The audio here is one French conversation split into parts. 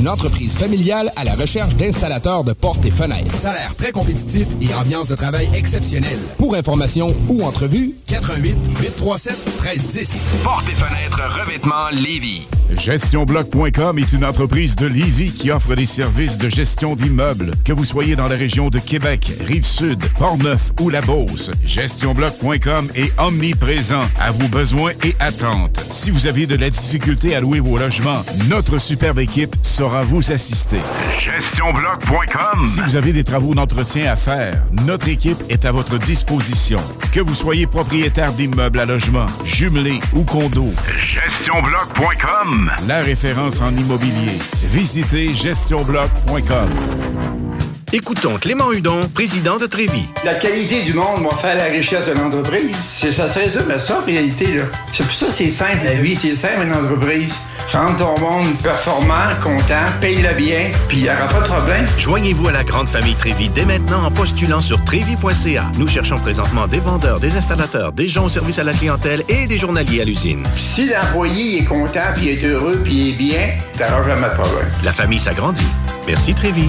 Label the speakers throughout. Speaker 1: Une entreprise familiale à la recherche d'installateurs de portes et fenêtres. Salaire très compétitif et ambiance de travail exceptionnelle. Pour information ou entrevue, 88 837 1310.
Speaker 2: Portes et fenêtres, revêtements, Lévis.
Speaker 3: GestionBloc.com est une entreprise de Lévis qui offre des services de gestion d'immeubles. Que vous soyez dans la région de Québec, Rive-Sud, Portneuf ou La Beauce, GestionBloc.com est omniprésent à vos besoins et attentes. Si vous avez de la difficulté à louer vos logements, notre superbe équipe saura vous assister.
Speaker 2: GestionBloc.com
Speaker 3: Si vous avez des travaux d'entretien à faire, notre équipe est à votre disposition. Que vous soyez propriétaire d'immeubles à logement, jumelés ou condos,
Speaker 2: GestionBloc.com
Speaker 3: la référence en immobilier. Visitez gestionbloc.com.
Speaker 4: Écoutons Clément Hudon, président de Trévis.
Speaker 5: La qualité du monde va faire la richesse d'une entreprise. C'est ça, c'est ça, mais ça en réalité, là. C'est pour ça que c'est simple, la vie, c'est simple, une entreprise. Rendre ton monde performant, content, paye-le bien, puis il n'y aura pas de problème.
Speaker 4: Joignez-vous à la grande famille Trévi dès maintenant en postulant sur trévi.ca. Nous cherchons présentement des vendeurs, des installateurs, des gens au service à la clientèle et des journaliers à l'usine.
Speaker 5: Si l'employé est content, puis il est heureux, puis il est bien, t'auras jamais de problème.
Speaker 4: La famille s'agrandit. Merci Trévi.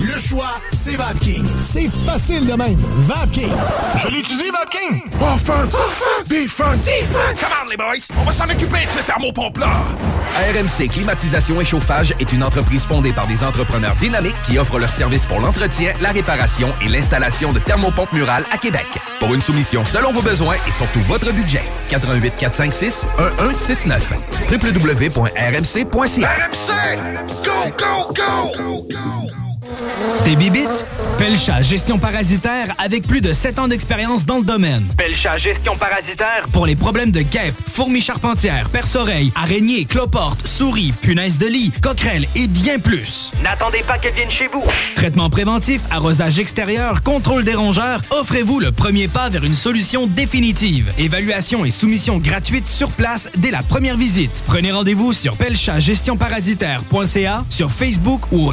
Speaker 6: le choix, c'est VapKing. C'est facile de même. VapKing.
Speaker 2: Je l'utilise, Vapking!
Speaker 7: Oh, fun! Des fun!
Speaker 2: Come on, les boys! On va s'en occuper de ce thermopompe-là!
Speaker 1: RMC Climatisation et Chauffage est une entreprise fondée par des entrepreneurs dynamiques qui offrent leurs services pour l'entretien, la réparation et l'installation de thermopompes murales à Québec. Pour une soumission selon vos besoins et surtout votre budget, 88 456 1169 www.rmc.ca
Speaker 7: RMC! Go, go, go!
Speaker 8: Tes bibites? Pelcha Gestion Parasitaire avec plus de 7 ans d'expérience dans le domaine.
Speaker 9: Pelcha Gestion Parasitaire.
Speaker 8: Pour les problèmes de guêpes, fourmis charpentières, perce-oreilles, araignées, cloportes, souris, punaises de lit, coquerelles et bien plus.
Speaker 9: N'attendez pas qu'elle vienne chez vous.
Speaker 8: Traitement préventif, arrosage extérieur, contrôle des rongeurs, offrez-vous le premier pas vers une solution définitive. Évaluation et soumission gratuite sur place dès la première visite. Prenez rendez-vous sur pelchagestionparasitaire.ca, sur Facebook ou au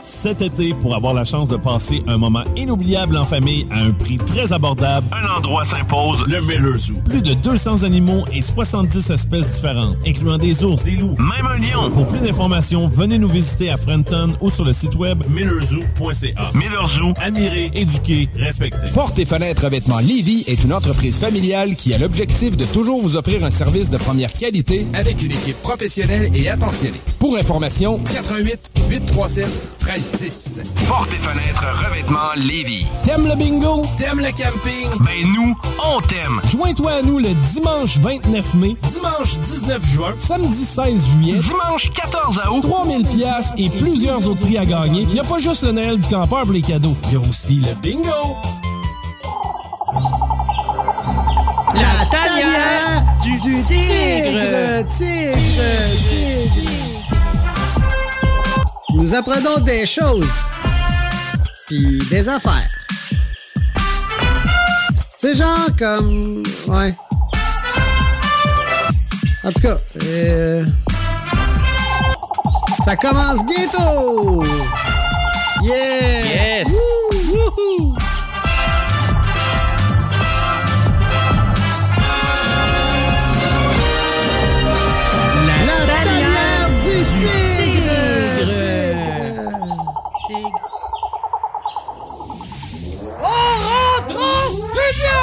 Speaker 10: Cet été, pour avoir la chance de passer un moment inoubliable en famille à un prix très abordable, un endroit s'impose, le Miller Zoo. Plus de 200 animaux et 70 espèces différentes, incluant des ours, des loups, même un lion. Pour plus d'informations, venez nous visiter à Frenton ou sur le site web millerzoo.ca. Miller Zoo, admirer, éduquer, respecter.
Speaker 1: Portes et fenêtres revêtements Lévis est une entreprise familiale qui a l'objectif de toujours vous offrir un service de première qualité avec une équipe professionnelle et attentionnée. Pour information, 88 837 1310.
Speaker 2: Portes et fenêtres, revêtements Lévis.
Speaker 1: T'aimes le bingo? T'aimes le camping?
Speaker 2: Ben nous, on t'aime!
Speaker 10: Joins-toi à nous le dimanche 29 mai, dimanche 19 juin, samedi 16 juillet,
Speaker 2: Dimanche 14 août,
Speaker 10: 3000 pièces et plusieurs autres prix à gagner. Il n'y a pas juste le Noël du campeur pour les cadeaux, il y a aussi le bingo.
Speaker 9: La tanière du Jésus. Tigre, tigre, tigre. Nous apprenons des choses. Puis des affaires. C'est genre comme... Ouais. En tout cas, euh, ça commence bientôt! Yeah!
Speaker 11: Yes!
Speaker 9: La tanière du tigre!
Speaker 7: On rentre en studio!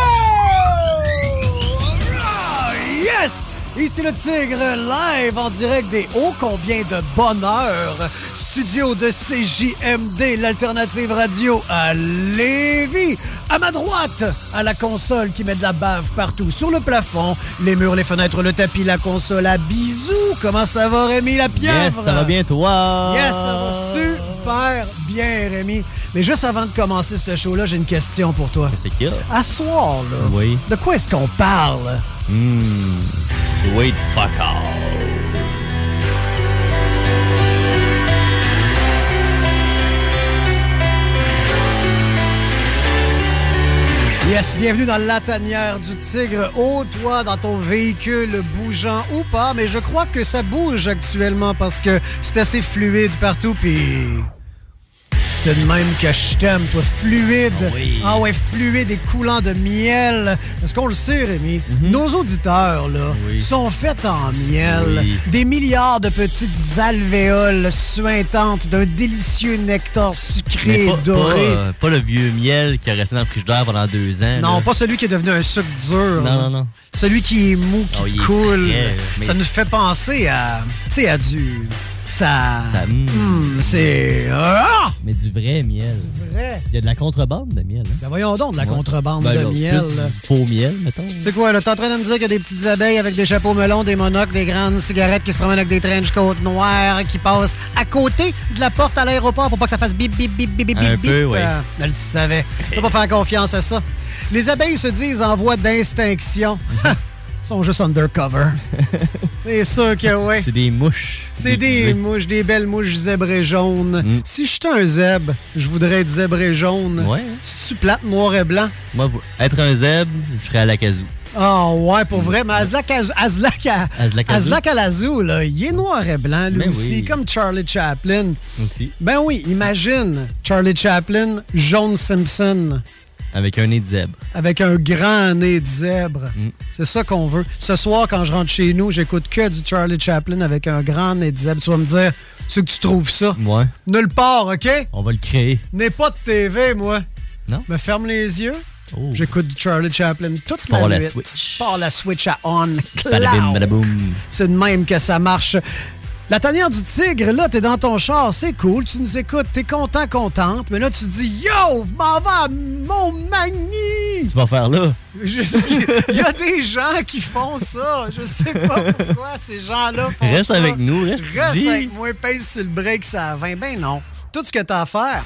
Speaker 9: Ah, Yes! Ici le Tigre, live en direct des hauts combien de bonheur. Studio de CJMD, l'alternative radio à Lévis. À ma droite, à la console qui met de la bave partout, sur le plafond, les murs, les fenêtres, le tapis, la console à bisous. Comment ça va, Rémi la pieuvre?
Speaker 11: Yes, ça va bien toi?
Speaker 9: Yes, ça va super bien, Rémi. Mais juste avant de commencer ce show-là, j'ai une question pour toi.
Speaker 11: C'est qui, là?
Speaker 9: À soir, là,
Speaker 11: Oui.
Speaker 9: de quoi est-ce qu'on parle?
Speaker 11: Hmm. Wait, fuck all.
Speaker 9: Yes, bienvenue dans la tanière du tigre. ô toi dans ton véhicule bougeant ou pas, mais je crois que ça bouge actuellement parce que c'est assez fluide partout, puis c'est de même que je t'aime, toi, fluide. Ah ouais, fluide et coulant de miel. Parce qu'on le sait, Rémi,
Speaker 11: Mhm.
Speaker 9: nos auditeurs, là, sont faits en miel.
Speaker 11: Oui.
Speaker 9: Des milliards de petites alvéoles suintantes d'un délicieux nectar sucré
Speaker 11: Mais
Speaker 9: et doré.
Speaker 11: Pas, euh, pas le vieux miel qui est resté dans le frigidaire pendant deux ans.
Speaker 9: Non,
Speaker 11: là.
Speaker 9: pas celui qui est devenu un sucre dur.
Speaker 11: Non,
Speaker 9: là.
Speaker 11: non, non.
Speaker 9: Celui qui est mou, qui
Speaker 11: Oh, il est
Speaker 9: coule.
Speaker 11: frais, mais-
Speaker 9: Ça nous fait penser à, tu sais, à du... Ça... Hmm, c'est... Ah!
Speaker 11: Mais du vrai miel.
Speaker 9: Vrai.
Speaker 11: Il y a de la contrebande de miel. hein.
Speaker 9: Ben voyons donc de la
Speaker 11: Ouais.
Speaker 9: contrebande
Speaker 11: Ben,
Speaker 9: de
Speaker 11: genre,
Speaker 9: miel.
Speaker 11: plus
Speaker 9: là.
Speaker 11: Faux miel, mettons.
Speaker 9: C'est quoi, là? T'es en train de me dire qu'il y a des petites abeilles avec des chapeaux melons, des monocles, des grandes cigarettes qui se promènent avec des trench coats noirs qui passent à côté de la porte à l'aéroport pour pas que ça fasse bip, bip, bip, bip, bip,
Speaker 11: Un
Speaker 9: bip.
Speaker 11: peu, ouais.
Speaker 9: Euh, elle le savait. On peut pas faire confiance à ça. Les abeilles se disent en voie d'extinction.
Speaker 11: Mhm.
Speaker 9: Ha! Ils sont juste undercover. C'est sûr que oui.
Speaker 11: C'est des mouches. Mm.
Speaker 9: C'est des mouches, des belles mouches zébrées jaunes. Si j'étais un zèbre, je voudrais être zébré jaune.
Speaker 11: Ouais.
Speaker 9: Si tu plates noir et blanc,
Speaker 11: Moi, vous- être un zèbre, je serais à la kazoo.
Speaker 9: ah ouais, pour vrai. Mais Azlak, Az- Azlak, à-
Speaker 11: Azlak Azou.
Speaker 9: Azlak Alazou, là, il est noir et blanc, lui
Speaker 11: Ben
Speaker 9: aussi,
Speaker 11: oui.
Speaker 9: comme Charlie Chaplin.
Speaker 11: Aussi.
Speaker 9: Ben oui, imagine Charlie Chaplin, John Simpson,
Speaker 11: Avec un nez de zèbre.
Speaker 9: avec un grand nez de zèbre.
Speaker 11: Mm.
Speaker 9: C'est ça qu'on veut. Ce soir, quand je rentre chez nous, j'écoute que du Charlie Chaplin avec un grand nez de zèbre. Tu vas me dire, c'est que tu trouves ça?
Speaker 11: Ouais.
Speaker 9: Nulle part, OK?
Speaker 11: On va le créer.
Speaker 9: N'ai pas de TV, moi.
Speaker 11: Non? Oh.
Speaker 9: Me ferme les yeux. J'écoute du Charlie Chaplin toute la
Speaker 11: Par la
Speaker 9: nuit.
Speaker 11: Switch.
Speaker 9: Par la Switch à On
Speaker 11: Badaboum,
Speaker 9: Cloud.
Speaker 11: badaboum.
Speaker 9: C'est de même que ça marche. La tanière du tigre, là, t'es dans ton char, c'est cool, tu nous écoutes, t'es content, contente, mais là, tu dis « Yo, je m'en vais à Montmagny!
Speaker 11: Tu vas faire là. »
Speaker 9: Je sais- Il y a des gens qui font ça, je sais pas pourquoi ces gens-là font
Speaker 11: Reste
Speaker 9: ça.
Speaker 11: avec nous, reste
Speaker 9: Reste
Speaker 11: ici.
Speaker 9: avec moi, pèse sur le break, ça à 20. Ben non. Tout ce que t'as à faire,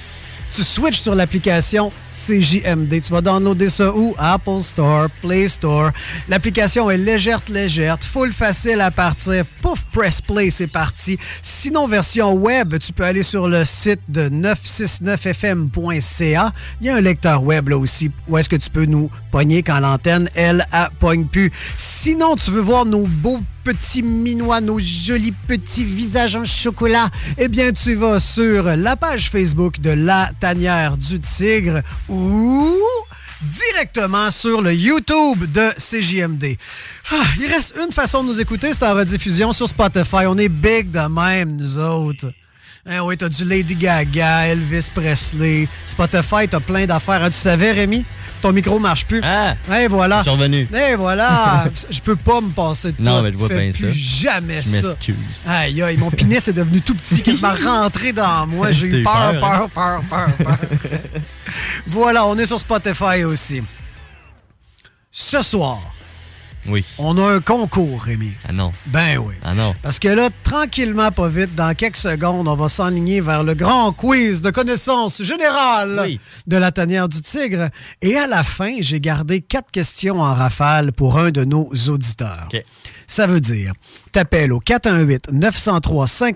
Speaker 9: tu switches sur l'application CJMD. Tu vas downloader ça où? Apple Store, Play Store. L'application est légère, légère, full facile à partir. Pouf, press play, c'est parti. Sinon, version web, tu peux aller sur le site de 969fm.ca. Il y a un lecteur web là aussi. Où est-ce que tu peux nous pogner quand l'antenne, elle, a pogne plus? Sinon, tu veux voir nos beaux petits minois, nos jolis petits visages en chocolat, eh bien, tu vas sur la page Facebook de La Tanière du Tigre ou directement sur le YouTube de CJMD. Ah, il reste une façon de nous écouter, c'est en rediffusion sur Spotify. On est big de même, nous autres. Hein, oui, t'as du Lady Gaga, Elvis Presley, Spotify, t'as plein d'affaires. Ah, tu savais, Rémi? Ton micro marche plus. Ah! voilà.
Speaker 11: Je suis revenu.
Speaker 9: Eh voilà, je peux pas me passer de
Speaker 11: Non,
Speaker 9: toi.
Speaker 11: mais je vois
Speaker 9: Fais
Speaker 11: bien
Speaker 9: plus
Speaker 11: ça.
Speaker 9: jamais
Speaker 11: Je
Speaker 9: ça.
Speaker 11: m'excuse.
Speaker 9: Aïe, aïe, mon pénis est devenu tout petit. Qu'est-ce qui m'a rentré dans moi? J'ai
Speaker 11: T'as
Speaker 9: eu
Speaker 11: eu
Speaker 9: peur,
Speaker 11: peur,
Speaker 9: peur,
Speaker 11: hein?
Speaker 9: peur, peur, peur. voilà, on est sur Spotify aussi. Ce soir,
Speaker 11: Oui.
Speaker 9: On a un concours, Rémi.
Speaker 11: Ah non.
Speaker 9: Ben oui.
Speaker 11: Ah non.
Speaker 9: Parce que là, tranquillement, pas vite, dans quelques secondes, on va s'enligner vers le grand quiz de connaissances générales de la tanière du tigre. Et à la fin, j'ai gardé quatre questions en rafale pour un de nos auditeurs. Ça veut dire, t'appelles au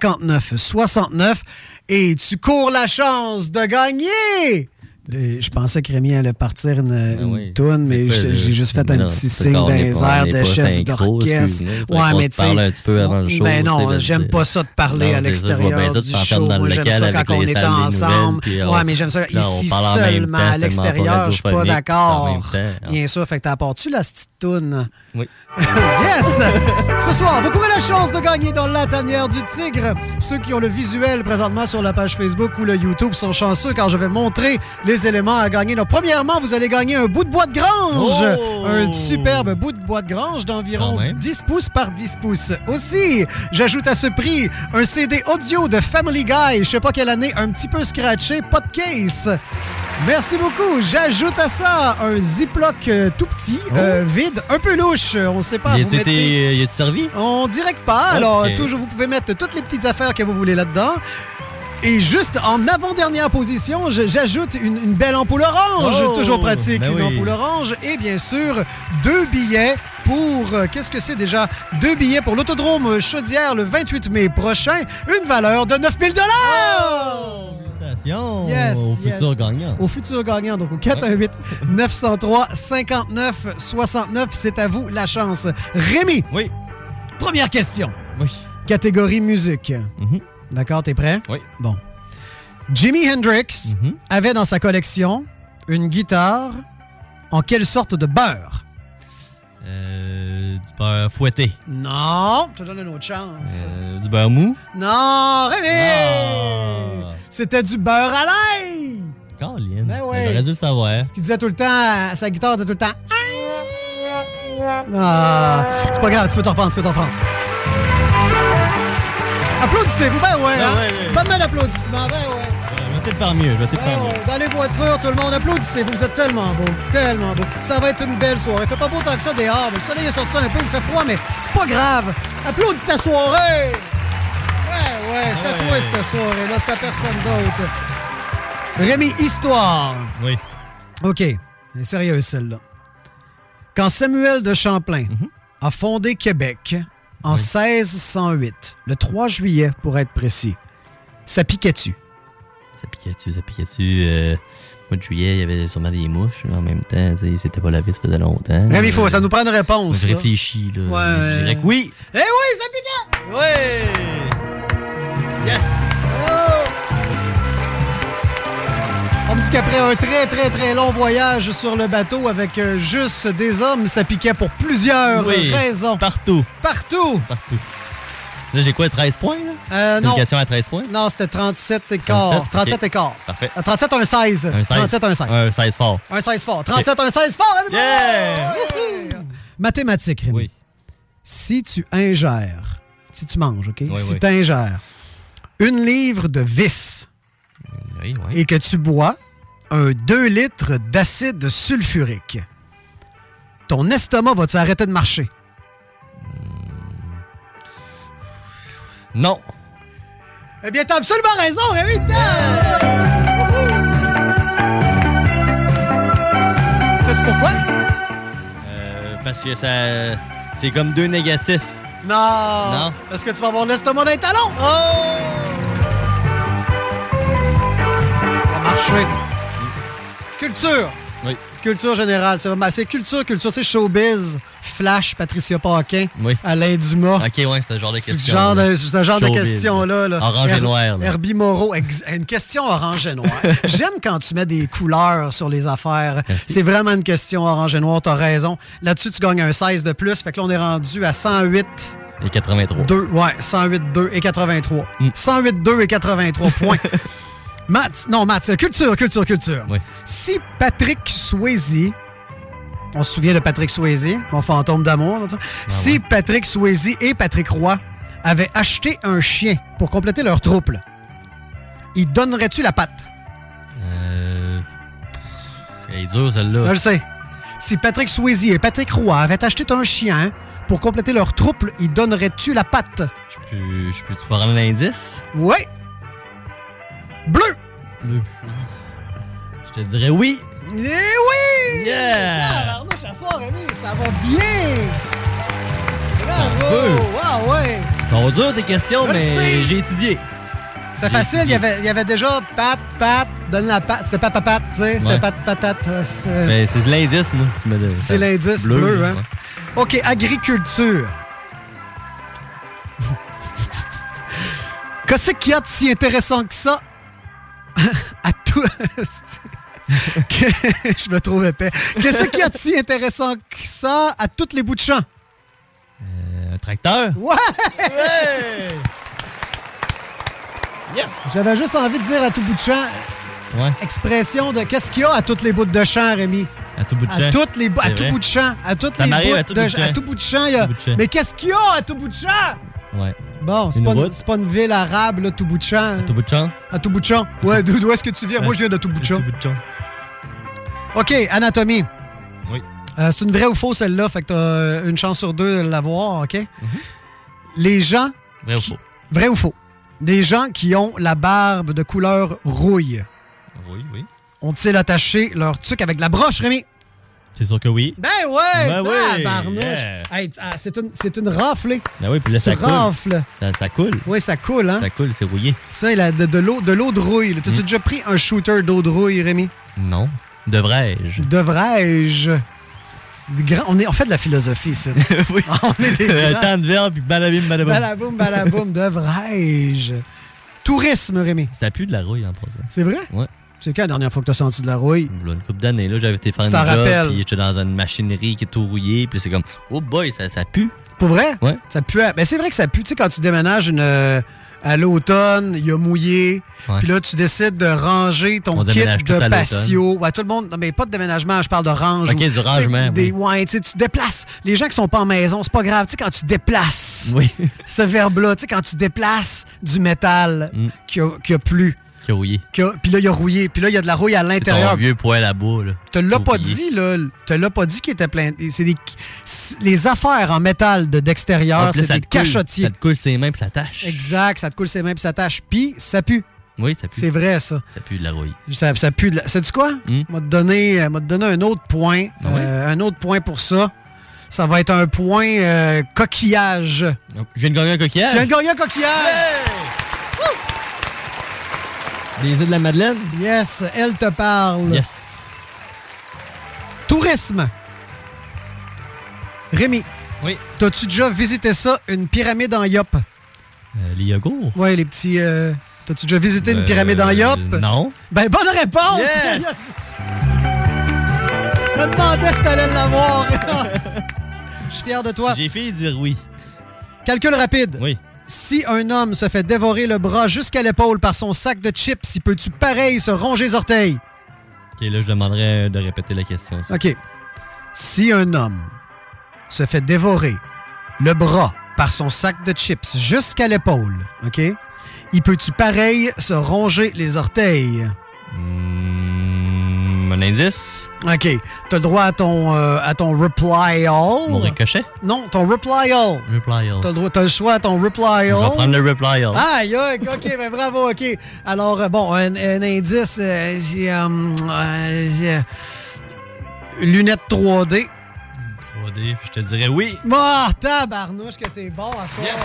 Speaker 9: 418-903-5969 et tu cours la chance de gagner! Les- Je pensais que Rémi allait partir une, une toune, mais
Speaker 11: pas-
Speaker 9: j'ai j'ai juste fait un
Speaker 11: euh, Non,
Speaker 9: petit
Speaker 11: c'est
Speaker 9: signe
Speaker 11: pas- on
Speaker 9: dans
Speaker 11: est
Speaker 9: les
Speaker 11: pas- on
Speaker 9: airs
Speaker 11: est
Speaker 9: de
Speaker 11: pas
Speaker 9: chef
Speaker 11: synchro,
Speaker 9: d'orchesse.
Speaker 11: excuse-nous. Fait
Speaker 9: Ouais,
Speaker 11: qu'on
Speaker 9: mais
Speaker 11: se
Speaker 9: tu sais-
Speaker 11: parle un petit peu avant le show,
Speaker 9: Ben
Speaker 11: tu sais, de
Speaker 9: non,
Speaker 11: le
Speaker 9: j'aime
Speaker 11: dire.
Speaker 9: pas ça de parler
Speaker 11: Non,
Speaker 9: à
Speaker 11: c'est ça, je vois bien
Speaker 9: l'extérieur
Speaker 11: ça,
Speaker 9: du
Speaker 11: tu t'enfermes
Speaker 9: show.
Speaker 11: dans le
Speaker 9: Moi, j'aime
Speaker 11: local
Speaker 9: ça
Speaker 11: avec
Speaker 9: quand on
Speaker 11: les
Speaker 9: est
Speaker 11: salles des
Speaker 9: ensemble.
Speaker 11: nouvelles, puis on-
Speaker 9: Ouais, mais j'aime ça
Speaker 11: là, on
Speaker 9: ici
Speaker 11: parle en
Speaker 9: seulement.
Speaker 11: même temps,
Speaker 9: À
Speaker 11: c'est tellement pas
Speaker 9: l'extérieur, je suis pas
Speaker 11: radiophonique, c'est en
Speaker 9: d'accord.
Speaker 11: même temps. hein.
Speaker 9: Bien sûr, fait que t'apportes-tu la petite toune?
Speaker 11: Oui.
Speaker 9: Yes! Ce soir, vous courez la chance de gagner dans la tanière du tigre. Ceux qui ont le visuel présentement sur la page Facebook ou le YouTube sont chanceux car je vais montrer les éléments à gagner. Donc, premièrement, vous allez gagner un bout de bois de grange.
Speaker 11: Oh!
Speaker 9: Un superbe bout de bois de grange d'environ
Speaker 11: Quand même.
Speaker 9: 10 pouces par 10 pouces. Aussi, j'ajoute à ce prix un CD audio de Family Guy, je sais pas quelle année, un petit peu scratché, pas de case. Merci beaucoup. J'ajoute à ça un Ziploc euh, tout petit,
Speaker 11: Oh!
Speaker 9: euh, vide, un peu louche. On sait pas.
Speaker 11: Y
Speaker 9: vous
Speaker 11: a-tu
Speaker 9: mettez-
Speaker 11: été- euh, y a-tu servi?
Speaker 9: on dirait que pas. Alors,
Speaker 11: Ok.
Speaker 9: toujours, vous pouvez mettre toutes les petites affaires que vous voulez là-dedans. Et juste en avant-dernière position, je- j'ajoute une, une belle ampoule orange.
Speaker 11: Oh,
Speaker 9: toujours pratique,
Speaker 11: ben
Speaker 9: une
Speaker 11: oui.
Speaker 9: ampoule orange. Et bien sûr, deux billets pour... euh, Qu'est-ce que c'est déjà? Deux billets pour l'autodrome Chaudière le 28 mai prochain. Une valeur de 9000
Speaker 11: Oh,
Speaker 9: Oh,
Speaker 11: Félicitations
Speaker 9: Yes,
Speaker 11: au
Speaker 9: yes.
Speaker 11: futur gagnant.
Speaker 9: Au futur gagnant, donc au 418 903 59 69, c'est à vous la chance. Rémi.
Speaker 11: Oui.
Speaker 9: Première question. Oui. Catégorie musique.
Speaker 11: Mm-hmm.
Speaker 9: D'accord, t'es prêt?
Speaker 11: Oui.
Speaker 9: Bon. Jimi Hendrix
Speaker 11: Mm-hmm.
Speaker 9: avait dans sa collection une guitare en quelle sorte de beurre?
Speaker 11: Euh, du beurre fouetté.
Speaker 9: Non, je te donne une autre chance.
Speaker 11: Euh, du beurre mou.
Speaker 9: Non, Rémi!
Speaker 11: Ah.
Speaker 9: C'était du beurre à l'ail!
Speaker 11: Caroline.
Speaker 9: Ben oui.
Speaker 11: J'aurais dû le savoir.
Speaker 9: qui disait tout le temps, à sa guitare disait tout le temps. Ah, c'est pas grave, tu peux t'en prendre, tu peux t'en prendre. Applaudissez-vous, ben ouais.
Speaker 11: Ben
Speaker 9: hein?
Speaker 11: ouais, ouais.
Speaker 9: Pas de mal d'applaudissements, ben ouais.
Speaker 11: Je vais essayer de faire mieux. Je vais essayer de faire mieux.
Speaker 9: Oh, Dans les voitures, tout le monde applaudissez-vous, vous êtes tellement beau, tellement beau. Ça va être une belle soirée. Fait pas beau tant que ça dehors, mais le soleil est sorti un peu, il fait froid, mais c'est pas grave. Applaudis ta soirée. Ouais, ouais, c'est à toi cette soirée-là, c'est à personne d'autre. Rémi, histoire.
Speaker 11: Oui.
Speaker 9: OK. Elle est sérieuse, celle-là. Quand Samuel de Champlain a fondé Québec en 1608, le 3 juillet pour être précis, ça piquait-tu?
Speaker 11: Ça piquait-tu, ça piquait-tu. Euh, au mois de juillet, il y avait sûrement des mouches. mais En même temps, tu sais, c'était pas lavé, ça faisait longtemps.
Speaker 9: Rémi, faut,
Speaker 11: Euh,
Speaker 9: ça nous prend une réponse.
Speaker 11: Je
Speaker 9: là.
Speaker 11: réfléchis, là.
Speaker 9: Ouais.
Speaker 11: Je dirais que oui.
Speaker 9: Eh oui, ça piquait! Oui! Yes! On me dit qu'après un très, très, très long voyage sur le bateau avec euh, juste des hommes, ça piquait pour plusieurs
Speaker 11: Oui,
Speaker 9: raisons.
Speaker 11: Partout.
Speaker 9: Partout!
Speaker 11: Partout. Là, j'ai quoi, 13 points, là?
Speaker 9: Euh,
Speaker 11: C'est
Speaker 9: non.
Speaker 11: une question à 13 points?
Speaker 9: Non, c'était 37 et quart.
Speaker 11: 37,
Speaker 9: 37
Speaker 11: ok.
Speaker 9: et quart.
Speaker 11: Parfait.
Speaker 9: Euh, 37, un 16.
Speaker 11: Un 16.
Speaker 9: 37, un 16.
Speaker 11: Un 16 fort.
Speaker 9: Un 16 fort. 37, un 16 fort, everybody! Yeah! Mathématiques, Rémi. Si tu ingères, si tu manges, OK?
Speaker 11: Oui,
Speaker 9: si
Speaker 11: oui.
Speaker 9: tu ingères une livre de vis
Speaker 11: Oui, oui.
Speaker 9: et que tu bois un 2 litres d'acide sulfurique, ton estomac va-tu arrêter de marcher?
Speaker 11: Non.
Speaker 9: Eh bien, t'as absolument raison, Rémi! Sais-tu pourquoi?
Speaker 11: Euh, parce que ça. C'est comme deux négatifs.
Speaker 9: Non!
Speaker 11: Non.
Speaker 9: Parce que tu vas avoir l'estomac d'un talon! Oh! Ça va marcher. Culture!
Speaker 11: Oui.
Speaker 9: Culture générale, c'est vraiment- c'est culture, culture, c'est showbiz, Flash, Patricia Paquin,
Speaker 11: Oui.
Speaker 9: Alain Dumas.
Speaker 11: Ok, ouais, c'est le genre de
Speaker 9: Ah. C'est
Speaker 11: question.
Speaker 9: ce genre
Speaker 11: là.
Speaker 9: de, c'est ce genre de
Speaker 11: Showbiz,
Speaker 9: question-là. là.
Speaker 11: Orange et
Speaker 9: Her-
Speaker 11: noir. là.
Speaker 9: Herbie Moreau, ex- une question orange et noir. J'aime quand tu mets des couleurs sur les affaires. C'est vraiment une question orange et noir, t'as raison. Là-dessus, tu gagnes un 16 de plus. Fait que là, on est rendu à 108.
Speaker 11: Et 83.
Speaker 9: 2, ouais, 108, 2 et 83. 108, 2 et 83 points. Matt, non, Matt, c'est culture, culture, culture. Si Patrick Swayze, on se souvient de Patrick Swayze, mon fantôme d'amour, là, tu sais. si Patrick Swayze et Patrick Roy avaient acheté un chien pour compléter leur trouble, ils donneraient-tu la patte?
Speaker 11: Euh. Elle est dure, celle-là.
Speaker 9: Là, je sais. si Patrick Swayze et Patrick Roy avaient acheté un chien pour compléter leur troupe, ils donneraient-tu la patte?
Speaker 11: Puis, je peux-tu prendre un indice?
Speaker 9: Oui! Bleu!
Speaker 11: Bleu. Je te dirais oui.
Speaker 9: Eh oui!
Speaker 11: Yeah!
Speaker 9: Tabarnouche, à soir, Rémi, ça va bien! Bravo! Ah ouais!
Speaker 11: Ton dur tes questions,
Speaker 9: Je sais.
Speaker 11: mais j'ai étudié.
Speaker 9: C'était facile, il y avait, il y avait déjà pat, pat, donne la patte, c'était pat, pat, pat, tu sais, c'était
Speaker 11: Ouais.
Speaker 9: pat, patate. euh, c'était-
Speaker 11: Ben, c'est l'indice, moi. qui me donne.
Speaker 9: C'est l'indice bleu, hein? OK, agriculture. Qu'est-ce qu'il y a de si intéressant que ça? à tout... Que- Je me trouve épais. Qu'est-ce qu'il y a de si intéressant que ça à tous les bouts de champ?
Speaker 11: Un tracteur?
Speaker 9: Ouais!
Speaker 11: Yes!
Speaker 9: J'avais juste envie de dire à tout bout de champ,
Speaker 11: Ouais.
Speaker 9: expression de qu'est-ce qu'il y a à tous les bouts de champ, Rémi?
Speaker 11: À tout bout de champ.
Speaker 9: À toutes les bou- à
Speaker 11: C'est
Speaker 9: tout
Speaker 11: vrai.
Speaker 9: bout de champ, à toutes
Speaker 11: Ça
Speaker 9: les
Speaker 11: m'arrive
Speaker 9: bouts
Speaker 11: à tout
Speaker 9: de-
Speaker 11: bout de
Speaker 9: à
Speaker 11: champ.
Speaker 9: tout bout de champ, il y a-
Speaker 11: Tout bout de champ.
Speaker 9: Mais qu'est-ce qu'il y a à tout bout de champ?
Speaker 11: Ouais.
Speaker 9: Bon, c'est
Speaker 11: Une
Speaker 9: pas, une-
Speaker 11: route.
Speaker 9: c'est pas une ville arabe, là, tout bout de champ.
Speaker 11: Tout bout de champ?
Speaker 9: À tout bout de champ. Ouais, d'où d'où est-ce que tu viens? Moi, je viens de tout bout de champ. OK, anatomie.
Speaker 11: Oui.
Speaker 9: Euh, c'est une vraie ou faux, celle-là, fait que t'as euh, une chance sur deux de l'avoir, OK?
Speaker 11: Mhm.
Speaker 9: Les gens,
Speaker 11: Vrai ou faux?
Speaker 9: vrai ou faux, les gens qui ont la barbe de couleur rouille,
Speaker 11: Oui, oui.
Speaker 9: ont-ils attaché leur tuc avec de la broche, Rémi?
Speaker 11: C'est sûr que oui.
Speaker 9: Ben ouais!
Speaker 11: Ben oui,
Speaker 9: tabarnouche.
Speaker 11: yeah.
Speaker 9: Hey, t- ah, c'est une, c'est une raflée.
Speaker 11: Ben oui, puis là,
Speaker 9: Tu
Speaker 11: ça coule.
Speaker 9: rafles.
Speaker 11: Ça, ça coule.
Speaker 9: Oui, ça coule, hein?
Speaker 11: Ça coule, c'est rouillé. Hmm.
Speaker 9: Ça, il a de, de l'eau de, l'eau de rouille. là. T'as-tu déjà pris un shooter d'eau de rouille, Rémi?
Speaker 11: Non. Devrais-je?
Speaker 9: Devrais-je? C'est des grands- On, est, on fait de la philosophie, ici. oui. On est des
Speaker 11: Euh,
Speaker 9: grands-
Speaker 11: Tant de verbe, puis balabim, balabim.
Speaker 9: Balaboum, balaboum, devrais-je? Tourisme, Rémi.
Speaker 11: Ça pue de la rouille, en passant.
Speaker 9: C'est vrai?
Speaker 11: Ouais.
Speaker 9: C'est quand la dernière fois que t'as senti de la rouille?
Speaker 11: Voilà, une couple d'années, là, j'avais été faire
Speaker 9: Tu
Speaker 11: une
Speaker 9: t'en
Speaker 11: job,
Speaker 9: rappelles?
Speaker 11: puis j'étais dans une machinerie qui est tout rouillée, puis c'est comme, oh boy, ça, ça pue.
Speaker 9: Pour vrai?
Speaker 11: Ouais.
Speaker 9: Ça pue. à- Ben, c'est vrai que ça pue. Tu sais, quand tu déménages une, euh, à l'automne, il y a mouillé.
Speaker 11: Ouais.
Speaker 9: Puis là, tu décides de ranger ton
Speaker 11: On
Speaker 9: kit
Speaker 11: déménage tout
Speaker 9: de
Speaker 11: à l'automne.
Speaker 9: patio. Ouais, tout le monde. Non, mais pas de déménagement, je parle de range.
Speaker 11: Ok,
Speaker 9: ou-
Speaker 11: du
Speaker 9: tu sais,
Speaker 11: rangement,
Speaker 9: Des, ouais, tu sais, tu déplaces. Les gens qui sont pas en maison, c'est pas grave. Tu sais, quand tu déplaces
Speaker 11: Oui.
Speaker 9: ce verbe-là, tu sais, quand tu déplaces du métal
Speaker 11: Mm.
Speaker 9: qui, a, qui a plu,
Speaker 11: Qui a rouillé.
Speaker 9: qui a- puis là, il y a rouillé, puis là, il y a de la rouille à
Speaker 11: C'est ton
Speaker 9: l'intérieur.
Speaker 11: vieux poêle à bois, là.
Speaker 9: Tu l'as pas
Speaker 11: Rouillé.
Speaker 9: dit, là. Tu l'as pas dit qu'il était plein. C'est des. c'est- Les affaires en métal de d'extérieur,
Speaker 11: Ah, puis là,
Speaker 9: c'est
Speaker 11: ça
Speaker 9: des
Speaker 11: te coule.
Speaker 9: cachotiers.
Speaker 11: Ça te coule ses mains, puis ça tâche.
Speaker 9: Exact, ça te coule ses mains puis ça tâche. Puis, ça pue.
Speaker 11: Oui, ça pue.
Speaker 9: C'est vrai, ça.
Speaker 11: Ça pue de la rouille.
Speaker 9: Ça, ça pue de la... Sais-tu quoi?
Speaker 11: Hmm?
Speaker 9: M'a te donné, euh, m'a te donné un autre point.
Speaker 11: Ah
Speaker 9: Euh, un autre point pour ça. Ça va être un point euh, coquillage.
Speaker 11: Hop, Oh, Je viens de gagner un coquillage.
Speaker 9: Je viens de gagner un coquillage!
Speaker 11: Les îles de la Madeleine?
Speaker 9: Yes, elle te parle.
Speaker 11: Yes.
Speaker 9: Tourisme. Rémi.
Speaker 11: Oui.
Speaker 9: T'as-tu déjà visité ça, une pyramide en yop?
Speaker 11: Euh, les yogourts?
Speaker 9: Ouais, les petits. euh, T'as-tu déjà visité une pyramide en
Speaker 11: Euh,
Speaker 9: yop?
Speaker 11: Non.
Speaker 9: Ben, bonne réponse!
Speaker 11: Yes!
Speaker 9: Je me demandais si t'allais l'avoir. Je suis fier de toi.
Speaker 11: J'ai fait dire oui.
Speaker 9: Calcul rapide.
Speaker 11: Oui.
Speaker 9: Si un homme se fait dévorer le bras jusqu'à l'épaule par son sac de chips, il peut-tu pareil se ronger les orteils?
Speaker 11: Ok, là, je demanderais euh, de répéter la question. ça.
Speaker 9: OK. Si un homme se fait dévorer le bras par son sac de chips jusqu'à l'épaule, OK? Il peut-tu pareil se ronger les orteils?
Speaker 11: Hmm, un indice?
Speaker 9: OK. T'as le droit à ton, euh, à ton reply all.
Speaker 11: Mon ricochet?
Speaker 9: Non, ton reply all.
Speaker 11: Reply all.
Speaker 9: T'as le, droit- t'as le choix à ton reply
Speaker 11: Je
Speaker 9: all. Ah,
Speaker 11: vais prendre le reply all.
Speaker 9: Aïe, aïe, ok, ben bravo, ok. Alors, euh, bon, un, un indice, euh, j'ai, euh, euh, j'ai, euh, lunettes 3D.
Speaker 11: 3D, puis je te dirais oui.
Speaker 9: Ah, tabarnouche que t'es bon à soir.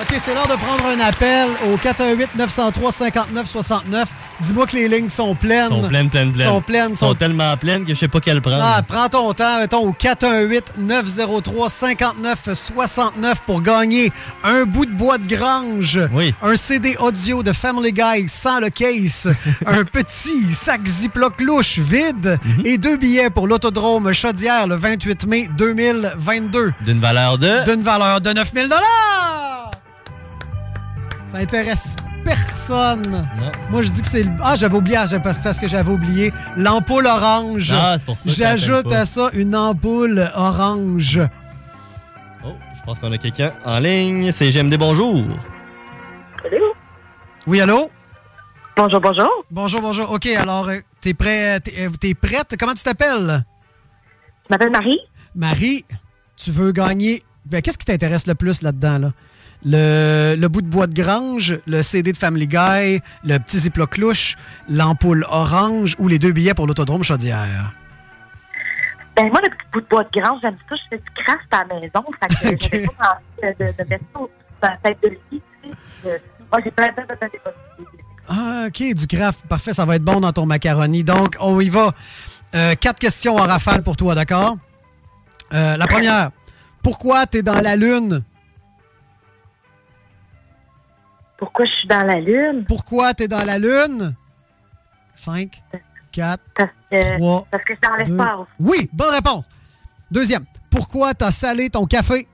Speaker 9: OK, c'est l'heure de prendre un appel au 418-903-5969. Dis-moi que les lignes sont pleines.
Speaker 11: Sont pleines, pleines, pleines.
Speaker 9: Sont pleines, sont-
Speaker 11: Sont tellement pleines que je sais pas quelle prendre.
Speaker 9: Ah, prends ton temps, mettons, au 418-903-5969 pour gagner un bout de bois de grange, un CD audio de Family Guy sans le case, un petit sac Ziploc louche vide et deux billets pour l'autodrome Chaudière le 28 mai 2022
Speaker 11: D'une valeur de...
Speaker 9: d'une valeur de 9000 Ça intéresse personne. Moi, je dis que c'est le... Ah, j'avais oublié, ah, j'avais- parce parce que j'avais oublié l'ampoule orange.
Speaker 11: Ah, c'est pour ça que
Speaker 9: J'ajoute
Speaker 11: t'appelles pas.
Speaker 9: à ça une ampoule orange.
Speaker 11: Oh, je pense qu'on a quelqu'un en ligne. C'est GMD, bonjour.
Speaker 9: Oui, allô?
Speaker 12: Bonjour, bonjour.
Speaker 9: euh, Bonjour, bonjour. OK, alors, euh, t'es prêt? T'es, euh, t'es prête? Comment tu t'appelles?
Speaker 12: Je m'appelle Marie.
Speaker 9: Marie, tu veux gagner. Ben, Qu'est-ce qui t'intéresse le plus là-dedans? Là? Le, le bout de bois de grange, le CD de Family Guy, le petit ziploc clouche, l'ampoule orange ou les deux billets pour l'autodrome Chaudière?
Speaker 12: Ben, moi, le petit bout de bois de grange, j'aime ça. Je fais du craft à la maison. Fait que j'avais pas envie de, de, de mettre ça au- dans la tête de lit. tu sais. Euh, Moi, j'ai plein, plein, plein, plein de possibilités.
Speaker 9: Ah, OK, du craft. Parfait, ça va être bon dans ton macaroni. Donc, on y va. Euh, quatre questions en rafale pour toi, d'accord? Euh, la première, pourquoi t'es dans la Lune?
Speaker 12: Pourquoi je suis dans la Lune?
Speaker 9: Pourquoi t'es dans la Lune? 5, 4, 3.
Speaker 12: Parce que c'est dans l'espace.
Speaker 9: Oui, bonne réponse. Deuxième, pourquoi t'as salé ton café?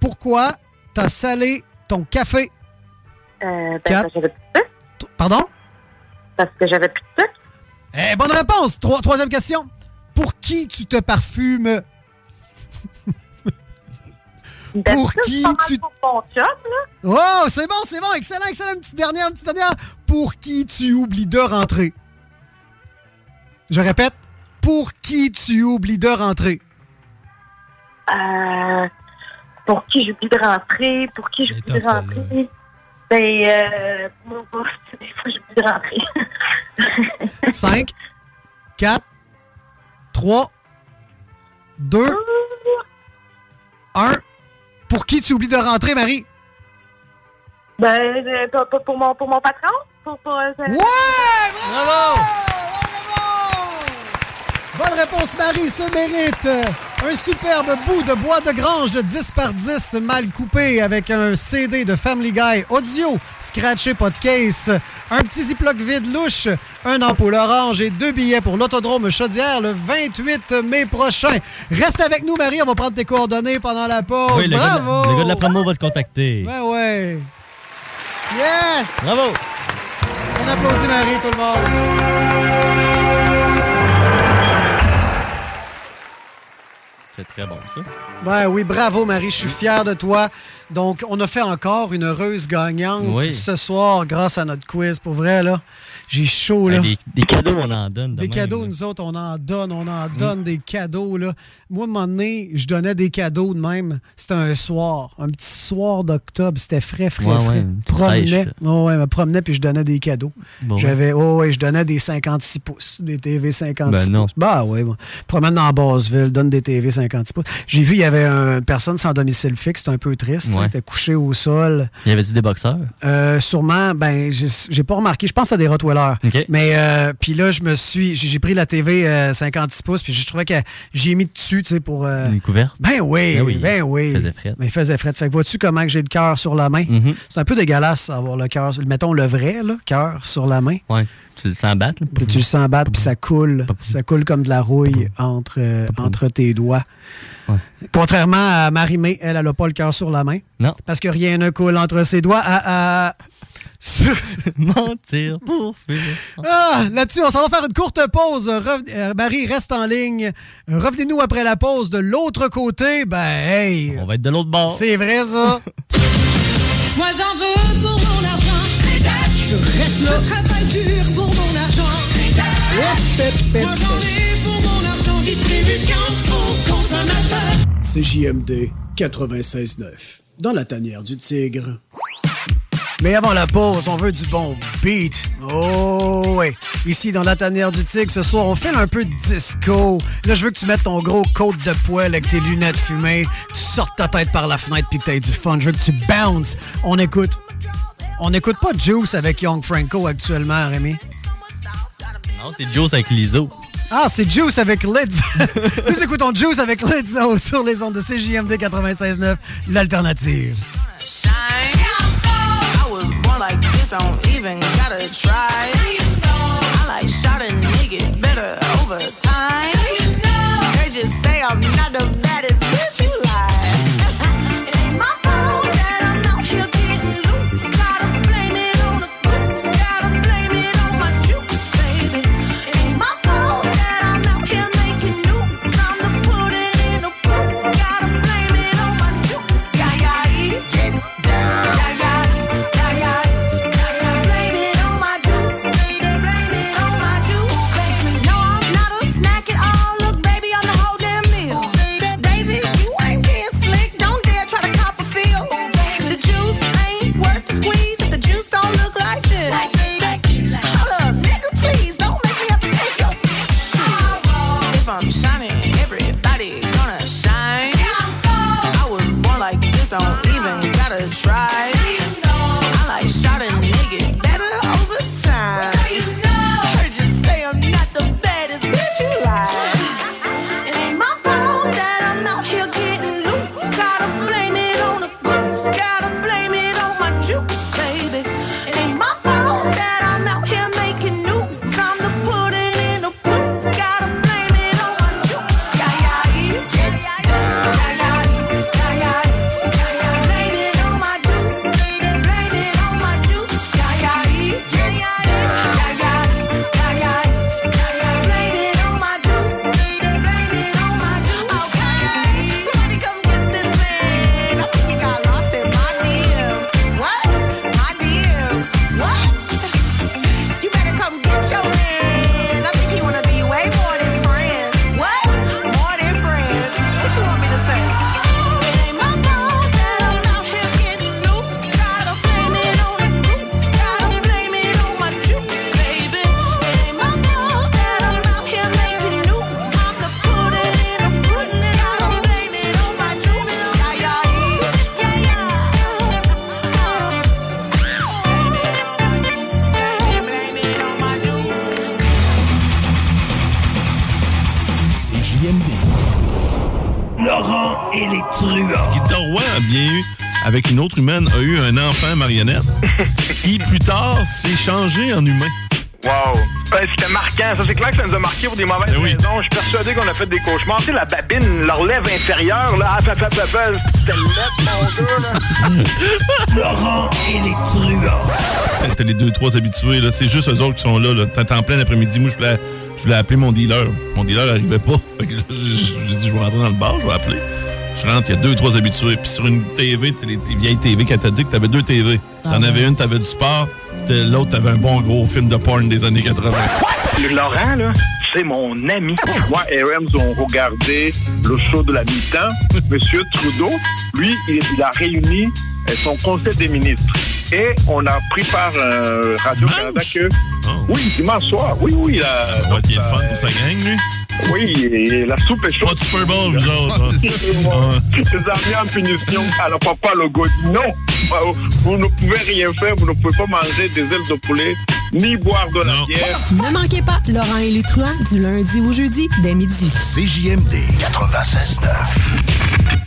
Speaker 9: Pourquoi t'as salé ton café?
Speaker 12: Euh, ben,
Speaker 9: Quatre.
Speaker 12: parce que j'avais plus de sucre.
Speaker 9: Pardon?
Speaker 12: Parce que j'avais plus de sucre.
Speaker 9: Eh, bonne réponse. Trois- troisième question. Pour qui tu te parfumes?
Speaker 12: Ben,
Speaker 9: Pour qui tu...
Speaker 12: Pour mon chum, là.
Speaker 9: Oh, c'est bon, c'est bon. Excellent, excellent. Une petite dernière, une petite dernière. Pour qui tu oublies de rentrer? Je répète. Pour qui tu oublies de rentrer?
Speaker 12: Euh, pour qui j'oublie de rentrer, pour qui j'oublie de
Speaker 9: tough,
Speaker 12: rentrer. Ben, euh, pour mon boss, des fois, j'oublie de rentrer.
Speaker 9: 5, 4, 3, 2, 1. Pour qui tu oublies de rentrer, Marie?
Speaker 12: ben, euh, pour, pour- pour mon, pour mon patron? Pour, pour, euh,
Speaker 9: Ouais! Bravo! Bonne réponse, Marie, se mérite. Un superbe bout de bois de grange de 10 par 10 mal coupé avec un CD de Family Guy audio, scratché podcast, un petit ziploc vide louche, un ampoule orange et deux billets pour l'autodrome Chaudière le 28 mai prochain. Reste avec nous, Marie, on va prendre tes coordonnées pendant la pause.
Speaker 11: Oui, le, gars,
Speaker 9: Oh, Bravo!
Speaker 11: de- le gars de la promo va te contacter.
Speaker 9: Ouais, ouais. Yes! Bravo! On applaudit Marie, tout le monde.
Speaker 11: C'est très bon, ça.
Speaker 9: Ben oui, bravo Marie, je suis fier de toi. Donc, on a fait encore une heureuse gagnante
Speaker 11: Oui.
Speaker 9: ce soir grâce à notre quiz. Pour vrai, là, j'ai chaud, là.
Speaker 11: Ouais, des, des cadeaux, on en donne. de
Speaker 9: Des
Speaker 11: même. Mm.
Speaker 9: cadeaux, nous autres, on en donne, on en donne des cadeaux. Là. Moi, à un moment donné, je donnais des cadeaux de même. C'était un soir, un petit soir d'octobre. C'était frais, frais,
Speaker 11: Ouais,
Speaker 9: frais.
Speaker 11: ouais, une petite
Speaker 9: promenais,
Speaker 11: pêche, là.
Speaker 9: Ouais, ouais, je me promenais puis je donnais des cadeaux.
Speaker 11: Bon, ouais.
Speaker 9: J'avais, oh, ouais, je donnais des 56 pouces, des TV 56
Speaker 11: Ben non.
Speaker 9: pouces. Bah ouais, moi. Promène dans Basseville, donne des TV 56 pouces. J'ai vu, il y avait un- une personne sans domicile fixe, c'était un peu triste.
Speaker 11: Ouais.
Speaker 9: Elle était couchée au sol.
Speaker 11: Il y avait-tu des boxeurs?
Speaker 9: Euh, sûrement, ben, j'ai j'ai pas remarqué. Je pense à des Rottweilers. Mais euh, puis là, je me suis, j'ai j'ai pris la TV euh, 56 pouces, puis je trouvais que j'y ai mis dessus, tu sais, pour. euh,
Speaker 11: Une couverte?
Speaker 9: Ben oui, ben oui.
Speaker 11: Ben oui, il faisait fret. Mm-hmm.
Speaker 9: Mais il faisait fret. Fait que vois-tu comment que j'ai le cœur sur la main? C'est un peu dégueulasse avoir le cœur, sur- mettons le vrai, là, cœur sur la main.
Speaker 11: Ouais. Tu le sens battre? là?
Speaker 9: Puis tu le sens battre, puis ça coule. Ça coule comme de la rouille entre, euh, entre tes doigts. Contrairement à Marie-Mé, elle, elle n'a pas le cœur sur la main.
Speaker 11: Non.
Speaker 9: Parce que rien ne coule entre ses doigts. Ah, ah. Sur-
Speaker 11: Mentir pour fuir.
Speaker 9: Ah, là-dessus, on s'en va faire une courte pause. Reven- euh, Marie, reste en ligne. Revenez-nous après la pause de l'autre côté. Ben, hey.
Speaker 11: On va être de l'autre bord.
Speaker 9: C'est vrai, ça.
Speaker 7: Moi j'en veux pour mon argent. Je reste là. Je travaille dur pour mon argent. Moi j'en ai pour mon argent. Distribution au consommateur.
Speaker 13: C'est JMD 96.9, dans la tanière du tigre.
Speaker 9: Mais avant la pause, on veut du bon beat. Oh ouais. Ici dans la tanière du tigre ce soir, on fait un peu de disco. Là, je veux que tu mettes ton gros côte de poêle avec tes lunettes fumées, tu sortes ta tête par la fenêtre puis que t'aies du fun. Je veux que tu bounces. On écoute. On n'écoute pas Juice avec Young Franco actuellement, Rémi.
Speaker 11: Non, Ah, c'est Joe avec l'ISO.
Speaker 9: Ah, c'est Juice avec Lids. Nous écoutons Juice avec Lids sur les ondes de CJMD 96.9, l'alternative.
Speaker 14: shine. I was born like this, don't even gotta try. I like shot a nigga better over time. They just say I'm not the baddest bitch you lie. It ain't my fault that I'm out here getting loose. Gotta blame it on the goose, gotta blame it on my juice, baby. It ain't my fault that I'm out here making news. I'm the pudding in the proof, gotta blame it on my juice. Yeah, yeah, yeah. Get down. Yeah, yeah, yeah, yeah. Yeah, yeah. Blame it on my juice, baby. Blame it on my juice, baby. No, I'm not a just don't even gotta try. I like shot a nigga better over time. Heard you say I'm not the baddest bitch you like. It ain't my fault that I'm out here getting loose. Gotta blame it on the goose. Gotta blame it on my juice, baby. It ain't my fault that I'm out here making news. I'm the pudding in the proof. Gotta blame it on my juice. Yeah, yeah, yeah. Yeah, yeah, yeah, yeah. Blame it on my juice, baby. Blame it on my juice. Yeah, yeah, yeah. Yeah, yeah, yeah. Yeah, yeah, yeah. Blame it on my juice, baby. Blame it on my juice. Okay. Somebody come get this man. I think you got lost in my DMs. What? My DMs. What? You better come get your man. I think you wanna be way more than friends. What? More than friends. What you want me to say? It ain't my fault that I'm out here getting loose. Gotta blame it on the goose. Gotta blame it on my juice, baby. It ain't my fault that I'm out here making news. I'm the pudding in the pudding, and I don't blame it on my juice. Yeah, yeah, yeah, yeah.
Speaker 4: C'est JMD. Laurent et les truands. Guy Dorouin a bien eu, avec une autre humaine, a eu un enfant marionnette qui, plus tard, s'est changé en humain.
Speaker 10: Wow. Ben, C'était marquant. Ça, c'est clair que ça nous a marqué pour des mauvaises raisons. Je suis persuadé qu'on a fait des cauchemars. Tu sais, la babine, leur lèvre inférieure, là, ah, pa, pa, pa, pa, c'était laid, mon gars, là. Laurent et les
Speaker 4: T'as- T'as les deux, trois habitués, là. C'est juste eux autres qui sont là, là. T'es en plein après-midi. Moi, je voulais, je voulais appeler mon dealer. Mon dealer n'arrivait pas. Fait que là, j'ai j'ai dit, je vais rentrer dans le bar, je vais appeler. Je rentre, il y a deux, trois habitués. Puis sur une TV, tu sais, les, les vieilles TV cathodiques, t'avais deux TV. T'en avais une, t'avais du sport. puis t'as- L'autre, t'avais un bon gros film de porn des années 80.
Speaker 10: Le Laurent, là, c'est mon ami. Moi et Rems ont regardé le show de la mi-temps. Monsieur Trudeau, lui, il, il a réuni euh, son conseil des ministres. Et on a pris par euh, Radio-Canada que...
Speaker 4: Ah.
Speaker 10: Oui, dimanche soir. Oui, oui. La,
Speaker 4: il est fun pour sa gang, lui.
Speaker 10: Oui, et la soupe est chaude. Pas de
Speaker 4: Super Bowl, vous autres. hein.
Speaker 10: Les armées en punition à la papa Logo. Non, euh, vous ne pouvez rien faire. Vous ne pouvez pas manger des ailes de poulet ni boire de la bière.
Speaker 7: Ne manquez pas Laurent et les truands du lundi au jeudi dès midi.
Speaker 10: CJMD 96.9.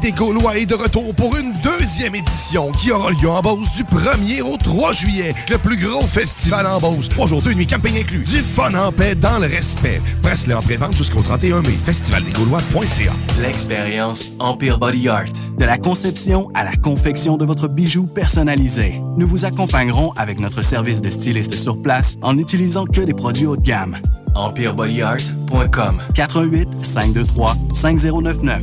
Speaker 15: des Gaulois est de retour pour une deuxième édition qui aura lieu en Beauce du 1er au 3 juillet. Le plus gros festival en Beauce. Trois jours, deux nuits, camping inclus. Du fun en paix dans le respect. Presse-le en pré-vente jusqu'au 31 mai. Festivaldesgaulois.ca
Speaker 16: L'expérience Empire Body Art. De la conception à la confection de votre bijou personnalisé. Nous vous accompagnerons avec notre service de styliste sur place en n'utilisant que des produits haut de gamme. EmpireBodyArt.com 418 523 5099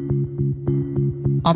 Speaker 17: En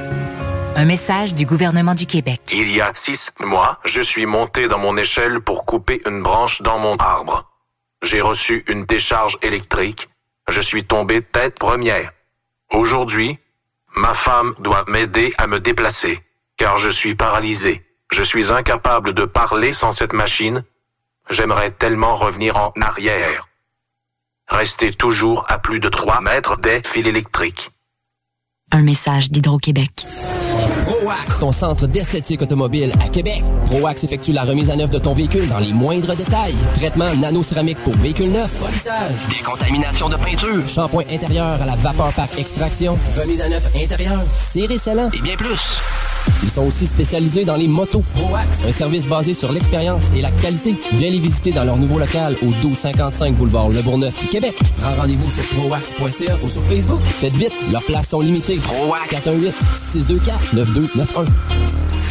Speaker 17: Un message du gouvernement du Québec.
Speaker 4: Il y a six mois, je suis monté dans mon échelle pour couper une branche dans mon arbre. J'ai reçu une décharge électrique. Je suis tombé tête première. Aujourd'hui, ma femme doit m'aider à me déplacer, car je suis paralysé. Je suis incapable de parler sans cette machine. J'aimerais tellement revenir en arrière. Restez toujours à plus de 3 mètres des fils électriques.
Speaker 18: Un message d'Hydro-Québec.
Speaker 19: ProAx, ton centre d'esthétique automobile à Québec. ProAx effectue la remise à neuf de ton véhicule dans les moindres détails. Traitement nano-céramique pour véhicule neuf, polissage,
Speaker 20: Décontamination de peinture.
Speaker 19: shampoing intérieur à la vapeur par extraction, remise à neuf intérieure, serré scellant et bien plus. Ils sont aussi spécialisés dans les motos. ProAx, un service basé sur l'expérience et la qualité. Viens les visiter dans leur nouveau local au 1255 boulevard Le Bourgneuf, Québec. Prends rendez-vous sur proax.ca ou sur Facebook. Faites vite, leurs places sont limitées. 418 624 9291.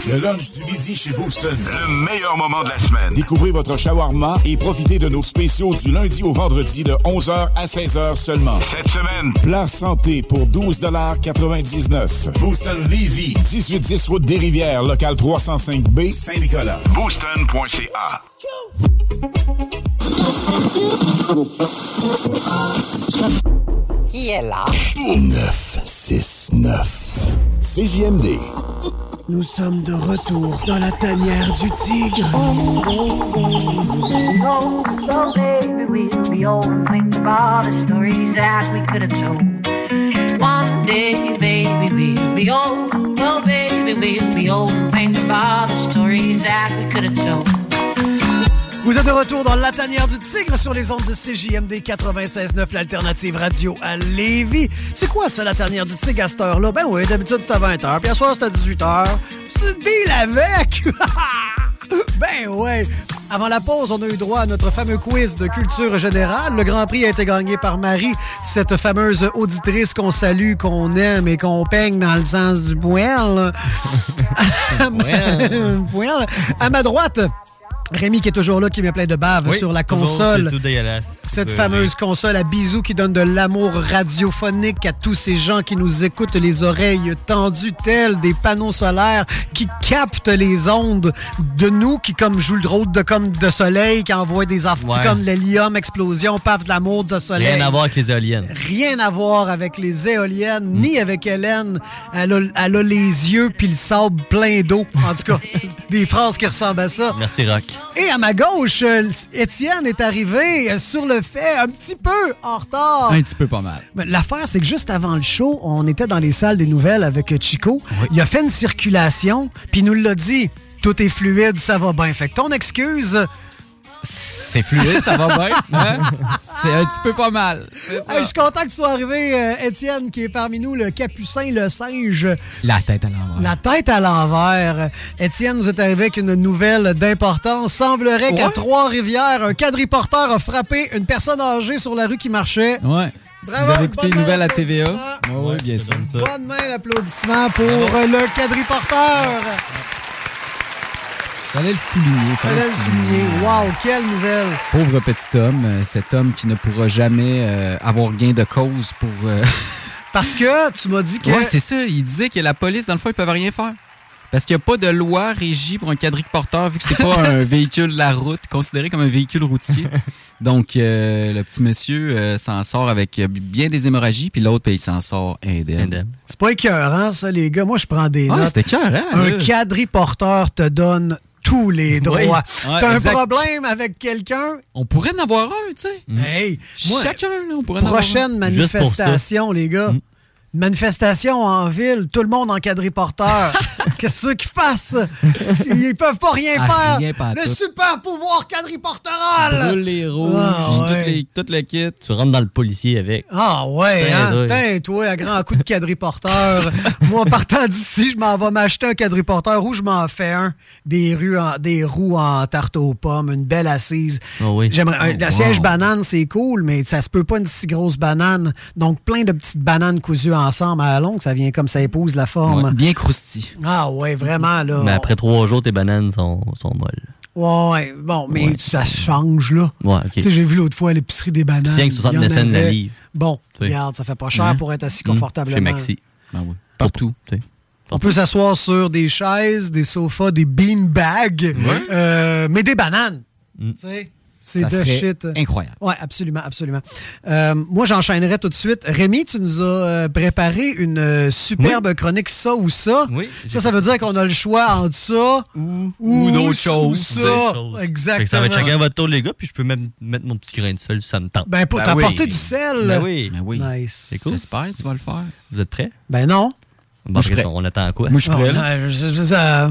Speaker 3: Le lunch du midi chez Booston. Le meilleur moment de la semaine. Découvrez votre shawarma et profitez de nos spéciaux du lundi au vendredi de 11h à 16h seulement. Cette semaine. Plat santé pour 12,99 Booston Levy. 1810 Route des Rivières, local 305B, Saint-Nicolas.
Speaker 2: Booston.ca.
Speaker 21: Qui est là?
Speaker 22: 969. CJMD.
Speaker 13: Nous sommes de retour dans la tanière du tigre.
Speaker 7: Oh, baby, we'll be old and think of all the stories that we could have told. One day, baby, we'll be old. Oh, baby, we'll be old and think of all the stories that we could have told.
Speaker 9: Vous êtes de retour dans la tanière du tigre sur les ondes de CJMD 96.9, l'alternative radio à Lévis. C'est quoi ça, la tanière du tigre à cette heure-là? Ben oui, d'habitude c'est à 20h, puis à soir c'est à 18h. C'est deal avec! ben ouais! Avant la pause, on a eu droit à notre fameux quiz de culture générale. Le Grand Prix a été gagné par Marie, cette fameuse auditrice qu'on salue, qu'on aime et qu'on peigne dans le sens du poil. Poil. À ma droite... Rémi qui est toujours là, qui met plein de bave
Speaker 11: Oui,
Speaker 9: sur la
Speaker 11: toujours,
Speaker 9: console.
Speaker 11: c'est tout dégueulasse.
Speaker 9: Cette
Speaker 11: Euh,
Speaker 9: fameuse console à bisous qui donne de l'amour radiophonique à tous ces gens qui nous écoutent les oreilles tendues telles des panneaux solaires qui captent les ondes de nous qui comme jouent le rôle de comme de soleil qui envoie des affaires
Speaker 11: Ouais.
Speaker 9: comme l'hélium explosion paf de l'amour de soleil.
Speaker 11: Rien à voir avec les éoliennes.
Speaker 9: Rien à voir avec les éoliennes, ni avec Hélène. Elle a, elle a les yeux puis le sable plein d'eau. En tout cas, des phrases qui ressemblent à ça.
Speaker 11: Merci, Rock.
Speaker 9: Et à ma gauche, euh, Étienne est arrivé euh, sur le fait un petit peu en retard.
Speaker 23: Un petit peu pas mal.
Speaker 9: Mais L'affaire, c'est que juste avant le show, on était dans les salles des nouvelles avec euh, Chico. Il a fait une circulation, puis il nous l'a dit. Tout est fluide, ça va bien. Fait que ton excuse...
Speaker 23: C'est fluide, ça va bien. hein? C'est un petit peu pas mal.
Speaker 9: Hey, je suis content que tu sois arrivé, euh, Étienne, qui est parmi nous, le capucin, le singe,
Speaker 23: La tête à l'envers.
Speaker 9: la tête à l'envers. Étienne nous est arrivé avec une nouvelle d'importance. Semblerait qu'à
Speaker 23: Ouais.
Speaker 9: Trois-Rivières, un quadriporteur a frappé une personne âgée sur la rue qui marchait.
Speaker 23: Ah! Ouais. Si
Speaker 9: Bravo,
Speaker 23: vous avez écouté
Speaker 9: bonne
Speaker 23: les nouvelles à
Speaker 9: main,
Speaker 23: TVA, oui, bien sûr.
Speaker 9: Bonne main d'applaudissement pour euh, le quadriporteur.
Speaker 23: Fallait le souligner.
Speaker 9: Fallait le souligner. Wow, quelle nouvelle!
Speaker 23: Pauvre petit homme, euh, cet homme qui ne pourra jamais euh, avoir gain de cause pour. euh,
Speaker 9: Parce que tu m'as dit que.
Speaker 23: Ouais, c'est ça. Il disait que la police, dans le fond, ils peuvent rien faire. Parce qu'il n'y a pas de loi régie pour un quadriporteur, vu que c'est pas un véhicule de la route, considéré comme un véhicule routier. Donc, euh, le petit monsieur euh, s'en sort avec euh, bien des hémorragies, puis l'autre, ben, il s'en sort indemne.
Speaker 9: C'est pas écœurant, ça, les gars. Moi, je prends des
Speaker 23: Ouais,
Speaker 9: notes.
Speaker 23: c'était écœurant,
Speaker 9: Un
Speaker 23: là.
Speaker 9: quadriporteur te donne tous les droits.
Speaker 23: Oui. Ouais,
Speaker 9: T'as un
Speaker 23: exact.
Speaker 9: problème avec quelqu'un?
Speaker 23: On pourrait en avoir un, tu sais.
Speaker 9: Hey, moi,
Speaker 23: Chacun, là, on pourrait en avoir
Speaker 9: Prochaine
Speaker 23: un. Juste pour ça. Mm.
Speaker 9: manifestation, les gars. Une manifestation en ville, tout le monde en quadriporteur. Qu'est-ce que ceux qui fassent? Ils peuvent pas rien
Speaker 23: Ah,
Speaker 9: faire.
Speaker 23: rien, pas
Speaker 9: le
Speaker 23: tout.
Speaker 9: super pouvoir quadriportoral!
Speaker 23: Brûle les rouges,
Speaker 9: Ah, ouais.
Speaker 23: tout, les- tout le kit.
Speaker 11: Tu rentres dans le policier avec.
Speaker 9: Ah ouais,
Speaker 11: Tain,
Speaker 9: hein?
Speaker 11: ouais.
Speaker 9: Tain, toi, à grand coup de quadriporteur. Moi, en partant d'ici, je m'en vais m'acheter un quadriporteur ou je m'en fais un. Des, rues en- des roues en tarte aux pommes, une belle assise.
Speaker 11: Ah oui.
Speaker 9: J'aimerais, un-
Speaker 11: Oh,
Speaker 9: la
Speaker 11: wow.
Speaker 9: siège banane, c'est cool, mais ça se peut pas une si grosse banane. Donc, plein de petites bananes cousues ensemble à la longue, ça vient comme ça épouse la forme.
Speaker 11: Ouais, bien croustille.
Speaker 9: Ah ouais, vraiment, là.
Speaker 11: Mais après trois jours, tes bananes sont, sont molles.
Speaker 9: Ouais, ouais, bon, mais ça se change, là.
Speaker 11: Ouais, OK.
Speaker 9: Tu sais, j'ai vu l'autre fois à l'épicerie des bananes.
Speaker 11: C'est rien que 60
Speaker 9: il y en
Speaker 11: cents la
Speaker 9: avait.
Speaker 11: livre.
Speaker 9: Bon,
Speaker 11: Tu sais.
Speaker 9: regarde, ça fait pas cher
Speaker 11: Mmh.
Speaker 9: pour être assis
Speaker 11: Mmh.
Speaker 9: confortablement.
Speaker 11: Chez Maxi.
Speaker 23: Hein? Ben Partout.
Speaker 11: Tu sais.
Speaker 9: On peut s'asseoir sur des chaises, des sofas, des beanbags, euh, mais des bananes.
Speaker 11: Mm.
Speaker 9: Tu sais, C'est
Speaker 23: Ça
Speaker 9: de
Speaker 23: serait
Speaker 9: shit.
Speaker 23: incroyable.
Speaker 9: Oui, absolument, absolument. Euh, moi, j'enchaînerai tout de suite. Rémi, tu nous as euh, préparé une euh, superbe chronique ça ou ça. Ça, ça veut dire qu'on a le choix entre ça ou,
Speaker 23: ou d'autres
Speaker 9: ou
Speaker 11: choses.
Speaker 9: ça.
Speaker 11: D'autres choses. Fait
Speaker 9: Exactement.
Speaker 11: que ça va être chacun à votre tour, les gars, puis je peux même mettre mon petit grain de sel si ça me tente.
Speaker 9: Ben, pour t'apporter du sel.
Speaker 11: Ben oui.
Speaker 9: Ben oui. Nice.
Speaker 11: C'est cool. J'espère tu vas le faire. Vous êtes prêts?
Speaker 9: Ben non.
Speaker 11: Bon,
Speaker 9: Moi, je suis
Speaker 11: Chris,
Speaker 9: prêt.
Speaker 11: on attend quoi?
Speaker 9: Moi, je suis prêt, là. Ouais, je- je- je- euh,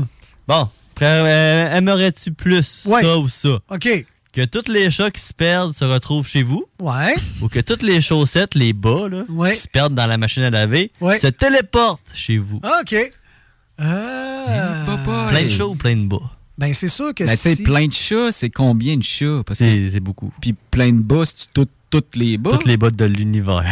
Speaker 11: Bon, prêt, euh, aimerais-tu plus ça ou ça?
Speaker 9: OK.
Speaker 11: Que tous les chats qui se perdent se retrouvent chez vous?
Speaker 9: Ouais.
Speaker 11: Ou que toutes les chaussettes, les bas, là, qui se perdent dans la machine à laver, se téléportent chez vous?
Speaker 9: OK. Euh,
Speaker 11: Plein de chats ou plein de bas?
Speaker 9: Ben, c'est sûr que
Speaker 23: Ben, tu sais,
Speaker 9: si...
Speaker 23: plein de chats, c'est combien de chats? Parce
Speaker 11: que... C'est beaucoup.
Speaker 23: Puis plein de bas, c'est tout- toutes les bas. Toutes
Speaker 11: les bas de l'univers.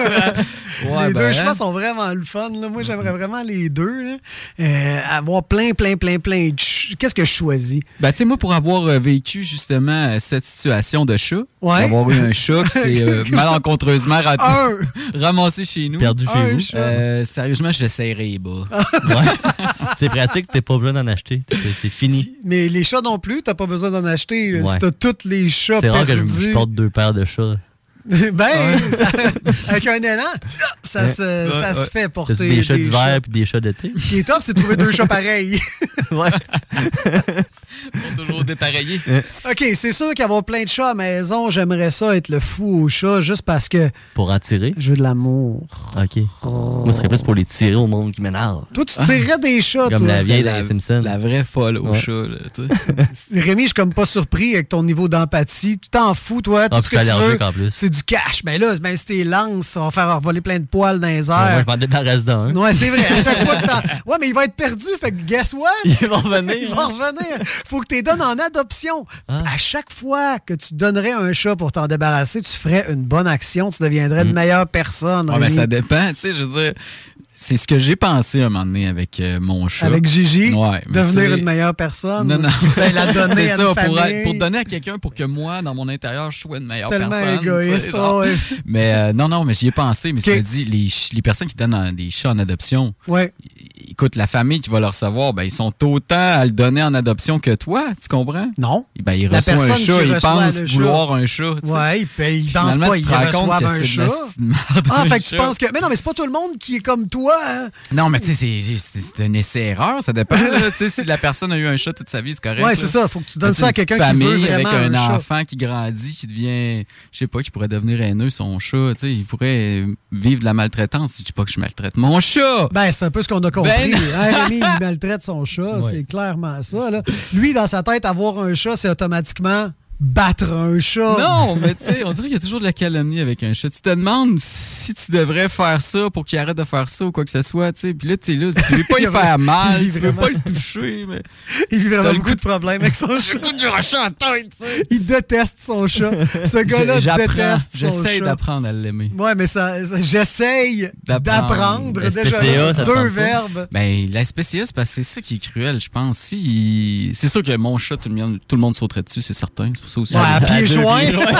Speaker 9: les deux choix sont vraiment le fun. là. Moi, j'aimerais vraiment les deux. là. Euh, avoir plein, plein, plein, plein de ch- Qu'est-ce que je choisis?
Speaker 23: Ben, tu sais, moi, pour avoir euh, vécu justement euh, cette situation de chat,
Speaker 9: Ouais.
Speaker 23: avoir eu un chat qui s'est euh, malencontreusement ra-
Speaker 9: Un.
Speaker 23: ramassé chez nous.
Speaker 11: Perdu chez Un vous. chat.
Speaker 23: Euh, sérieusement, j'essaierai les bas.
Speaker 11: C'est pratique, t'es pas besoin d'en acheter. C'est c'est fini.
Speaker 9: Mais les chats non plus, t'as pas besoin d'en acheter. là.
Speaker 11: Ouais.
Speaker 9: Si t'as tous les chats
Speaker 11: C'est rare que je,
Speaker 9: perdus...
Speaker 11: je porte deux paires de chats.
Speaker 9: ben, ça- avec un élan, ça,
Speaker 11: Ouais.
Speaker 9: se, ça
Speaker 11: Ouais,
Speaker 9: se
Speaker 11: ouais.
Speaker 9: fait porter
Speaker 11: T'as-tu des chats d'hiver puis des chats d'été.
Speaker 9: Ce qui est top, c'est de trouver deux chats pareils.
Speaker 11: ouais.
Speaker 23: Toujours dépareillé.
Speaker 9: OK, c'est sûr qu'avoir plein de chats à la maison, j'aimerais ça être le fou aux chats juste parce que
Speaker 11: Pour en tirer.
Speaker 9: je veux de l'amour.
Speaker 11: OK. Moi, ce serait plus pour les tirer au monde qui m'énerve.
Speaker 9: Toi, tu tirerais des chats,
Speaker 11: Comme
Speaker 9: toi.
Speaker 11: la vieille dans les Simpsons. La
Speaker 23: vraie folle au chat,
Speaker 9: Rémi, je suis comme pas surpris avec ton niveau d'empathie. Tu t'en fous, toi. Tout
Speaker 11: Ah,
Speaker 9: ce
Speaker 11: puis
Speaker 9: que
Speaker 11: je suis
Speaker 9: tu veux,
Speaker 11: allergique en plus.
Speaker 9: c'est du cash. Mais là, même si t'es lance, on va faire voler plein de poils dans les
Speaker 11: Moi,
Speaker 9: airs.
Speaker 11: je m'en débarrasse d'un.
Speaker 9: Ouais, c'est vrai. À chaque fois que t'en... Ouais, mais il va être perdu, fait que guess what?
Speaker 11: Il va revenir.
Speaker 23: hein.
Speaker 9: il va revenir. Faut que tu les donnes en adoption. À chaque fois que tu donnerais un chat pour t'en débarrasser, tu ferais une bonne action, tu deviendrais une meilleure personne.
Speaker 23: Hmm. Ouais, ben,
Speaker 9: Rémi.
Speaker 23: ça dépend, tu sais, je veux dire. C'est ce que j'ai pensé un moment donné avec euh, mon chat.
Speaker 9: Avec Gigi,
Speaker 23: Ouais, mais tu
Speaker 9: devenir
Speaker 23: sais-
Speaker 9: une meilleure personne.
Speaker 23: Non, non.
Speaker 9: Ben, la donner
Speaker 23: C'est
Speaker 9: à
Speaker 23: ça,
Speaker 9: une
Speaker 23: pour,
Speaker 9: famille.
Speaker 23: être- pour donner à quelqu'un pour que moi, dans mon intérieur, je sois une meilleure
Speaker 9: Tellement
Speaker 23: personne. tu sais,
Speaker 9: égoïste,
Speaker 23: genre.
Speaker 9: Ah ouais.
Speaker 23: Mais euh, non, non, mais j'y ai pensé. Mais je me dis, les, ch- les personnes qui donnent en- des chats en adoption,
Speaker 9: Ouais.
Speaker 23: écoute, la famille qui va le recevoir, ben, ils sont autant à le donner en adoption que toi, tu comprends?
Speaker 9: Non.
Speaker 23: Ben, il
Speaker 9: La
Speaker 23: reçoit un
Speaker 9: personne
Speaker 23: chat,
Speaker 9: qui
Speaker 23: il
Speaker 9: reçoit
Speaker 23: pense
Speaker 9: le chat.
Speaker 23: vouloir un chat. tu sais.
Speaker 9: Ouais, il paye, il danse
Speaker 23: Finalement,
Speaker 9: pas,
Speaker 23: tu
Speaker 9: il
Speaker 23: te rends compte
Speaker 9: reçoit
Speaker 23: que
Speaker 9: un
Speaker 23: c'est de
Speaker 9: chat.
Speaker 23: la petite merde,
Speaker 9: Ah,
Speaker 23: un
Speaker 9: fait que tu
Speaker 23: chat.
Speaker 9: penses que. Mais non, mais c'est pas tout le monde qui est comme toi. hein.
Speaker 23: Non, mais tu sais, c'est- c'est- c'est c'est un essai-erreur, ça dépend. là. Tu sais, si la personne a eu un chat toute sa vie, c'est correct.
Speaker 9: Ouais,
Speaker 23: là.
Speaker 9: c'est ça, faut que tu donnes
Speaker 23: Mais tu sais,
Speaker 9: ça à
Speaker 23: une petite
Speaker 9: quelqu'un qui veut
Speaker 23: famille
Speaker 9: vraiment
Speaker 23: avec un,
Speaker 9: un chat.
Speaker 23: enfant qui grandit, qui devient, je sais pas, qui pourrait devenir haineux son chat. Tu sais, il pourrait vivre de la maltraitance. Je dis pas que je maltraite mon chat.
Speaker 9: Ben, c'est un peu ce qu'on a compris.
Speaker 23: Ben non.
Speaker 9: Hein, Rémi, il maltraite son chat,
Speaker 23: Ouais.
Speaker 9: c'est clairement ça. là. Lui, dans sa tête, avoir un chat, c'est automatiquement battre un chat.
Speaker 23: Non, mais tu sais, on dirait qu'il y a toujours de la calomnie avec un chat. Tu te demandes si tu devrais faire ça pour qu'il arrête de faire ça ou quoi que ce soit, tu sais. Puis là, tu es là, tu veux pas
Speaker 9: Il
Speaker 23: lui faire
Speaker 9: vit
Speaker 23: mal, tu veux
Speaker 9: vraiment-
Speaker 23: pas le toucher, mais...
Speaker 9: Il vit
Speaker 23: T'as
Speaker 9: vraiment
Speaker 23: le
Speaker 9: beaucoup de problèmes avec son chat. Il déteste son chat. Ce gars-là
Speaker 23: Je- j'apprends,
Speaker 9: déteste son chat.
Speaker 23: J'essaie d'apprendre à l'aimer.
Speaker 9: Ouais, mais ça, ça- j'essaye d'apprendre déjà là, deux verbes.
Speaker 23: Ben, la SPCA, c'est parce que c'est ça qui est cruel, je pense. Si, c'est sûr que mon chat, tout le monde, tout le monde sauterait dessus, c'est certain. C'est pour ça aussi.
Speaker 9: Ouais, à pieds
Speaker 23: deux
Speaker 9: joints.
Speaker 23: pieds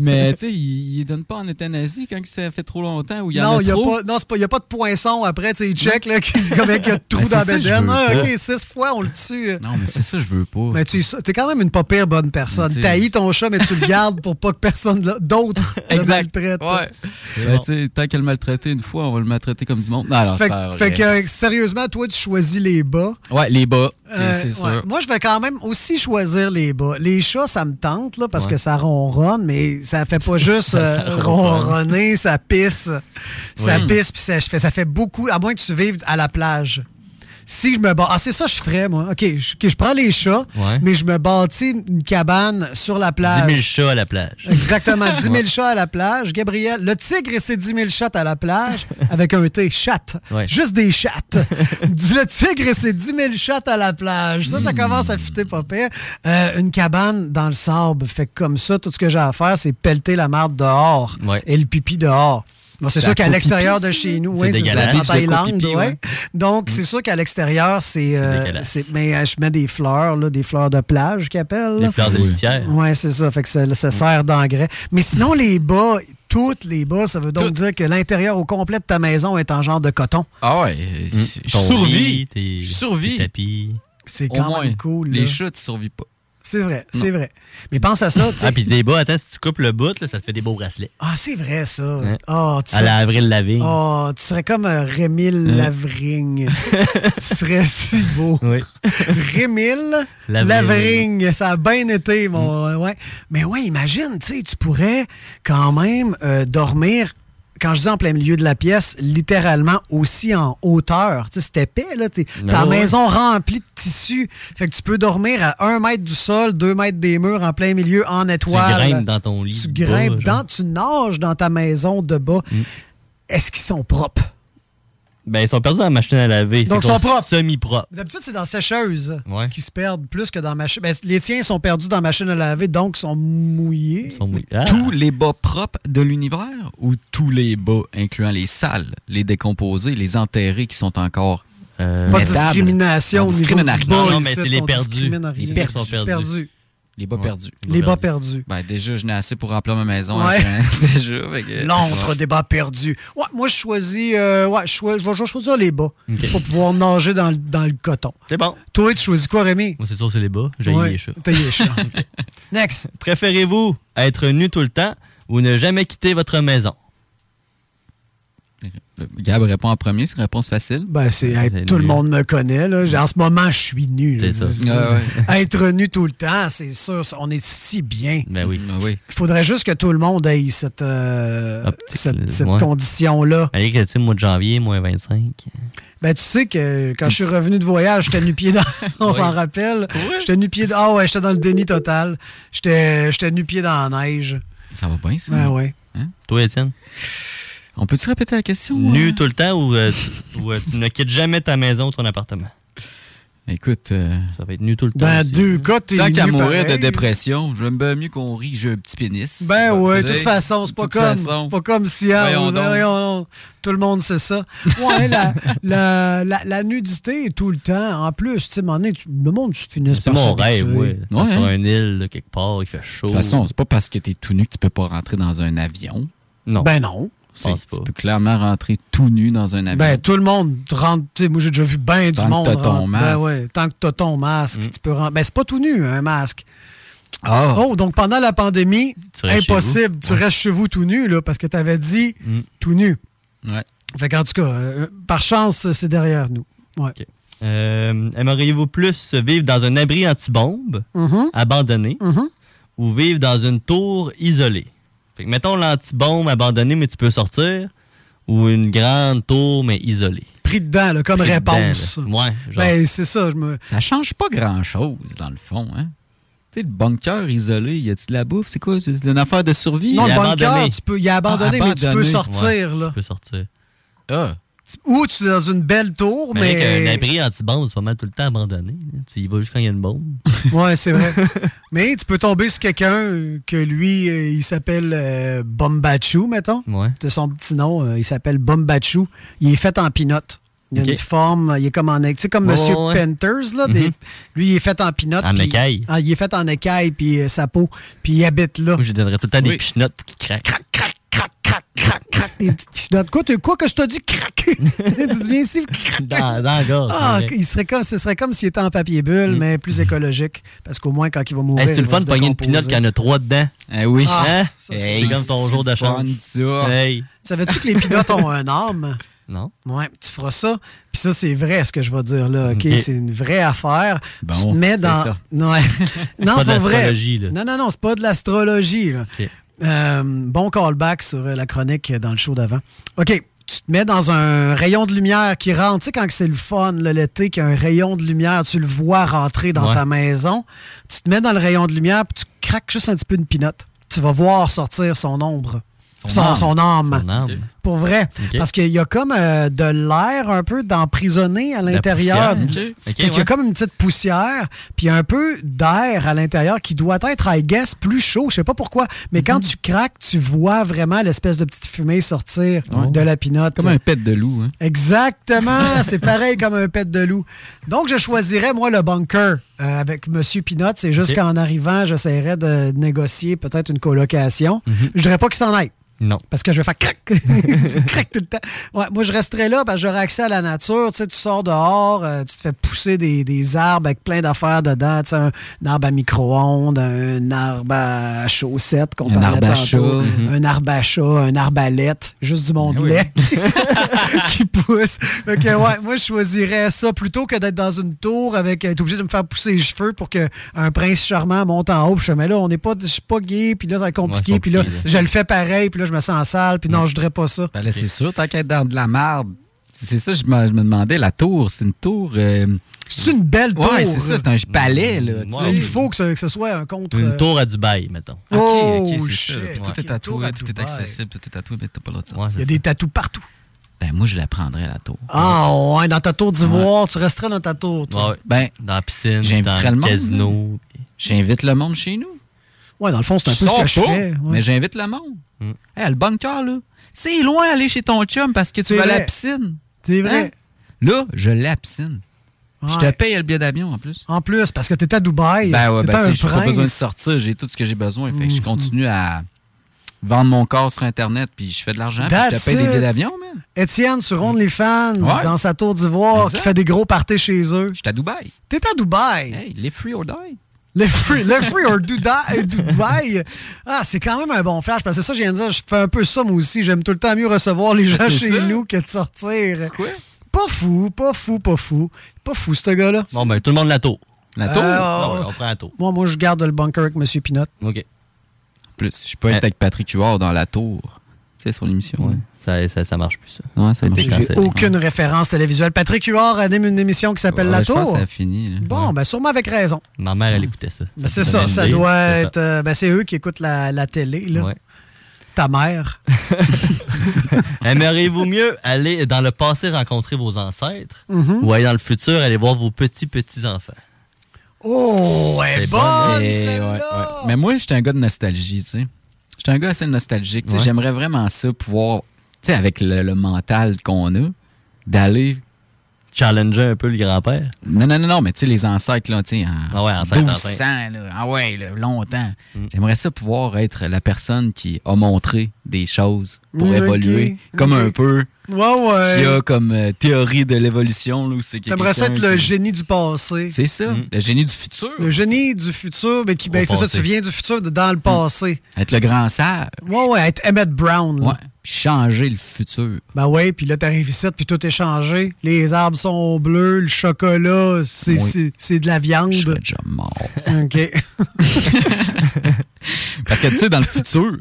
Speaker 23: Mais tu sais, il, il donne pas en euthanasie quand ça fait trop longtemps ou il y en
Speaker 9: non,
Speaker 23: a
Speaker 9: il n'y a,
Speaker 23: trop.
Speaker 9: pas- non, c'est pas- il y a pas de poinçon après, tu sais, il check, là, qui- comme il y a de trou
Speaker 23: Ben, c'est
Speaker 9: dans la
Speaker 23: ça, je
Speaker 9: bédaine.
Speaker 23: veux
Speaker 9: Ah,
Speaker 23: pas.
Speaker 9: ok, six fois, on le tue.
Speaker 23: Non, mais c'est ça, je veux pas.
Speaker 9: Mais tu es quand même une pas pire bonne personne.
Speaker 23: Tu sais.
Speaker 9: T'haïs ton chat, mais tu le gardes pour pas que personne d'autre le
Speaker 23: Exact.
Speaker 9: maltraite.
Speaker 23: Ouais. Ben, tu sais, tant qu'elle le maltraiter une fois, on va le maltraiter comme du monde. Non, alors,
Speaker 9: fait,
Speaker 23: c'est pas
Speaker 9: fait
Speaker 23: vrai.
Speaker 9: que euh, sérieusement, toi, tu choisis les bas.
Speaker 23: Ouais, les bas,
Speaker 9: Euh,
Speaker 23: c'est sûr.
Speaker 9: ouais. Moi, je vais quand même aussi choisir les bas. Les chats, ça me tente, là, parce
Speaker 23: Ouais.
Speaker 9: que ça ronronne, mais ça fait pas juste euh,
Speaker 23: Ça ronronne.
Speaker 9: ronronner, ça pisse. Ça
Speaker 23: Oui.
Speaker 9: pisse, puis ça, je fais- ça fait beaucoup, à moins que tu vives à la plage. Si je me bats, ah, c'est ça que je ferais, moi. OK, je, ok, je prends les chats,
Speaker 11: Ouais.
Speaker 9: mais je me bâtis une cabane sur la plage.
Speaker 11: 10 000 chats à la plage.
Speaker 9: Exactement, 10 000
Speaker 11: Ouais.
Speaker 9: chats à la plage. Gabriel, le tigre et ses 10 000 chats à la plage avec un T, chatte.
Speaker 11: Ouais.
Speaker 9: Juste des chattes. le tigre et ses 10 000 chats à la plage. Ça,
Speaker 11: Hmm.
Speaker 9: ça commence à fitter pas pire. Euh, une cabane dans le sable. Fait que comme ça, tout ce que j'ai à faire, c'est pelleter la marde dehors
Speaker 11: Ouais.
Speaker 9: et le pipi dehors. Bon, c'est
Speaker 11: C'est
Speaker 9: sûr
Speaker 11: la
Speaker 9: qu'à
Speaker 11: cour
Speaker 9: l'extérieur
Speaker 11: pipi,
Speaker 9: de
Speaker 11: ça,
Speaker 9: chez nous,
Speaker 11: c'est
Speaker 9: oui, c'est
Speaker 11: dégueulasse.
Speaker 9: ça, en
Speaker 11: Beach de cour
Speaker 9: Thaïlande.
Speaker 11: pipi,
Speaker 9: ouais.
Speaker 11: ouais.
Speaker 9: Donc,
Speaker 11: Mm.
Speaker 9: c'est sûr qu'à l'extérieur, c'est. euh, c'est- mais euh, je mets des fleurs, là, des fleurs de plage, qu'appelle.
Speaker 11: Les fleurs de litière. Mm.
Speaker 9: Ouais, c'est ça. Fait que ça, ça sert d'engrais. Mais sinon, les bas, toutes les bas, ça veut donc dire que l'intérieur au complet de ta maison est en genre de coton.
Speaker 23: Ah ouais, euh, je
Speaker 11: Mm. Ton
Speaker 23: survis.
Speaker 11: lit, tes-
Speaker 23: Je survis.
Speaker 11: tes tapis.
Speaker 9: C'est
Speaker 23: Au
Speaker 9: quand
Speaker 23: moins,
Speaker 9: même cool. là.
Speaker 23: Les chats, tu survis pas.
Speaker 9: C'est vrai, c'est vrai. Mais pense à ça, tu sais.
Speaker 11: Ah, puis des bas, attends, si tu coupes le bout, là, ça te fait des beaux bracelets.
Speaker 9: Ah, c'est vrai, ça.
Speaker 11: Hein?
Speaker 9: Ah, tu
Speaker 11: À
Speaker 9: serais-
Speaker 11: la Avril Lavigne. Hein?
Speaker 9: Oh, tu serais comme un Rémi Lavring. tu serais si beau. Rémi
Speaker 11: Lavring.
Speaker 9: Lavring. Ça a bien été, mon.
Speaker 11: Mm.
Speaker 9: euh, Ouais. Mais ouais, imagine, tu sais, tu pourrais quand même euh, dormir. Quand je dis en plein milieu de la pièce, littéralement aussi en hauteur. Tu sais, c'est épais, là. t'es- Ta
Speaker 11: Ah Ouais, ouais.
Speaker 9: maison remplie de tissus. Fait que tu peux dormir à un mètre du sol, deux mètres des murs, en plein milieu, en étoile.
Speaker 11: grimpes dans ton lit
Speaker 9: Tu
Speaker 11: de bas,
Speaker 9: grimpes
Speaker 11: genre. Mm.
Speaker 9: dans, tu nages dans ta maison de bas. Est-ce qu'ils sont propres?
Speaker 11: Ben, ils sont perdus dans la machine à laver.
Speaker 9: Donc,
Speaker 11: Fait
Speaker 9: ils sont
Speaker 11: qu'on
Speaker 9: propres.
Speaker 11: Semi-propres.
Speaker 9: D'habitude, c'est dans sécheuse
Speaker 11: Ouais.
Speaker 9: qu'ils se perdent plus que dans machine. Ben, les tiens sont perdus dans machine à laver, donc sont mouillés.
Speaker 11: Ils sont mouillés. Ah.
Speaker 23: Tous les bas propres de l'univers ou tous les bas, incluant les salles, les décomposés, les enterrés qui sont encore.
Speaker 11: Euh,
Speaker 9: Pas de
Speaker 23: mettables?
Speaker 9: discrimination
Speaker 23: On
Speaker 9: au niveau
Speaker 23: discrimine à
Speaker 9: du
Speaker 23: rien.
Speaker 9: bas, Non, non, mais ici, c'est les on perdus. discrimine à rien.
Speaker 23: Les
Speaker 9: Ils
Speaker 23: perdus.
Speaker 9: sont perdus. Perdus.
Speaker 23: Les bas
Speaker 9: Ouais.
Speaker 23: perdus.
Speaker 9: Les bas perdus.
Speaker 23: Ben, déjà, je n'ai assez pour remplir ma maison.
Speaker 9: Ouais.
Speaker 23: hein, déjà. fait
Speaker 11: Euh,
Speaker 23: que-
Speaker 9: L'antre des bas perdus. Ouais, moi, je choisis. euh, ouais, je choi- je vais choisir les bas pour pouvoir nager dans, le- dans le coton.
Speaker 11: C'est bon.
Speaker 9: Toi, tu choisis quoi, Rémi?
Speaker 11: Moi, c'est sûr, c'est les bas. J'ai
Speaker 9: Ouais,
Speaker 11: les chats.
Speaker 9: t'as les chats. Next.
Speaker 11: Préférez-vous être nu tout le temps ou ne jamais quitter votre maison?
Speaker 23: Gab répond en premier, c'est une réponse facile.
Speaker 9: Ben, c'est hey, tout le monde me connaît. Là. J'ai- En ce moment, je suis nu. là.
Speaker 23: C'est ça. Ah
Speaker 9: Être nu tout le temps, c'est sûr. ça- On est si bien.
Speaker 11: Ben oui.
Speaker 23: Ah oui.
Speaker 9: Il faudrait juste que tout le monde ait cette, euh, cette, cette
Speaker 11: ouais.
Speaker 9: condition-là.
Speaker 11: Allez, que tu sais, mois de janvier, moins 25.
Speaker 9: Ben, tu sais que quand je suis revenu de voyage, j'étais nu-pied dans. On s'en rappelle. J'étais nu-pied dans. Ah ouais, j'étais dans le déni total. J'étais j'étais nu-pied dans la neige.
Speaker 23: Ça va bien, ça? Hein?
Speaker 9: Ben ouais.
Speaker 11: Toi, Étienne?
Speaker 23: On peut-tu répéter la question?
Speaker 11: Nu
Speaker 23: hein?
Speaker 11: tout le temps ou, euh, tu, ou, euh, tu ne quittes jamais ta maison ou ton appartement?
Speaker 23: Écoute, euh,
Speaker 11: ça va être nu tout le temps.
Speaker 9: Dans
Speaker 11: aussi.
Speaker 9: Ben,
Speaker 11: hein.
Speaker 9: deux cas, t'es
Speaker 23: Tant qu'à
Speaker 9: nu
Speaker 23: mourir de
Speaker 9: pareil.
Speaker 23: dépression, j'aime bien mieux qu'on rit que j'ai un petit pénis. Bah,
Speaker 9: Ben ouais,
Speaker 23: Vous
Speaker 9: de toute
Speaker 23: savez,
Speaker 9: façon, c'est pas
Speaker 23: toute
Speaker 9: comme,
Speaker 23: façon.
Speaker 9: pas comme si hein,
Speaker 23: Voyons
Speaker 9: on-
Speaker 23: donc.
Speaker 9: voyons donc. tout le monde sait ça. Ouais, la, la, la, la nudité tout le temps. En plus, tu sais, à un moment donné, tu- le monde finit
Speaker 11: C'est
Speaker 9: par
Speaker 11: mon
Speaker 9: s'habituer.
Speaker 11: rêve, oui.
Speaker 23: Ouais,
Speaker 11: Sur
Speaker 23: hein.
Speaker 11: une île, là, quelque part, il fait chaud.
Speaker 23: De toute façon, c'est pas parce que t'es tout nu que tu peux pas rentrer dans un avion.
Speaker 11: Non.
Speaker 9: Ben non.
Speaker 23: C'est- Tu peux clairement rentrer tout nu dans un avion.
Speaker 9: Ben, tout le monde rentre. tu sais, Moi, j'ai déjà vu bien du
Speaker 23: Tant que
Speaker 9: monde.
Speaker 23: t'as ton
Speaker 9: rentre. Ben
Speaker 23: masque. Mm.
Speaker 9: ouais, tant que t'as ton masque, tu peux rentrer. Ben, c'est pas tout nu, un masque.
Speaker 23: Ah.
Speaker 9: Oh, donc pendant la pandémie,
Speaker 23: Tu restes chez
Speaker 9: impossible.
Speaker 23: vous.
Speaker 9: Tu
Speaker 23: Ouais.
Speaker 9: restes chez vous tout nu, là, parce que t'avais dit
Speaker 23: Mm.
Speaker 9: tout nu. Ben,
Speaker 23: Ouais.
Speaker 9: Fait qu'en tout cas, euh, par chance, c'est derrière nous. Ouais.
Speaker 11: Euh, Aimeriez-vous plus vivre dans un abri anti-bombe,
Speaker 9: Mhm.
Speaker 11: abandonné, ou vivre dans une tour isolée? Fait que mettons l'anti-bombe abandonnée, mais tu peux sortir, ou une grande tour, mais isolée.
Speaker 9: pris dedans, là, comme
Speaker 23: Pris dedans,
Speaker 9: réponse.
Speaker 23: là. Ouais, genre.
Speaker 9: Ben, c'est ça. Je me...
Speaker 23: Ça change pas grand-chose, dans le fond, hein? Tu sais, le bunker isolé, y a-t-il de la bouffe? C'est quoi? C'est une affaire de survie?
Speaker 9: Non,
Speaker 23: Il
Speaker 9: le
Speaker 23: est
Speaker 9: bunker,
Speaker 23: abandonné.
Speaker 9: tu peux y abandonner,
Speaker 23: Ah,
Speaker 9: mais tu peux
Speaker 23: abandonné.
Speaker 9: sortir. là.
Speaker 23: peux sortir. Ah!
Speaker 9: Tu- Ou tu es dans une belle tour,
Speaker 11: Mais...
Speaker 9: Oh, mais.
Speaker 11: Un abri anti-bombe, c'est pas mal tout le temps abandonné. Tu y vas juste quand il y a une bombe.
Speaker 9: Ouais, c'est vrai. Mais tu peux tomber sur quelqu'un que lui, euh, il s'appelle euh, Bombachu, mettons.
Speaker 11: Ouais.
Speaker 9: C'est son petit nom. euh, il s'appelle Bombachu. Il est fait en pinote. Il a
Speaker 11: Ok.
Speaker 9: une forme, il est comme en... Tu sais, comme
Speaker 11: Ouais,
Speaker 9: Monsieur
Speaker 11: ouais, ouais.
Speaker 9: Penters, là. des-
Speaker 11: Mhm.
Speaker 9: Lui, il est fait en pinote.
Speaker 11: En
Speaker 9: puis-
Speaker 11: écaille.
Speaker 9: Ah, il est fait en écaille, puis euh, sa peau, puis il habite là.
Speaker 11: Moi, je donnerais tout le temps des pichenottes pour qu'ils craquent. Crac, crac.
Speaker 9: Crac, des petites pichenottes. Quoi, t'as- quoi que je te dis, crac! tu viens ici, crac!
Speaker 11: Dans, dans la gorge.
Speaker 9: Ah,
Speaker 11: c'est vrai.
Speaker 9: il serait comme, ce serait comme s'il était en papier bulle, mais plus écologique. Parce qu'au moins, quand il va mourir.
Speaker 11: Mm. Hey, c'est
Speaker 9: il
Speaker 11: le
Speaker 9: va
Speaker 11: fun
Speaker 9: se
Speaker 11: de pogner une pinotte
Speaker 9: décomposer.
Speaker 11: qui en a trois dedans.
Speaker 23: Eh oui.
Speaker 9: Ah,
Speaker 11: Hein?
Speaker 9: ça, c'est
Speaker 11: c'est comme ton jour de chance. Hey.
Speaker 9: Savais-tu que les pinottes ont un âme?
Speaker 11: Non.
Speaker 9: Ouais, tu feras ça. Puis ça, c'est vrai, ce que je vais dire là. OK,
Speaker 11: Ok.
Speaker 9: c'est une vraie affaire.
Speaker 11: Bon,
Speaker 9: tu te mets dans.
Speaker 11: c'est ça.
Speaker 9: Non, ouais. non
Speaker 11: pas de
Speaker 9: pour vrai.
Speaker 11: l'astrologie, là.
Speaker 9: Non, non, non, c'est pas de l'astrologie. là.
Speaker 11: Ok.
Speaker 9: Euh, bon callback sur euh, la chronique euh, dans le show d'avant. OK, tu te mets dans un rayon de lumière qui rentre. Tu sais, quand c'est le fun, là, l'été, qu'il y a un rayon de lumière, tu le vois rentrer dans
Speaker 23: Ouais.
Speaker 9: ta maison. Tu te mets dans le rayon de lumière, puis tu craques juste un petit peu une pinotte. Tu vas voir sortir son ombre.
Speaker 23: Son
Speaker 9: Son,
Speaker 23: âme.
Speaker 9: son âme.
Speaker 23: Son âme. Ok.
Speaker 9: Pour vrai.
Speaker 23: Ok.
Speaker 9: Parce qu'il y a comme euh, de l'air un peu d'emprisonné à
Speaker 23: La
Speaker 9: l'intérieur.
Speaker 23: poussière. Ok. Ok,
Speaker 9: Fait qu'il y a
Speaker 23: ouais.
Speaker 9: comme une petite poussière, puis il y a un peu d'air à l'intérieur qui doit être, I guess, plus chaud. Je sais pas pourquoi, mais
Speaker 23: Mhm.
Speaker 9: quand tu craques, tu vois vraiment l'espèce de petite fumée sortir
Speaker 23: Ah Ouais.
Speaker 9: de la pinotte.
Speaker 23: Comme un pet de loup, hein?
Speaker 9: Exactement, c'est pareil comme un pet de loup. Donc, je choisirais, moi, le bunker euh, avec Monsieur Pinot. C'est juste
Speaker 23: Ok.
Speaker 9: qu'en arrivant, j'essaierais de négocier peut-être une colocation.
Speaker 11: Mhm.
Speaker 9: Je dirais pas qu'il s'en aille.
Speaker 11: Non.
Speaker 9: Parce que je vais faire crac, crac tout le temps. Ouais, moi, je resterai là parce que j'aurai accès à la nature. Tu sais, tu sors dehors, euh, tu te fais pousser des, des arbres avec plein d'affaires dedans. Tu sais, un, arbre à micro-ondes, un arbre à chaussettes qu'on
Speaker 23: Un
Speaker 9: parlait
Speaker 23: arbre à
Speaker 9: tantôt.
Speaker 23: chat. Mhm.
Speaker 9: Un arbre à chat, un arbalète, juste du
Speaker 23: Ben
Speaker 9: monde lait qui pousse. Ok, ouais, moi, je choisirais ça plutôt que d'être dans une tour avec être obligé de me faire pousser les cheveux pour qu'un prince charmant monte en haut. Puis je fais, mais là, on n'est pas, je suis pas gay, puis là, ça va être compliqué,
Speaker 23: Ouais,
Speaker 9: puis là,
Speaker 23: compliqué, là.
Speaker 9: je le fais pareil, puis là, je me sens sale, puis Euh, non, je voudrais pas ça.
Speaker 23: Ben là, c'est sûr, tant qu'à être dans de la merde. C'est ça, je me, je me demandais, la tour, c'est une tour. euh,
Speaker 9: C'est une belle tour.
Speaker 23: Ouais, c'est ça, c'est un palais, là. tu sais.
Speaker 9: Il faut que ce, que ce soit un contre.
Speaker 23: Une
Speaker 9: euh,
Speaker 23: tour
Speaker 11: à Dubaï, mettons.
Speaker 9: Ok, ok,
Speaker 23: Ok,
Speaker 9: Oh,
Speaker 23: c'est
Speaker 9: shit,
Speaker 23: ça.
Speaker 9: ok,
Speaker 23: Tout est
Speaker 9: tour à
Speaker 23: tatoué, tout est
Speaker 9: Dubaï.
Speaker 23: accessible, tout est tatoué, mais t'as pas l'autre
Speaker 9: Il y a des tatous partout.
Speaker 23: Ben, moi, je la prendrais, la tour.
Speaker 9: Ah, ouais, dans ta tour d'ivoire, tu resterais dans ta tour. toi.
Speaker 23: Ben,
Speaker 11: dans la piscine,
Speaker 23: j'inviterais
Speaker 11: dans
Speaker 23: le
Speaker 11: le
Speaker 23: monde.
Speaker 11: casino.
Speaker 23: J'invite le monde chez nous.
Speaker 9: Ouais, dans le fond, c'est un
Speaker 23: Je
Speaker 9: peu ce
Speaker 23: sors
Speaker 9: que je
Speaker 23: pas,
Speaker 9: fais. ouais. Hmm.
Speaker 23: Mais j'invite le monde. Hey, le bunker, là, c'est loin aller chez ton chum parce que tu
Speaker 9: C'est
Speaker 23: vas à la
Speaker 9: vrai.
Speaker 23: piscine. Hein?
Speaker 9: C'est vrai.
Speaker 23: Là, je la piscine. Je te
Speaker 9: Ouais.
Speaker 23: paye le billet d'avion en plus.
Speaker 9: En plus, parce que t'es à Dubaï.
Speaker 23: Ben ouais,
Speaker 9: t'es un
Speaker 23: ben, tu sais, j'ai pas
Speaker 9: prince. Hmm.
Speaker 23: besoin de sortir, j'ai tout ce que j'ai besoin. Fait que je continue à vendre mon corps sur Internet, puis je fais de l'argent, puis je
Speaker 9: That's
Speaker 23: te paye des
Speaker 9: it.
Speaker 23: billets d'avion, man.
Speaker 9: Étienne sur OnlyFans,
Speaker 23: Ouais.
Speaker 9: dans sa tour d'ivoire, qui
Speaker 23: Exact.
Speaker 9: fait des gros parties chez eux.
Speaker 23: J'étais à Dubaï.
Speaker 9: T'es à Dubaï.
Speaker 23: Hey, les free or die.
Speaker 9: Le free, le free or do die- euh, Dubaï. Ah, c'est quand même un bon flash. Parce que ça, je viens de dire, je fais un peu ça moi aussi. J'aime tout le temps mieux recevoir les gens
Speaker 23: Ben, C'est
Speaker 9: chez
Speaker 23: ça.
Speaker 9: nous que de sortir. Pas fou, pas fou, pas fou. Pas fou, ce gars-là.
Speaker 11: Bon, ben, tout le monde la tour.
Speaker 23: La
Speaker 9: tour?
Speaker 11: Ah ouais, on prend la tour.
Speaker 9: Moi, moi, je garde le bunker avec M. Pinot.
Speaker 11: OK.
Speaker 23: Plus, je peux être avec Patrick Huard dans la tour. Tu sais, son émission.
Speaker 11: Ça, ça, ça marche plus, ça.
Speaker 23: Ouais, ça marche plus.
Speaker 9: J'ai aucune référence télévisuelle. Patrick Huard anime une émission qui s'appelle
Speaker 23: Ouais,
Speaker 9: La
Speaker 23: je pense
Speaker 9: Tour.
Speaker 23: que ça a fini. là.
Speaker 9: Bon, ben sûrement avec raison.
Speaker 11: Ma mère, elle écoutait ça.
Speaker 9: Ben, c'est
Speaker 11: me
Speaker 9: ça,
Speaker 11: donnait
Speaker 9: ça
Speaker 11: une idée.
Speaker 9: doit
Speaker 11: C'est ça.
Speaker 9: être. euh, ben, c'est eux qui écoutent la, la télé, là.
Speaker 11: Ouais.
Speaker 9: Ta mère.
Speaker 11: Aimeriez-vous mieux aller dans le passé rencontrer vos ancêtres
Speaker 9: Mhm.
Speaker 11: ou aller dans le futur aller voir vos petits-petits-enfants?
Speaker 9: Oh, elle est bonne,
Speaker 23: Eh,
Speaker 9: celle-là!
Speaker 23: ouais, ouais. Mais moi, j'étais un gars de nostalgie, tu sais. J'étais un gars assez nostalgique. tu sais.
Speaker 11: Ouais.
Speaker 23: J'aimerais vraiment ça, pouvoir, tu sais, avec le, le mental qu'on a, d'aller.
Speaker 11: Challenger un peu le grand-père?
Speaker 23: Non, non, non, non, mais tu sais, les ancêtres, là, tu sais, en
Speaker 11: Ah ouais, ancêtres,
Speaker 23: 1200,
Speaker 11: ancêtres.
Speaker 23: là, ah ouais, là, longtemps. Mm. J'aimerais ça pouvoir être la personne qui a montré des choses pour
Speaker 9: Mm, ok,
Speaker 23: évoluer, comme
Speaker 9: ok.
Speaker 23: un peu
Speaker 9: Ouais,
Speaker 23: ce qu'il y
Speaker 9: ouais.
Speaker 23: a comme euh, théorie de l'évolution, là, où c'est que
Speaker 9: T'aimerais ça être
Speaker 23: quelqu'un
Speaker 9: le
Speaker 23: qui-
Speaker 9: génie du passé.
Speaker 23: C'est ça, le génie du futur.
Speaker 9: Le génie du futur, mais qui. Ben,
Speaker 23: Au
Speaker 9: c'est ça,
Speaker 23: passé. Mm.
Speaker 9: tu viens du futur de- dans le passé.
Speaker 23: Être le grand sage.
Speaker 9: Ouais, ouais, être Emmett Brown. là.
Speaker 23: Ouais. Puis changer le futur.
Speaker 9: Ben ouais, puis là, t'arrives ici, puis tout est changé. Les arbres sont bleus, le chocolat, c'est
Speaker 23: Oui.
Speaker 9: c'est- c'est de la viande. Je
Speaker 23: déjà mort.
Speaker 9: OK.
Speaker 23: Parce que, tu sais, dans le futur,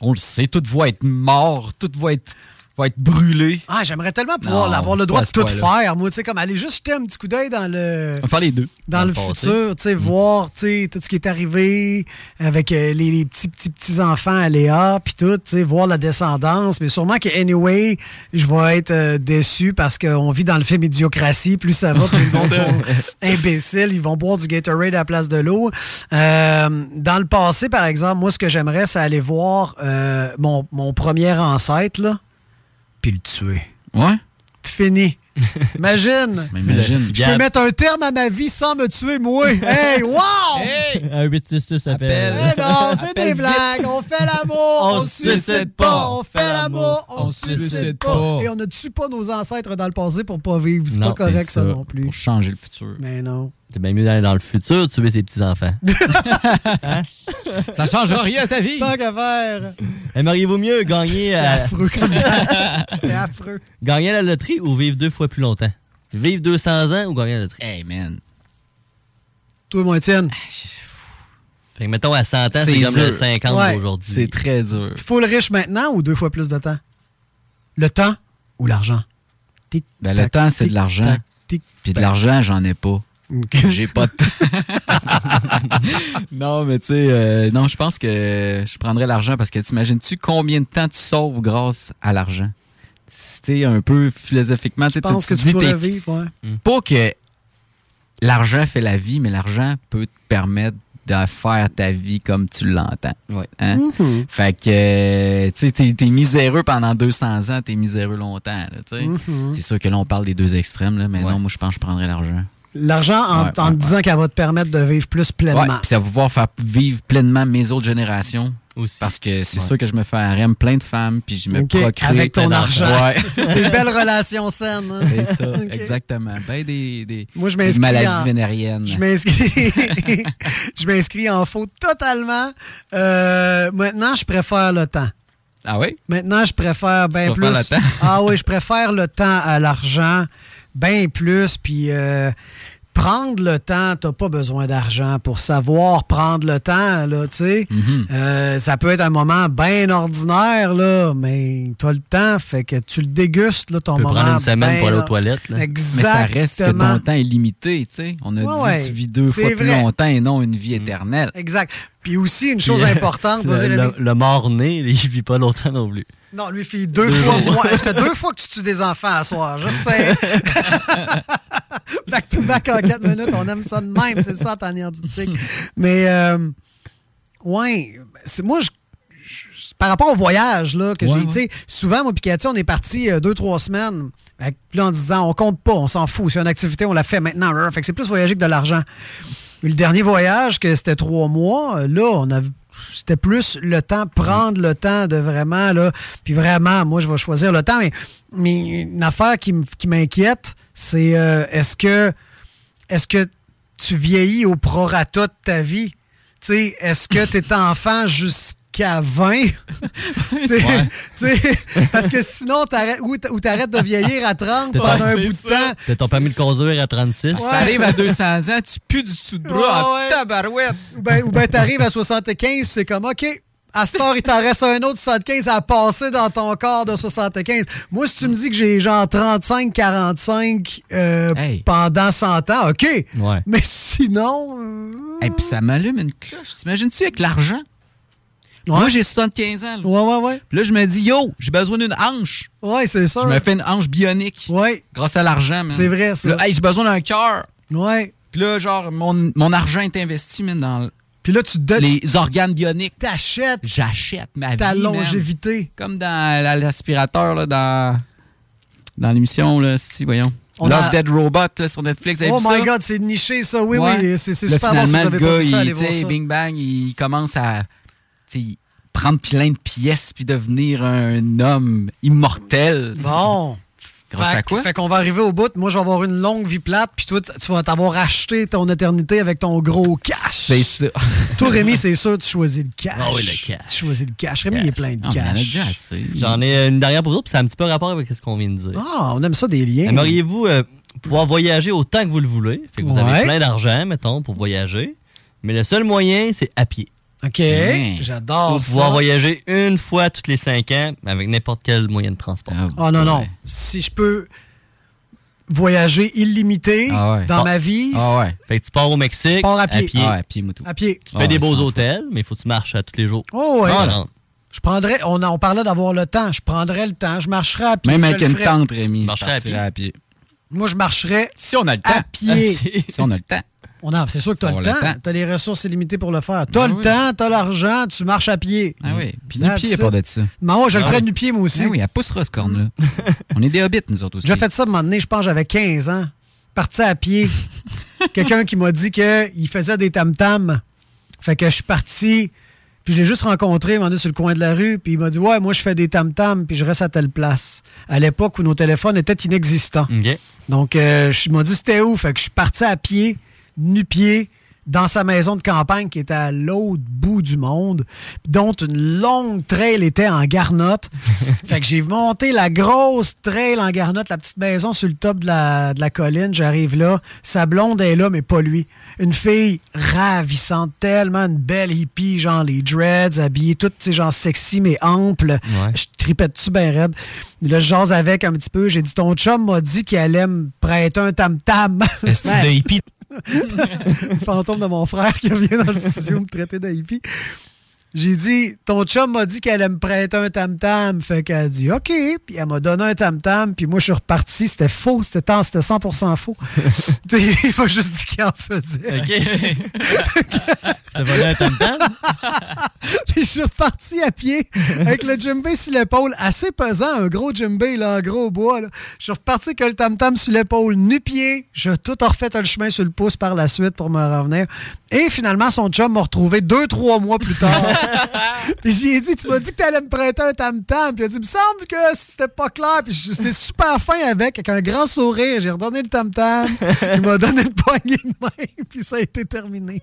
Speaker 23: on le sait, tout va être mort, tout va être va être brûlé.
Speaker 9: Ah, j'aimerais tellement pouvoir
Speaker 23: Non,
Speaker 9: avoir le
Speaker 23: pas
Speaker 9: droit
Speaker 23: à
Speaker 9: de
Speaker 23: ce
Speaker 9: tout
Speaker 23: point-là.
Speaker 9: faire. Moi, tu sais, comme aller juste jeter un petit coup d'œil dans le.
Speaker 23: On va faire les deux.
Speaker 9: Dans, le,
Speaker 23: passé. Mm.
Speaker 9: futur, tu sais, voir, tu sais, tout ce qui est arrivé avec euh, les, les petits, petits, petits enfants à Léa, puis tout, tu sais, voir la descendance. Mais sûrement que, anyway, je vais être euh, déçu parce qu'on vit dans le film Idiocratie. Plus ça va, plus le monde sont imbéciles. Ils vont boire du Gatorade à la place de l'eau. Euh, dans le passé, par exemple, moi, ce que j'aimerais, c'est aller voir euh, mon, mon premier ancêtre, là, puis le tuer.
Speaker 23: Ouais?
Speaker 9: Fini. Imagine.
Speaker 23: Mais imagine.
Speaker 9: Je peux mettre un terme à ma vie sans me tuer, moi. Hey, wow!
Speaker 11: Un 866 euh, appelle.
Speaker 9: Eh non, c'est des blagues. On fait l'amour.
Speaker 11: On
Speaker 9: se
Speaker 11: suicide pas.
Speaker 9: On fait l'amour. On se suicide pas.
Speaker 23: pas.
Speaker 9: Et on ne tue pas nos ancêtres dans le passé pour pas vivre. C'est
Speaker 11: Non,
Speaker 9: pas correct,
Speaker 11: c'est
Speaker 9: ça.
Speaker 11: ça.
Speaker 9: non plus.
Speaker 23: Pour changer le futur.
Speaker 9: Mais non.
Speaker 11: T'es bien mieux d'aller dans le futur, tuer ses petits-enfants.
Speaker 23: Ça changera rien à ta vie.
Speaker 9: Tant qu'à faire.
Speaker 11: Aimeriez-vous mieux gagner,
Speaker 9: C'est
Speaker 11: à-
Speaker 9: affreux comme C'est affreux.
Speaker 11: gagner à la loterie ou vivre deux fois plus longtemps? Vivre 200 ans ou gagner à la loterie?
Speaker 23: Hey, man.
Speaker 9: Toi, mon Étienne.
Speaker 11: Fait que mettons à 100 ans, c'est
Speaker 23: dur.
Speaker 11: comme le 50
Speaker 9: Ouais.
Speaker 11: aujourd'hui.
Speaker 23: C'est très dur.
Speaker 9: Faut le riche maintenant ou deux fois plus de temps? Le temps ou l'argent? Tic,
Speaker 23: Ben, le
Speaker 9: tac,
Speaker 23: temps, c'est
Speaker 9: tic,
Speaker 23: de l'argent.
Speaker 9: tac, tic,
Speaker 23: Puis de
Speaker 9: tac.
Speaker 23: l'argent, j'en ai pas.
Speaker 9: ben. Ok.
Speaker 23: J'ai pas de temps. non, mais tu sais, euh, non, je pense que je prendrais l'argent parce que t'imagines-tu combien de temps tu sauves grâce à l'argent? C'était un peu philosophiquement, tu sais,
Speaker 9: Je pense que
Speaker 23: tu
Speaker 9: tu
Speaker 23: dis
Speaker 9: pourrais
Speaker 23: t'es-
Speaker 9: vivre, ouais.
Speaker 23: pas que l'argent fait la vie, mais l'argent peut te permettre de faire ta vie comme tu l'entends. Hein?
Speaker 9: Mhm.
Speaker 23: Fait que, euh, tu sais, t'es, t'es miséreux pendant 200 ans, t'es miséreux longtemps. là, tu sais.
Speaker 9: Mhm.
Speaker 23: C'est sûr que là, on parle des deux extrêmes, là, mais non, moi, je pense que je prendrais l'argent.
Speaker 9: L'argent en,
Speaker 23: Ouais,
Speaker 9: en
Speaker 23: ouais,
Speaker 9: te disant qu'elle va te permettre de vivre plus
Speaker 23: Ouais,
Speaker 9: pleinement.
Speaker 23: puis ça va pouvoir faire vivre pleinement mes autres générations. Parce que c'est sûr que je me fais un harem plein de femmes, puis je me
Speaker 9: Ok,
Speaker 23: procrée
Speaker 9: avec ton
Speaker 23: plein d'enfants.
Speaker 9: argent.
Speaker 23: Ouais.
Speaker 9: Des belles relations saines. hein.
Speaker 23: c'est ça,
Speaker 9: Ok.
Speaker 23: exactement. Ben, des, des,
Speaker 9: Moi, je
Speaker 23: des
Speaker 9: m'inscris
Speaker 23: maladies
Speaker 9: en-
Speaker 23: vénériennes.
Speaker 9: Je m'inscris. je m'inscris en faux totalement. Euh, maintenant, je préfère le temps.
Speaker 23: Ah oui?
Speaker 9: Maintenant, je préfère bien plus.
Speaker 23: préfères le temps?
Speaker 9: ah oui, je préfère le temps à l'argent, bien plus. Puis euh, prendre le temps, t'as pas besoin d'argent pour savoir prendre le temps, là, tu sais. Euh, ça peut être un moment bien ordinaire, là, mais t'as le temps, fait que tu le dégustes, là, ton
Speaker 11: Tu peux
Speaker 9: moment.
Speaker 11: prendre une semaine
Speaker 9: ben
Speaker 11: pour aller aux
Speaker 9: or-
Speaker 11: toilettes, là.
Speaker 9: Exactement.
Speaker 23: Mais ça reste que ton temps est limité, tu sais. On a
Speaker 9: Ouais,
Speaker 23: dit
Speaker 9: ouais,
Speaker 23: tu vis deux
Speaker 9: c'est
Speaker 23: fois plus
Speaker 9: vrai.
Speaker 23: longtemps et non une vie éternelle.
Speaker 9: Exact. Puis aussi, une chose
Speaker 11: Mm. Puis, euh,
Speaker 9: importante, vas-y,
Speaker 11: le,
Speaker 9: Rémi.
Speaker 11: le, le mort-né, il vit pas longtemps non plus.
Speaker 9: Non, lui, fait deux fois moins. Ça fait deux fois que tu tues des enfants à soir. Je sais. back to back en quatre minutes. On aime ça de même. C'est ça, tanière du tic. Mais, euh, ouais, c'est- moi, je. je- Par rapport au voyage là, que
Speaker 23: Ouais,
Speaker 9: j'ai,
Speaker 23: ouais.
Speaker 9: tu sais, souvent, moi, Picati, on est parti euh, deux, trois semaines. Fait que là, en disant, on compte pas, on s'en fout. C'est une activité, on la fait maintenant. Fait que c'est plus voyager que de l'argent. Le dernier voyage, que c'était trois mois, euh, là, on a c'était plus le temps, prendre le temps de vraiment, là, puis vraiment, moi, je vais choisir le temps, mais, mais une affaire qui, m- qui m'inquiète, c'est euh, est-ce que est-ce que tu vieillis au prorata de ta vie? Tu sais, est-ce que tu es enfant jusqu'à 20? Tu sais, tu sais, Parce que sinon, t'arrêtes, ou t- ou t'arrêtes de vieillir à 30
Speaker 11: T'as
Speaker 9: pendant un bout de temps.
Speaker 23: Ah,
Speaker 11: T'as ton permis de conduire à 36.
Speaker 9: Ouais. T'arrives
Speaker 23: à 200 ans, tu pues du dessous de
Speaker 9: bras en Ah Ouais, ouais.
Speaker 23: tabarouette.
Speaker 9: Ou bien t'arrives à 75, c'est comme, OK, à cette heure, il t'en reste un autre 75 à passer dans ton corps de 75. Moi, si tu me dis que j'ai genre 35, 45 euh,
Speaker 23: Hey.
Speaker 9: pendant 100 ans, OK.
Speaker 23: Ouais.
Speaker 9: Mais sinon... euh,
Speaker 23: Et puis ça m'allume une cloche. T'imagines-tu avec l'argent? Moi, j'ai 75 ans. là.
Speaker 9: Ouais, ouais, ouais.
Speaker 23: Puis là, je me dis, yo, j'ai besoin d'une hanche.
Speaker 9: Ouais, c'est ça.
Speaker 23: Je me fais une hanche bionique
Speaker 9: Ouais,
Speaker 23: grâce à l'argent. man.
Speaker 9: c'est vrai,
Speaker 23: Puis
Speaker 9: ça.
Speaker 23: Là, hey, j'ai besoin d'un cœur.
Speaker 9: Ouais.
Speaker 23: Puis là, genre, mon, mon argent est investi man, dans
Speaker 9: Puis là, tu donnes...
Speaker 23: les organes bioniques.
Speaker 9: T'achètes
Speaker 23: J'achète ma
Speaker 9: ta
Speaker 23: vie. man.
Speaker 9: longévité.
Speaker 23: Comme dans la- l'aspirateur, là, dans, dans l'émission, là, si, voyons.
Speaker 9: On
Speaker 23: Love
Speaker 9: a-
Speaker 23: Dead Robot, là, sur Netflix, avez
Speaker 9: Oh
Speaker 23: vu
Speaker 9: my
Speaker 23: ça?
Speaker 9: God, c'est niché, ça. Oui,
Speaker 23: Ouais.
Speaker 9: oui, c'est c'est
Speaker 23: Là,
Speaker 9: super bon si vous
Speaker 23: finalement,
Speaker 9: avez
Speaker 23: le
Speaker 9: pas
Speaker 23: gars,
Speaker 9: vu ça, allez
Speaker 23: il,
Speaker 9: voir
Speaker 23: tu sais,
Speaker 9: ça.
Speaker 23: bing bang, il commence à tu sais, prendre plein de pièces puis devenir un homme immortel.
Speaker 9: Bon.
Speaker 23: Grâce
Speaker 9: fait,
Speaker 23: à quoi?
Speaker 9: Fait qu'on va arriver au bout. Moi, je vais avoir une longue vie plate, puis toi, t- tu vas t'avoir acheté ton éternité avec ton gros cash.
Speaker 23: C'est ça.
Speaker 9: Toi, Rémi, c'est sûr, tu choisis le cash.
Speaker 11: Ah oui, le cash.
Speaker 9: Tu choisis le cash. Rémi, il est plein de
Speaker 23: Ah, on en a
Speaker 9: cash.
Speaker 23: déjà assez.
Speaker 11: J'en ai une dernière pour vous, puis ça a un petit peu rapport avec ce qu'on vient de dire.
Speaker 9: Ah, on aime ça, des liens.
Speaker 11: Aimeriez-vous euh, pouvoir voyager autant que vous le voulez? Fait que vous
Speaker 9: Ouais.
Speaker 11: avez plein d'argent, mettons, pour voyager. Mais le seul moyen, c'est à pied.
Speaker 9: OK, j'adore
Speaker 11: Pour
Speaker 9: ça.
Speaker 11: pouvoir voyager une fois tous les cinq ans avec n'importe quel moyen de transport.
Speaker 23: Ah
Speaker 9: Oh non, non. Si je peux voyager illimité
Speaker 11: Ah ouais.
Speaker 9: dans
Speaker 11: Bon.
Speaker 9: ma vie,
Speaker 11: Fait que tu pars au Mexique.
Speaker 9: Tu pars à pied.
Speaker 11: À
Speaker 9: Ah ouais,
Speaker 11: pied,
Speaker 9: à pied.
Speaker 11: Tu fais des beaux hôtels, mais il faut que tu marches à tous les jours.
Speaker 9: Oh, ouais.
Speaker 11: Ah, non.
Speaker 9: Je prendrais, on, en- on parlait d'avoir le temps. Je prendrais le temps. Je marcherais à pied.
Speaker 23: Même
Speaker 9: je
Speaker 23: avec
Speaker 9: le
Speaker 23: une
Speaker 9: ferais.
Speaker 23: tente, Rémi, je
Speaker 11: Marcherais à
Speaker 23: partirais à pied.
Speaker 9: Moi, je marcherais
Speaker 23: Si on a le temps.
Speaker 9: à pied.
Speaker 23: si on a le temps.
Speaker 9: On a, Oh c'est sûr que tu as
Speaker 23: On
Speaker 9: le
Speaker 23: a le
Speaker 9: temps.
Speaker 23: temps.
Speaker 9: Tu as les ressources illimitées pour le faire. Tu as
Speaker 23: Ah
Speaker 9: le
Speaker 23: oui.
Speaker 9: temps, tu as l'argent, tu marches à pied. Mm.
Speaker 23: Ah oui. Puis
Speaker 9: That's
Speaker 23: nu-pied,
Speaker 9: it.
Speaker 23: pas de ça.
Speaker 9: Mais ouais, je le
Speaker 23: Ah
Speaker 9: ferais
Speaker 23: oui.
Speaker 9: du pied, moi aussi.
Speaker 23: Ah oui, elle poussera ce corne-là. on est des hobbits, nous autres aussi.
Speaker 9: J'ai fait ça à un moment donné, je pense que j'avais 15 ans. Parti à pied. Quelqu'un qui m'a dit qu'il faisait des tam-tams. Fait que je suis parti, puis je l'ai juste rencontré, il m'en est sur le coin de la rue, puis il m'a dit Ouais, moi je fais des tam-tams, puis je reste à telle place. À l'époque où nos téléphones étaient inexistants. Donc, euh, je il m'a dit C'était où Fait que je suis parti à pied, nu-pied, dans sa maison de campagne qui était à l'autre bout du monde, dont une longue trail était en garnotte. fait que j'ai monté la grosse trail en garnotte, la petite maison sur le top de la, de la colline. J'arrive là. Sa blonde est là, mais pas lui. Une fille ravissante, tellement une belle hippie, genre les dreads, habillée toute, tu sais, genre sexy mais ample. Je tripais dessus bien raide. Là, je jase avec un petit peu. J'ai dit, ton chum m'a dit qu'il allait me prêter un tam-tam.
Speaker 24: Est-ce
Speaker 9: Ouais.
Speaker 24: de hippie?
Speaker 9: fantôme de mon frère qui revient dans le studio me traiter d'hippie. J'ai dit, ton chum m'a dit qu'elle allait me prêter un tam-tam. Fait qu'elle a dit, OK. Puis elle m'a donné un tam-tam. Puis moi, je suis reparti. C'était faux. C'était tant- c'était 100% faux. Tu sais, il m'a juste dit qu'il en faisait.
Speaker 11: T'as volé un tam-tam?
Speaker 9: Puis je suis reparti à pied avec le djembé sur l'épaule, assez pesant, un gros djembé, là, un gros bois. là. Je suis reparti avec le tam-tam sur l'épaule, nu-pied. J'ai tout refait le chemin sur le pouce par la suite pour me revenir. Et finalement, son chum m'a retrouvé deux, trois mois plus tard. Puis j'ai dit, tu m'as dit que t'allais me prêter un tam-tam. Puis il a dit, il me semble que c'était pas clair. Puis je- j'étais super fin avec, avec un grand sourire. J'ai redonné le tam-tam. Il m'a donné une poignée de main. Puis ça a été terminé.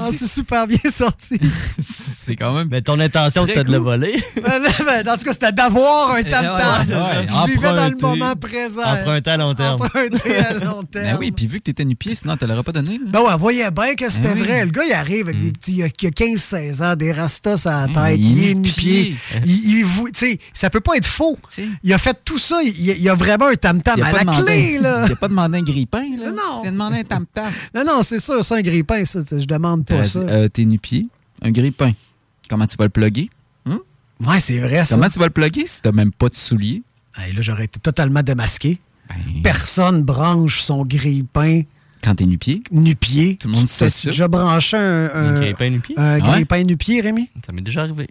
Speaker 9: On s'est super bien sorti.
Speaker 23: C'est quand même.
Speaker 11: Mais ton intention,
Speaker 9: Très
Speaker 11: c'était de le
Speaker 9: cool.
Speaker 11: voler.
Speaker 9: Ben là, ben, dans ce cas, c'était d'avoir un tam-tam.
Speaker 23: Eh, Ouais, ouais,
Speaker 9: je vivais dans le
Speaker 23: emprunter.
Speaker 9: moment présent.
Speaker 23: Emprunter
Speaker 11: à long
Speaker 9: terme. Emprunter à long terme.
Speaker 23: Ben oui, puis vu que t'étais nu-pied, sinon tu l'aurais pas donné. là.
Speaker 9: Ben ouais, on voyait bien que c'était
Speaker 23: Ah oui. Mm.
Speaker 9: vrai. Le gars, il arrive avec des petits, il a, il a 15-16 ans, des rastas à la tête, il est nu-pied.
Speaker 23: nu-pied.
Speaker 9: Il, il vou- tu sais, ça peut pas être faux. Il a fait tout ça, il, il a vraiment un tam-tam
Speaker 23: Il a
Speaker 9: à
Speaker 23: pas
Speaker 9: la
Speaker 23: demandé-
Speaker 9: clé, là.
Speaker 23: Il a pas demandé un grippin, là.
Speaker 9: Non.
Speaker 23: Il a demandé un tam-tam.
Speaker 9: Non, non, c'est sûr, c'est un grippin, ça. tu sais, Je demande
Speaker 23: T'aurais
Speaker 9: pas
Speaker 23: dit,
Speaker 9: ça.
Speaker 23: euh, T'es nu-pied, un grippin. Comment tu vas le plugger?
Speaker 9: Hein?
Speaker 23: Hum?
Speaker 9: Ouais, c'est vrai, ça.
Speaker 23: Comment tu vas le plugger si t'as même pas de souliers? Ben.
Speaker 9: Hey, là, j'aurais été totalement démasqué. Personne branche son grille-pain
Speaker 23: Quand t'es nu-pied?
Speaker 9: nu-pied. Tout
Speaker 23: le monde sait ça.
Speaker 9: J'ai branché un, un,
Speaker 23: Un grille-pain nu-pied?
Speaker 9: Un
Speaker 23: Ah ouais?
Speaker 9: grille-pain nu-pied, Rémi?
Speaker 11: Ça m'est déjà arrivé.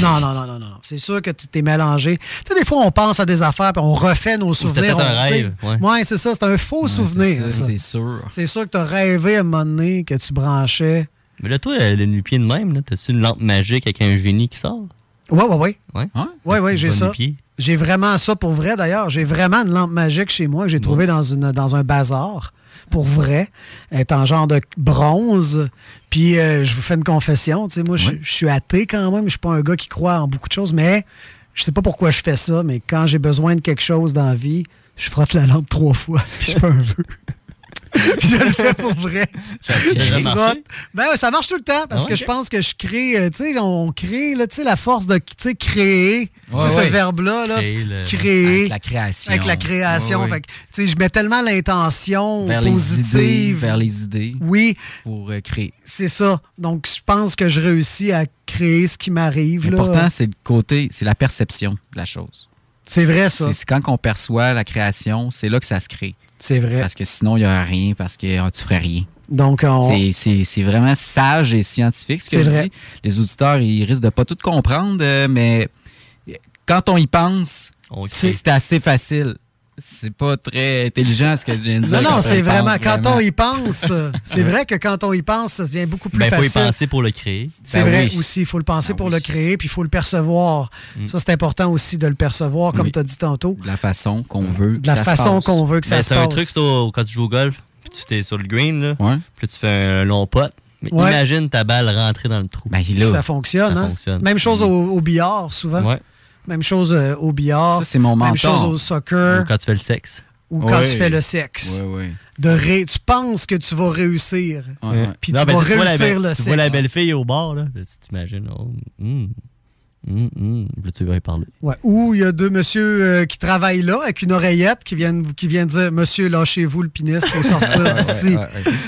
Speaker 9: Non, non, non, non, non. non. C'est sûr que tu t'es mélangé. Tu sais, des fois, on pense à des affaires, puis on refait nos
Speaker 11: c'était
Speaker 9: souvenirs.
Speaker 11: peut-être
Speaker 9: on-
Speaker 11: un
Speaker 9: tu sais,
Speaker 11: rêve, ouais.
Speaker 9: Ouais, c'est ça. C'est un faux souvenir. ça.
Speaker 23: C'est sûr.
Speaker 9: C'est sûr que tu as rêvé à un moment donné que tu branchais.
Speaker 11: Mais là, toi, euh, le nu-pied de même, là, t'as-tu une lampe magique avec un génie qui sort?
Speaker 9: Ouais, ouais, ouais.
Speaker 11: Ouais.
Speaker 9: Oui, oui,
Speaker 11: C'est
Speaker 9: j'ai
Speaker 11: pas
Speaker 9: ça.
Speaker 11: nu-pied.
Speaker 9: J'ai vraiment ça pour vrai, d'ailleurs. J'ai vraiment une lampe magique chez moi que
Speaker 11: Mm.
Speaker 9: j'ai trouvée dans, une, dans un bazar, pour vrai. Elle est en genre de bronze. Puis, euh, je vous fais une confession. Tu sais, moi, je-
Speaker 23: Oui.
Speaker 9: je suis athée quand même. Je suis pas un gars qui croit en beaucoup de choses, mais je sais pas pourquoi je fais ça, mais quand j'ai besoin de quelque chose dans la vie, je frotte la lampe trois fois, puis je fais un vœu. Puis je le fais pour vrai.
Speaker 11: Ça a déjà
Speaker 9: Je
Speaker 11: marché?
Speaker 9: frotte. Ben ouais, ça marche tout le temps parce
Speaker 11: Ah ouais,
Speaker 9: que je pense que je crée, euh, tu sais, on crée, là, tu sais, la force de, tu sais, créer, Tu sais,
Speaker 23: Ouais, ouais.
Speaker 9: ce verbe-là, là,
Speaker 23: Créer le-
Speaker 9: créer.
Speaker 23: Avec la création.
Speaker 9: Avec la création.
Speaker 23: Ouais, ouais.
Speaker 9: Fait que, tu sais, je mets tellement l'intention
Speaker 23: Vers
Speaker 9: positive.
Speaker 23: les idées. Vers les idées.
Speaker 9: Oui,
Speaker 23: Pour euh, créer.
Speaker 9: c'est ça. Donc, je pense que je réussis à créer ce qui m'arrive. là.
Speaker 23: L'important, c'est le côté, c'est la perception de la chose.
Speaker 9: C'est vrai, ça.
Speaker 23: C'est quand on perçoit la création, c'est là que ça se crée.
Speaker 9: C'est vrai.
Speaker 23: Parce que sinon, il n'y aurait rien, parce que ah, tu ferais rien.
Speaker 9: Donc, on-
Speaker 23: C'est- C'est c'est vraiment sage et scientifique ce que
Speaker 9: C'est
Speaker 23: je
Speaker 9: vrai.
Speaker 23: dis. Les auditeurs, ils risquent de pas tout comprendre, euh, mais quand on y pense, c'est c'est assez facile. C'est pas très intelligent ce que je viens de
Speaker 9: Non,
Speaker 23: dire.
Speaker 9: non,
Speaker 23: quand on y
Speaker 9: c'est
Speaker 23: pense,
Speaker 9: vraiment, quand on y pense, euh, c'est vrai que quand on y pense, ça devient beaucoup plus
Speaker 11: Ben, faut y
Speaker 9: facile.
Speaker 11: penser pour le créer.
Speaker 9: C'est
Speaker 23: Ben
Speaker 9: vrai aussi, il faut le penser pour le créer, puis il faut le percevoir.
Speaker 11: Ben Mm.
Speaker 9: Ça, c'est important aussi de le percevoir, comme tu as dit tantôt.
Speaker 23: De la façon qu'on veut.
Speaker 9: De la façon qu'on veut que ça
Speaker 11: Ben,
Speaker 9: se
Speaker 11: C'est un
Speaker 9: passe.
Speaker 11: truc sur- quand tu joues au golf, puis tu t'es sur le green, là, puis tu fais un long pot. Mais
Speaker 9: Ouais.
Speaker 11: imagine ta balle rentrer dans le trou.
Speaker 9: ça fonctionne,
Speaker 11: Ça
Speaker 9: hein?
Speaker 11: fonctionne.
Speaker 9: Même chose au, au billard, souvent.
Speaker 11: Ouais.
Speaker 9: Même chose euh, au billard.
Speaker 11: Ça, c'est mon
Speaker 9: Même
Speaker 11: mentor.
Speaker 9: chose au soccer.
Speaker 11: Ou Quand tu fais le sexe.
Speaker 9: ou quand
Speaker 23: Ouais.
Speaker 9: tu fais le sexe.
Speaker 23: Ouais, ouais.
Speaker 9: De ré- tu penses que tu vas réussir.
Speaker 23: Ouais.
Speaker 9: Puis
Speaker 11: Non,
Speaker 9: tu
Speaker 11: ben,
Speaker 9: vas
Speaker 11: tu vois la
Speaker 9: réussir
Speaker 11: belle-
Speaker 9: le
Speaker 11: Tu
Speaker 9: sexe.
Speaker 11: vois la belle fille au bord, là. puis Tu t'imagines, oh, hum, hum, hum. Puis là, tu vas y parler.
Speaker 9: Ouais. Ou il y a deux messieurs euh, qui travaillent là avec une oreillette qui viennent, qui viennent dire Monsieur, lâchez-vous le pénis, faut sortir d'ici.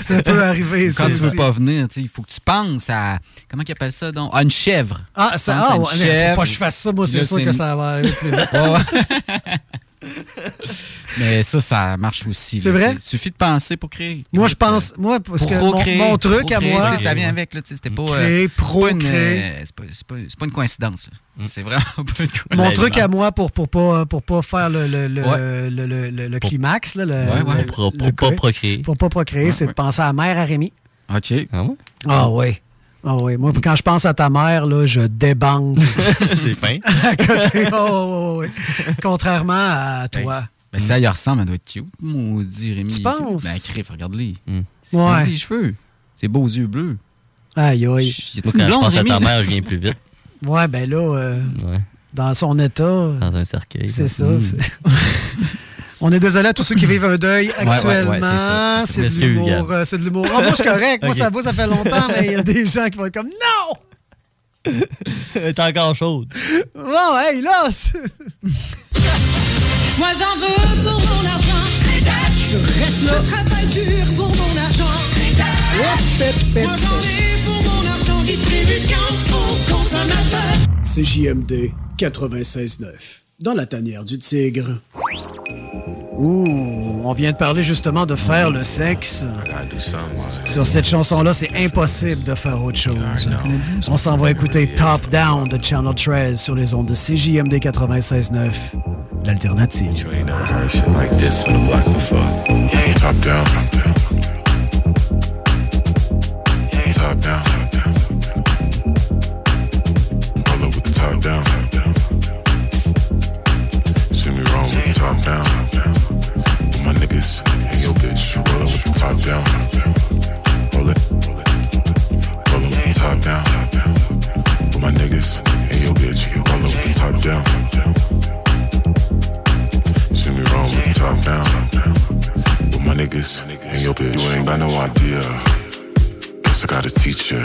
Speaker 9: Ça peut arriver.
Speaker 23: Quand
Speaker 9: ça
Speaker 23: tu veux
Speaker 9: aussi.
Speaker 23: pas venir, tu sais, il faut que tu penses à. Comment qu'ils appellent ça donc À une chèvre.
Speaker 9: Ah,
Speaker 23: Tu
Speaker 9: ça,
Speaker 23: penses à
Speaker 9: ah,
Speaker 23: une
Speaker 9: ouais, faut pas que je fasse ça, moi,
Speaker 23: Puis
Speaker 9: c'est
Speaker 23: là,
Speaker 9: sûr que ça va arriver plus vite.
Speaker 23: Ouais, ouais. Mais ça, ça marche aussi.
Speaker 9: C'est
Speaker 23: là,
Speaker 9: vrai?
Speaker 23: tu sais. Suffit de penser pour créer.
Speaker 9: Moi, je pense, moi, parce
Speaker 23: Pour
Speaker 9: que mon,
Speaker 23: procréer,
Speaker 9: mon truc à
Speaker 23: procréer,
Speaker 9: moi.
Speaker 23: tu sais, Ça vient avec, là, tu sais, c'était pas. euh,
Speaker 9: Créer,
Speaker 23: c'est pas une,
Speaker 9: procréer.
Speaker 23: euh, C'est pas, c'est pas- c'est pas une coïncidence. là. C'est vraiment pas une coïncidence.
Speaker 9: Mon truc à moi pour pour pas euh, pour pas faire le le, le,
Speaker 23: Ouais.
Speaker 9: le, le- le- le climax là, le,
Speaker 23: Ouais, ouais.
Speaker 9: le-
Speaker 23: Pour- pour
Speaker 9: le
Speaker 23: pas
Speaker 9: correct.
Speaker 23: procréer.
Speaker 9: Pour pas procréer,
Speaker 23: Ouais,
Speaker 9: c'est de
Speaker 23: ouais.
Speaker 9: penser à la mère à Rémi.
Speaker 23: OK. Ah ouais? Mm.
Speaker 9: Ah oui. Ah oui, moi quand je pense à ta mère là, je débande.
Speaker 23: Ah, C'est fin.
Speaker 9: à côté. Oh, oh, oh, oui. Contrairement à toi.
Speaker 23: Ben, ça, il ressemble, elle doit être cute, maudit Rémi.
Speaker 9: Tu penses?
Speaker 23: Ben, crif, regarde-les.
Speaker 9: Ouais.
Speaker 23: Vas-y, les cheveux. Ses beaux yeux bleus.
Speaker 9: Aïe aïe.
Speaker 23: Y a-t-il une blonde, Rémi, là?
Speaker 11: vite.
Speaker 9: Ouais, ben là euh, dans son état
Speaker 11: Dans un cercueil.
Speaker 9: c'est
Speaker 11: là.
Speaker 9: ça,
Speaker 11: Hum.
Speaker 9: c'est- On est désolé à tous ceux qui vivent un deuil
Speaker 11: ouais, ouais, c'est ça,
Speaker 9: actuellement.
Speaker 11: c'est ça.
Speaker 9: c'est de
Speaker 11: M'excuse,
Speaker 9: l'humour.
Speaker 11: Gab.
Speaker 9: euh, C'est de l'humour. Ah, moi, je suis correct. Moi,
Speaker 11: Ok.
Speaker 9: ça va, ça fait longtemps, mais il y a des gens qui vont être comme Non!
Speaker 11: Elle est encore chaude.
Speaker 9: Bon, hey, là! c'est-
Speaker 7: Moi j'en veux pour mon argent. C'est Je reste là. Je travaille dur pour mon argent. C'est Moi j'en ai pour mon argent. Distribution pour consommateurs.
Speaker 25: CJMD 96.9. Dans la tanière du tigre.
Speaker 9: Ouh, on vient de parler justement de faire le sexe. Sur cette chanson-là, c'est impossible de faire autre chose. On s'en va écouter Top Down de Channel 13 sur les ondes de CJMD 96.9. L'alternative.
Speaker 26: like this from the block before. Top down. Top down. Roll up with the top down. See me wrong with the top down. With my niggas and your bitch. Roll up with the top down. Roll it. Roll up with the top down. With my niggas and your bitch. Roll up with the top down. See me wrong with the top down. With my niggas and your bitch. You ain't got no idea. Guess I gotta teach ya.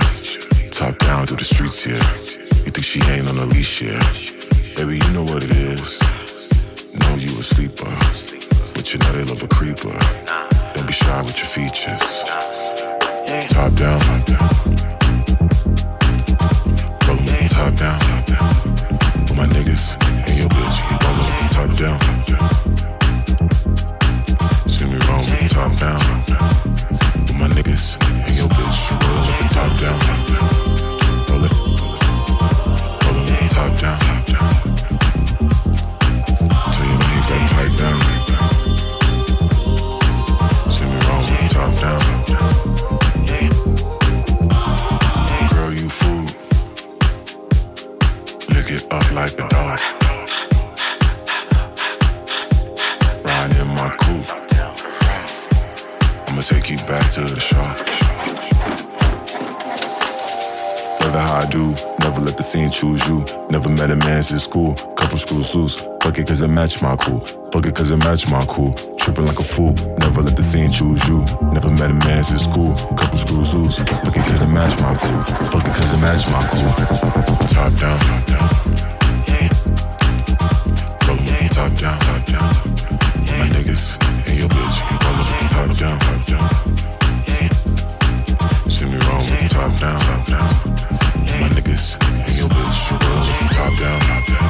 Speaker 26: Top down through the streets here. You think she ain't on a leash here? Baby, you know what it is. Know you a sleeper. But you know they love a creeper. Don't be shy with your features. Top down. Rollin' with the top down. With my niggas and your bitch. Rollin' with the top down. See me wrong with the top down. With my niggas and your bitch. Rollin' with the top down. Roll it. Rollin' with the top down. Tell your man he got tight down. See me wrong with the top down. Girl, you fool. Lick it up like a dog. Ride in my coupe. I'ma take you back to the shop. Love it how I do. Never let the scene choose you. Never met a man since school. Couple screws loose. Fuck it cause it match my cool. Fuck it cause it match my cool. Tripping like a fool. Never let the scene choose you. Never met a man since school. Couple screws loose. Fuck it cause it match my cool. Fuck it cause it match my cool. Top down. Top down. Roll up, top down. Top down. My niggas and your bitch. Roll up, top down. Top down. See me wrong with the top down. Top down. My niggas and your bitch. Roll up, top down. Top down.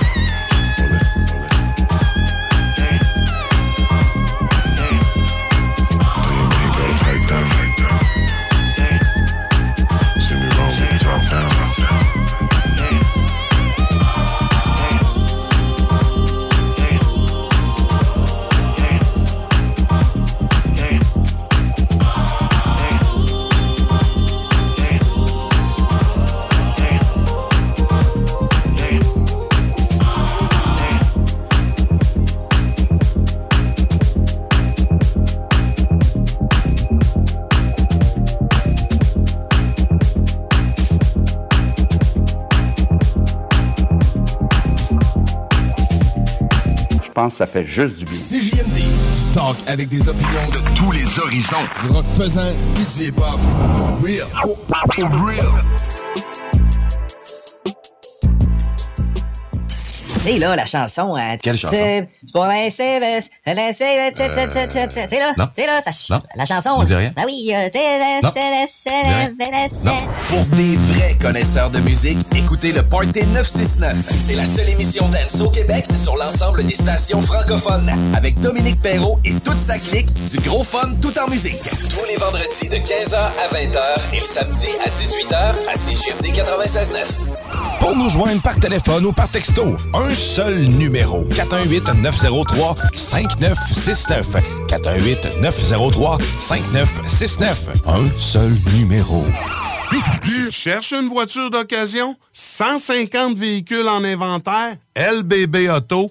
Speaker 27: pense que ça fait juste du bien.
Speaker 22: CJMD, du talk avec des opinions de tous les horizons. Du rock pesant, du hip-hop. Real. Real.
Speaker 21: C'est là la chanson. hein.
Speaker 27: Quelle chanson?
Speaker 21: C'est pour les services, c'est les services, c'est c'est- c'est- c'est- c'est- c'est là,
Speaker 27: non.
Speaker 21: c'est là, ça ch-
Speaker 27: Non.
Speaker 21: la chanson.
Speaker 27: On dit
Speaker 21: là.
Speaker 27: rien.
Speaker 21: Ah oui, euh, c'est les
Speaker 27: Non.
Speaker 21: services, c'est
Speaker 27: Rien.
Speaker 21: les services.
Speaker 27: Non. Pour des vrais connaisseurs de musique, écoutez le Party 969. C'est la seule émission dance au Québec sur l'ensemble des stations francophones. Avec Dominique Perrault et toute sa clique, du gros fun tout en musique. Tous les vendredis de 15h à 20h et le samedi à 18h à CGMD 96.9.
Speaker 15: Pour nous joindre par téléphone ou par texto, Oh, un seul numéro 418 903 5969 418 903 5969 un seul numéro.
Speaker 28: Tu cherches une voiture d'occasion? 150 véhicules en inventaire? lbbauto.com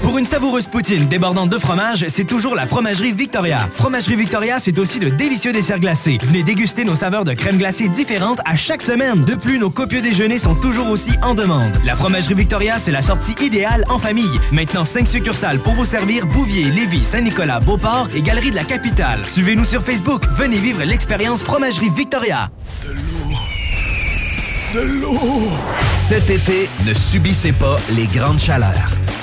Speaker 8: Pour une savoureuse poutine débordante de fromage, c'est toujours la Fromagerie Victoria. Fromagerie Victoria, c'est aussi de délicieux desserts glacés. Venez déguster nos saveurs de crème glacée différentes à chaque semaine. De plus, nos copieux déjeuners sont toujours aussi en demande. La Fromagerie Victoria, c'est la sortie idéale en famille. Maintenant, 5 succursales pour vous servir Bouvier, Lévis, Saint-Nicolas, Beauport et Galerie de la Capitale. Suivez-nous sur Facebook. Venez vivre l'expérience Fromagerie Victoria.
Speaker 1: De l'eau! Cet été, ne subissez pas les grandes chaleurs.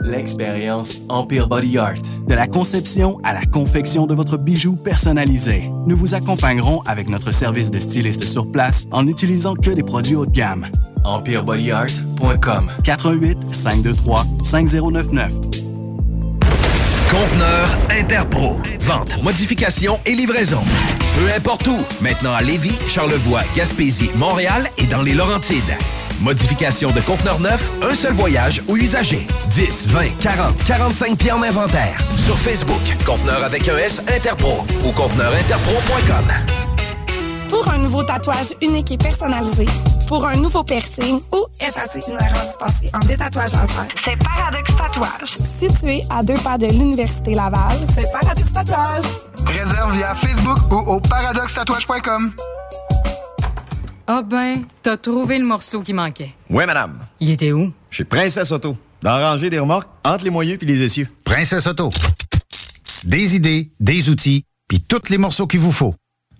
Speaker 16: L'expérience
Speaker 27: Empire Body Art.
Speaker 16: De la conception à la confection de votre bijou personnalisé, nous vous accompagnerons avec notre service de styliste sur place en n'utilisant que des produits haut de gamme. EmpireBodyArt.com 418 523 5099
Speaker 1: Conteneur Interpro. Vente, modification et livraison. Peu importe où, maintenant à Lévis, Charlevoix, Gaspésie, Montréal et dans les Laurentides. Modification de conteneur neuf, un seul voyage ou usager. 10, 20, 40, 45 pieds en inventaire. Sur Facebook, conteneur avec un S Interpro ou conteneurinterpro.com.
Speaker 21: ben,
Speaker 29: Pour un nouveau tatouage unique et personnalisé, pour un nouveau piercing ou effacer une erreur dispensée en détatouage laser, c'est Paradox Tatouage. Situé à deux pas de l'Université Laval, c'est Paradox Tatouage.
Speaker 10: Réserve via Facebook ou au paradoxetatouage.com.
Speaker 12: Ah ben, t'as trouvé le morceau qui manquait.
Speaker 14: Oui, madame.
Speaker 12: Il était où?
Speaker 14: Chez Princesse Auto. Dans la rangée des remorques, entre les moyeux puis les essieux.
Speaker 30: Princesse Auto. Des idées, des outils, puis tous les morceaux qu'il vous faut.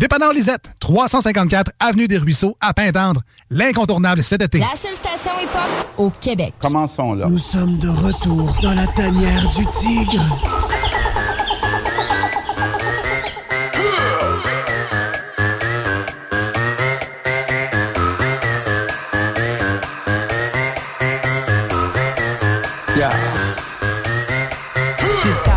Speaker 6: Dépanneur Lisette, 354 Avenue des Ruisseaux, à Pintendre. L'incontournable cet été.
Speaker 31: La seule station hip-hop au Québec.
Speaker 32: Commençons là. Nous sommes de retour dans la tanière du tigre.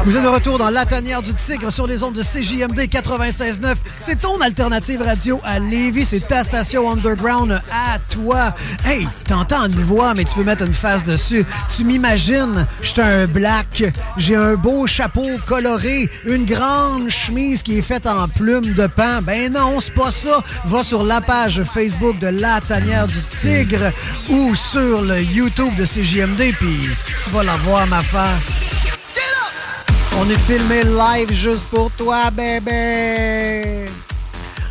Speaker 9: Vous êtes de retour dans la tanière du tigre sur les ondes de CJMD 96.9. C'est ton alternative radio à Lévis. C'est ta station underground à toi. Hey, t'entends une voix, mais tu veux mettre une face dessus. Tu m'imagines, j'étais un black, j'ai un beau chapeau coloré, une grande chemise qui est faite en plume de pan. Ben non, c'est pas ça. Va sur la page Facebook de la tanière du tigre ou sur le YouTube de CJMD, puis tu vas la voir, ma face. On est filmé live juste pour toi, bébé.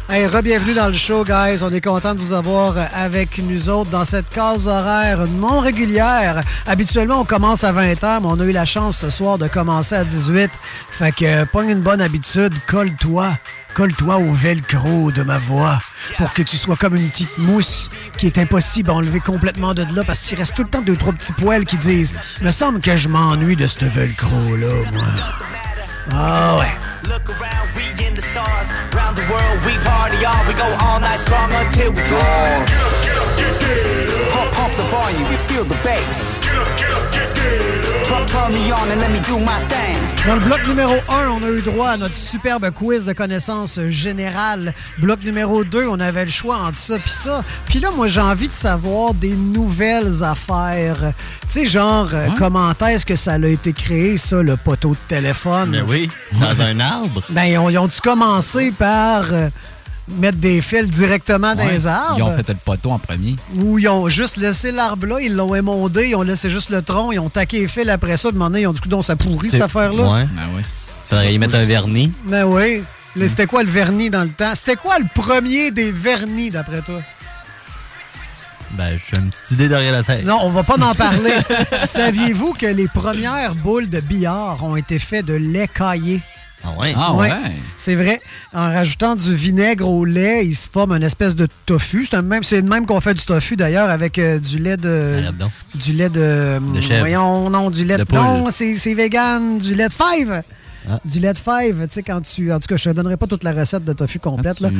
Speaker 9: Hey, re-bienvenue dans le show, guys. On est content de vous avoir euh, avec nous autres dans cette case horaire non régulière. Habituellement, on commence à 20h, mais on a eu la chance ce soir de commencer à 18. Fait que, euh, pogne une bonne habitude, colle-toi. Colle-toi au velcro de ma voix pour que tu sois comme une petite mousse qui est impossible à enlever complètement de là parce qu'il reste tout le temps deux, trois petits poils qui disent « Me semble que je m'ennuie de ce velcro-là, moi. » Ah ouais.
Speaker 7: Look around, we in the stars. Round the world, we party on. We go all night strong until we go. Get up, get up, get down. Pump, pump the volume, we feel the bass. Get up, get up, get down. Truck, turn me on and let me do my thing.
Speaker 9: Dans le bloc numéro 1, on a eu droit à notre superbe quiz de connaissances générales. Bloc numéro 2, on avait le choix entre ça puis ça. Puis là, moi, j'ai envie de savoir des nouvelles affaires. Tu sais, genre,
Speaker 23: Hein?
Speaker 9: euh, comment est-ce que ça a été créé, ça, le poteau de téléphone?
Speaker 23: Mais oui, dans un arbre.
Speaker 9: Ben, ils ont- ils ont-tu commencé par euh, mettre des fils directement dans les
Speaker 23: Ouais.
Speaker 9: arbres?
Speaker 23: Ils ont fait le poteau en premier.
Speaker 9: Ou ils ont juste laissé l'arbre là, ils l'ont émondé, ils ont laissé juste le tronc, ils ont taqué les fils après ça, demandé, ils ont dit, coudon, ça pourrit cette affaire-là.
Speaker 23: Ouais. Ah ouais. Faudrait y mettre un vernis.
Speaker 9: Ben oui.
Speaker 23: Hmm.
Speaker 9: Là, C'était quoi le vernis dans le temps? C'était quoi le premier des vernis, d'après toi?
Speaker 23: Ben, j'ai une petite idée derrière la tête.
Speaker 9: Non, on va pas en parler. Saviez-vous que les premières boules de billard ont été faites de lait caillé?
Speaker 23: Ah ouais? Ah ouais?
Speaker 9: Ouais, C'est vrai. En rajoutant du vinaigre au lait, il se forme une espèce de tofu. C'est un même, c'est le même qu'on fait du tofu d'ailleurs avec euh, du lait de,
Speaker 23: Arrête donc.
Speaker 9: du lait de,
Speaker 23: De chèvre.
Speaker 9: voyons, non, du lait
Speaker 23: De
Speaker 9: de,
Speaker 23: poule.
Speaker 9: non, c'est c'est vegan, du lait de five.
Speaker 23: Ah.
Speaker 9: Du lait de five, tu sais, quand tu. En tout cas, je te donnerai pas toute la recette de tofu
Speaker 23: Ah,
Speaker 9: complète, là.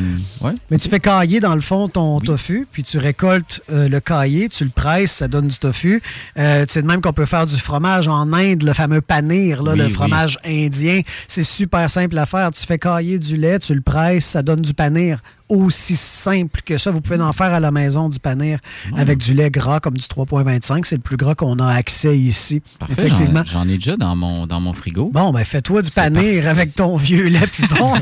Speaker 9: Mais tu fais cailler, dans le fond, ton tofu, puis tu récoltes euh, le caillé, tu le presses, ça donne du tofu. Euh, c'est de même qu'on peut faire du fromage en Inde, le fameux panir, là,
Speaker 23: Oui,
Speaker 9: le
Speaker 23: oui.
Speaker 9: fromage indien. C'est super simple à faire. Tu fais cailler du lait, tu le presses, ça donne du panir. Aussi simple que ça, vous pouvez en faire à la maison du panir
Speaker 23: Ah.
Speaker 9: avec du lait gras comme du 3,25. C'est le plus gras qu'on a accès ici.
Speaker 23: Parfait,
Speaker 9: Effectivement.
Speaker 23: J'en j'en ai déjà dans mon, dans mon frigo.
Speaker 9: Bon, ben fais-toi du panir avec ton vieux lait puis bon.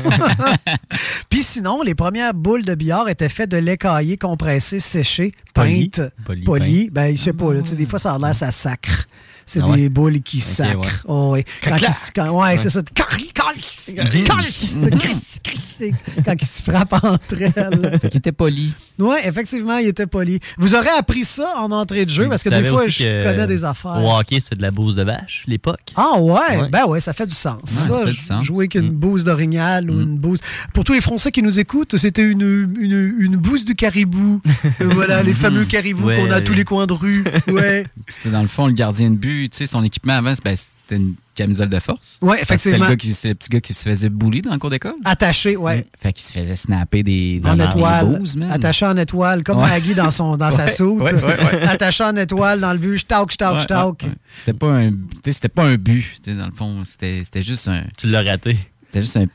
Speaker 9: puis sinon, les premières boules de billard étaient faites de lait caillé, compressé, séché,
Speaker 23: Poli.
Speaker 9: peinte,
Speaker 23: Poli,
Speaker 9: poli. Ben, je sais pas, là, tu sais, des fois, ça a l'air, ça sacre. C'est
Speaker 23: Ah ouais?
Speaker 9: des boules qui sacrent.
Speaker 23: ouais.
Speaker 9: Oh, ouais. Quand
Speaker 23: Clac-clac.
Speaker 9: ils- quand- ouais, c'est ça. Cali, cali, cali, cali, cali, cali. Quand ils se frappent entre elles.
Speaker 23: Fait qu'il était poli.
Speaker 9: Oui, effectivement, il était poli. Vous aurez appris ça en entrée de jeu parce que
Speaker 23: Tu
Speaker 9: des
Speaker 23: savais
Speaker 9: fois, je
Speaker 23: aussi que
Speaker 9: connais des affaires.
Speaker 23: Au hockey, c'est de la bouse de vache, l'époque.
Speaker 9: Ah ouais?
Speaker 23: Ouais.
Speaker 9: Ben ouais, ça fait du sens.
Speaker 23: Ouais, ça fait du sens. Mm.
Speaker 9: Jouer qu'une bouse d'orignal ou une bouse. Pour tous les Français qui nous écoutent, c'était une, une, une bouse du caribou. Euh, voilà, les fameux caribous
Speaker 23: Mm-hmm. Ouais.
Speaker 9: qu'on a à tous les coins de rue. Ouais.
Speaker 23: C'était dans le fond le gardien de but, tu sais, son équipement avant, c'est- ben, c'était une camisole de force.
Speaker 9: Ouais,
Speaker 23: Parce que c'était le
Speaker 9: effectivement.
Speaker 23: gars qui- C'était le, petit gars qui se faisait bully dans le cours d'école. Hmm.
Speaker 9: Attaché, ouais.
Speaker 23: Fait qu'il se faisait snapper des, dans
Speaker 9: En
Speaker 23: la-
Speaker 9: étoile,
Speaker 23: des bouses, Ah, man.
Speaker 9: attaché en étoile, comme
Speaker 23: Ouais.
Speaker 9: Maggie dans, son, dans sa
Speaker 23: Ouais,
Speaker 9: soute.
Speaker 23: ouais, ouais, ouais.
Speaker 9: Attaché en étoile dans le but, je talk, je talk, je
Speaker 23: Ouais,
Speaker 9: talk.
Speaker 23: ouais, ouais. C'était pas un, tu sais, c'était pas un but, tu sais, dans le fond, c'était c'était juste un. Tu l'as raté. C'était juste un,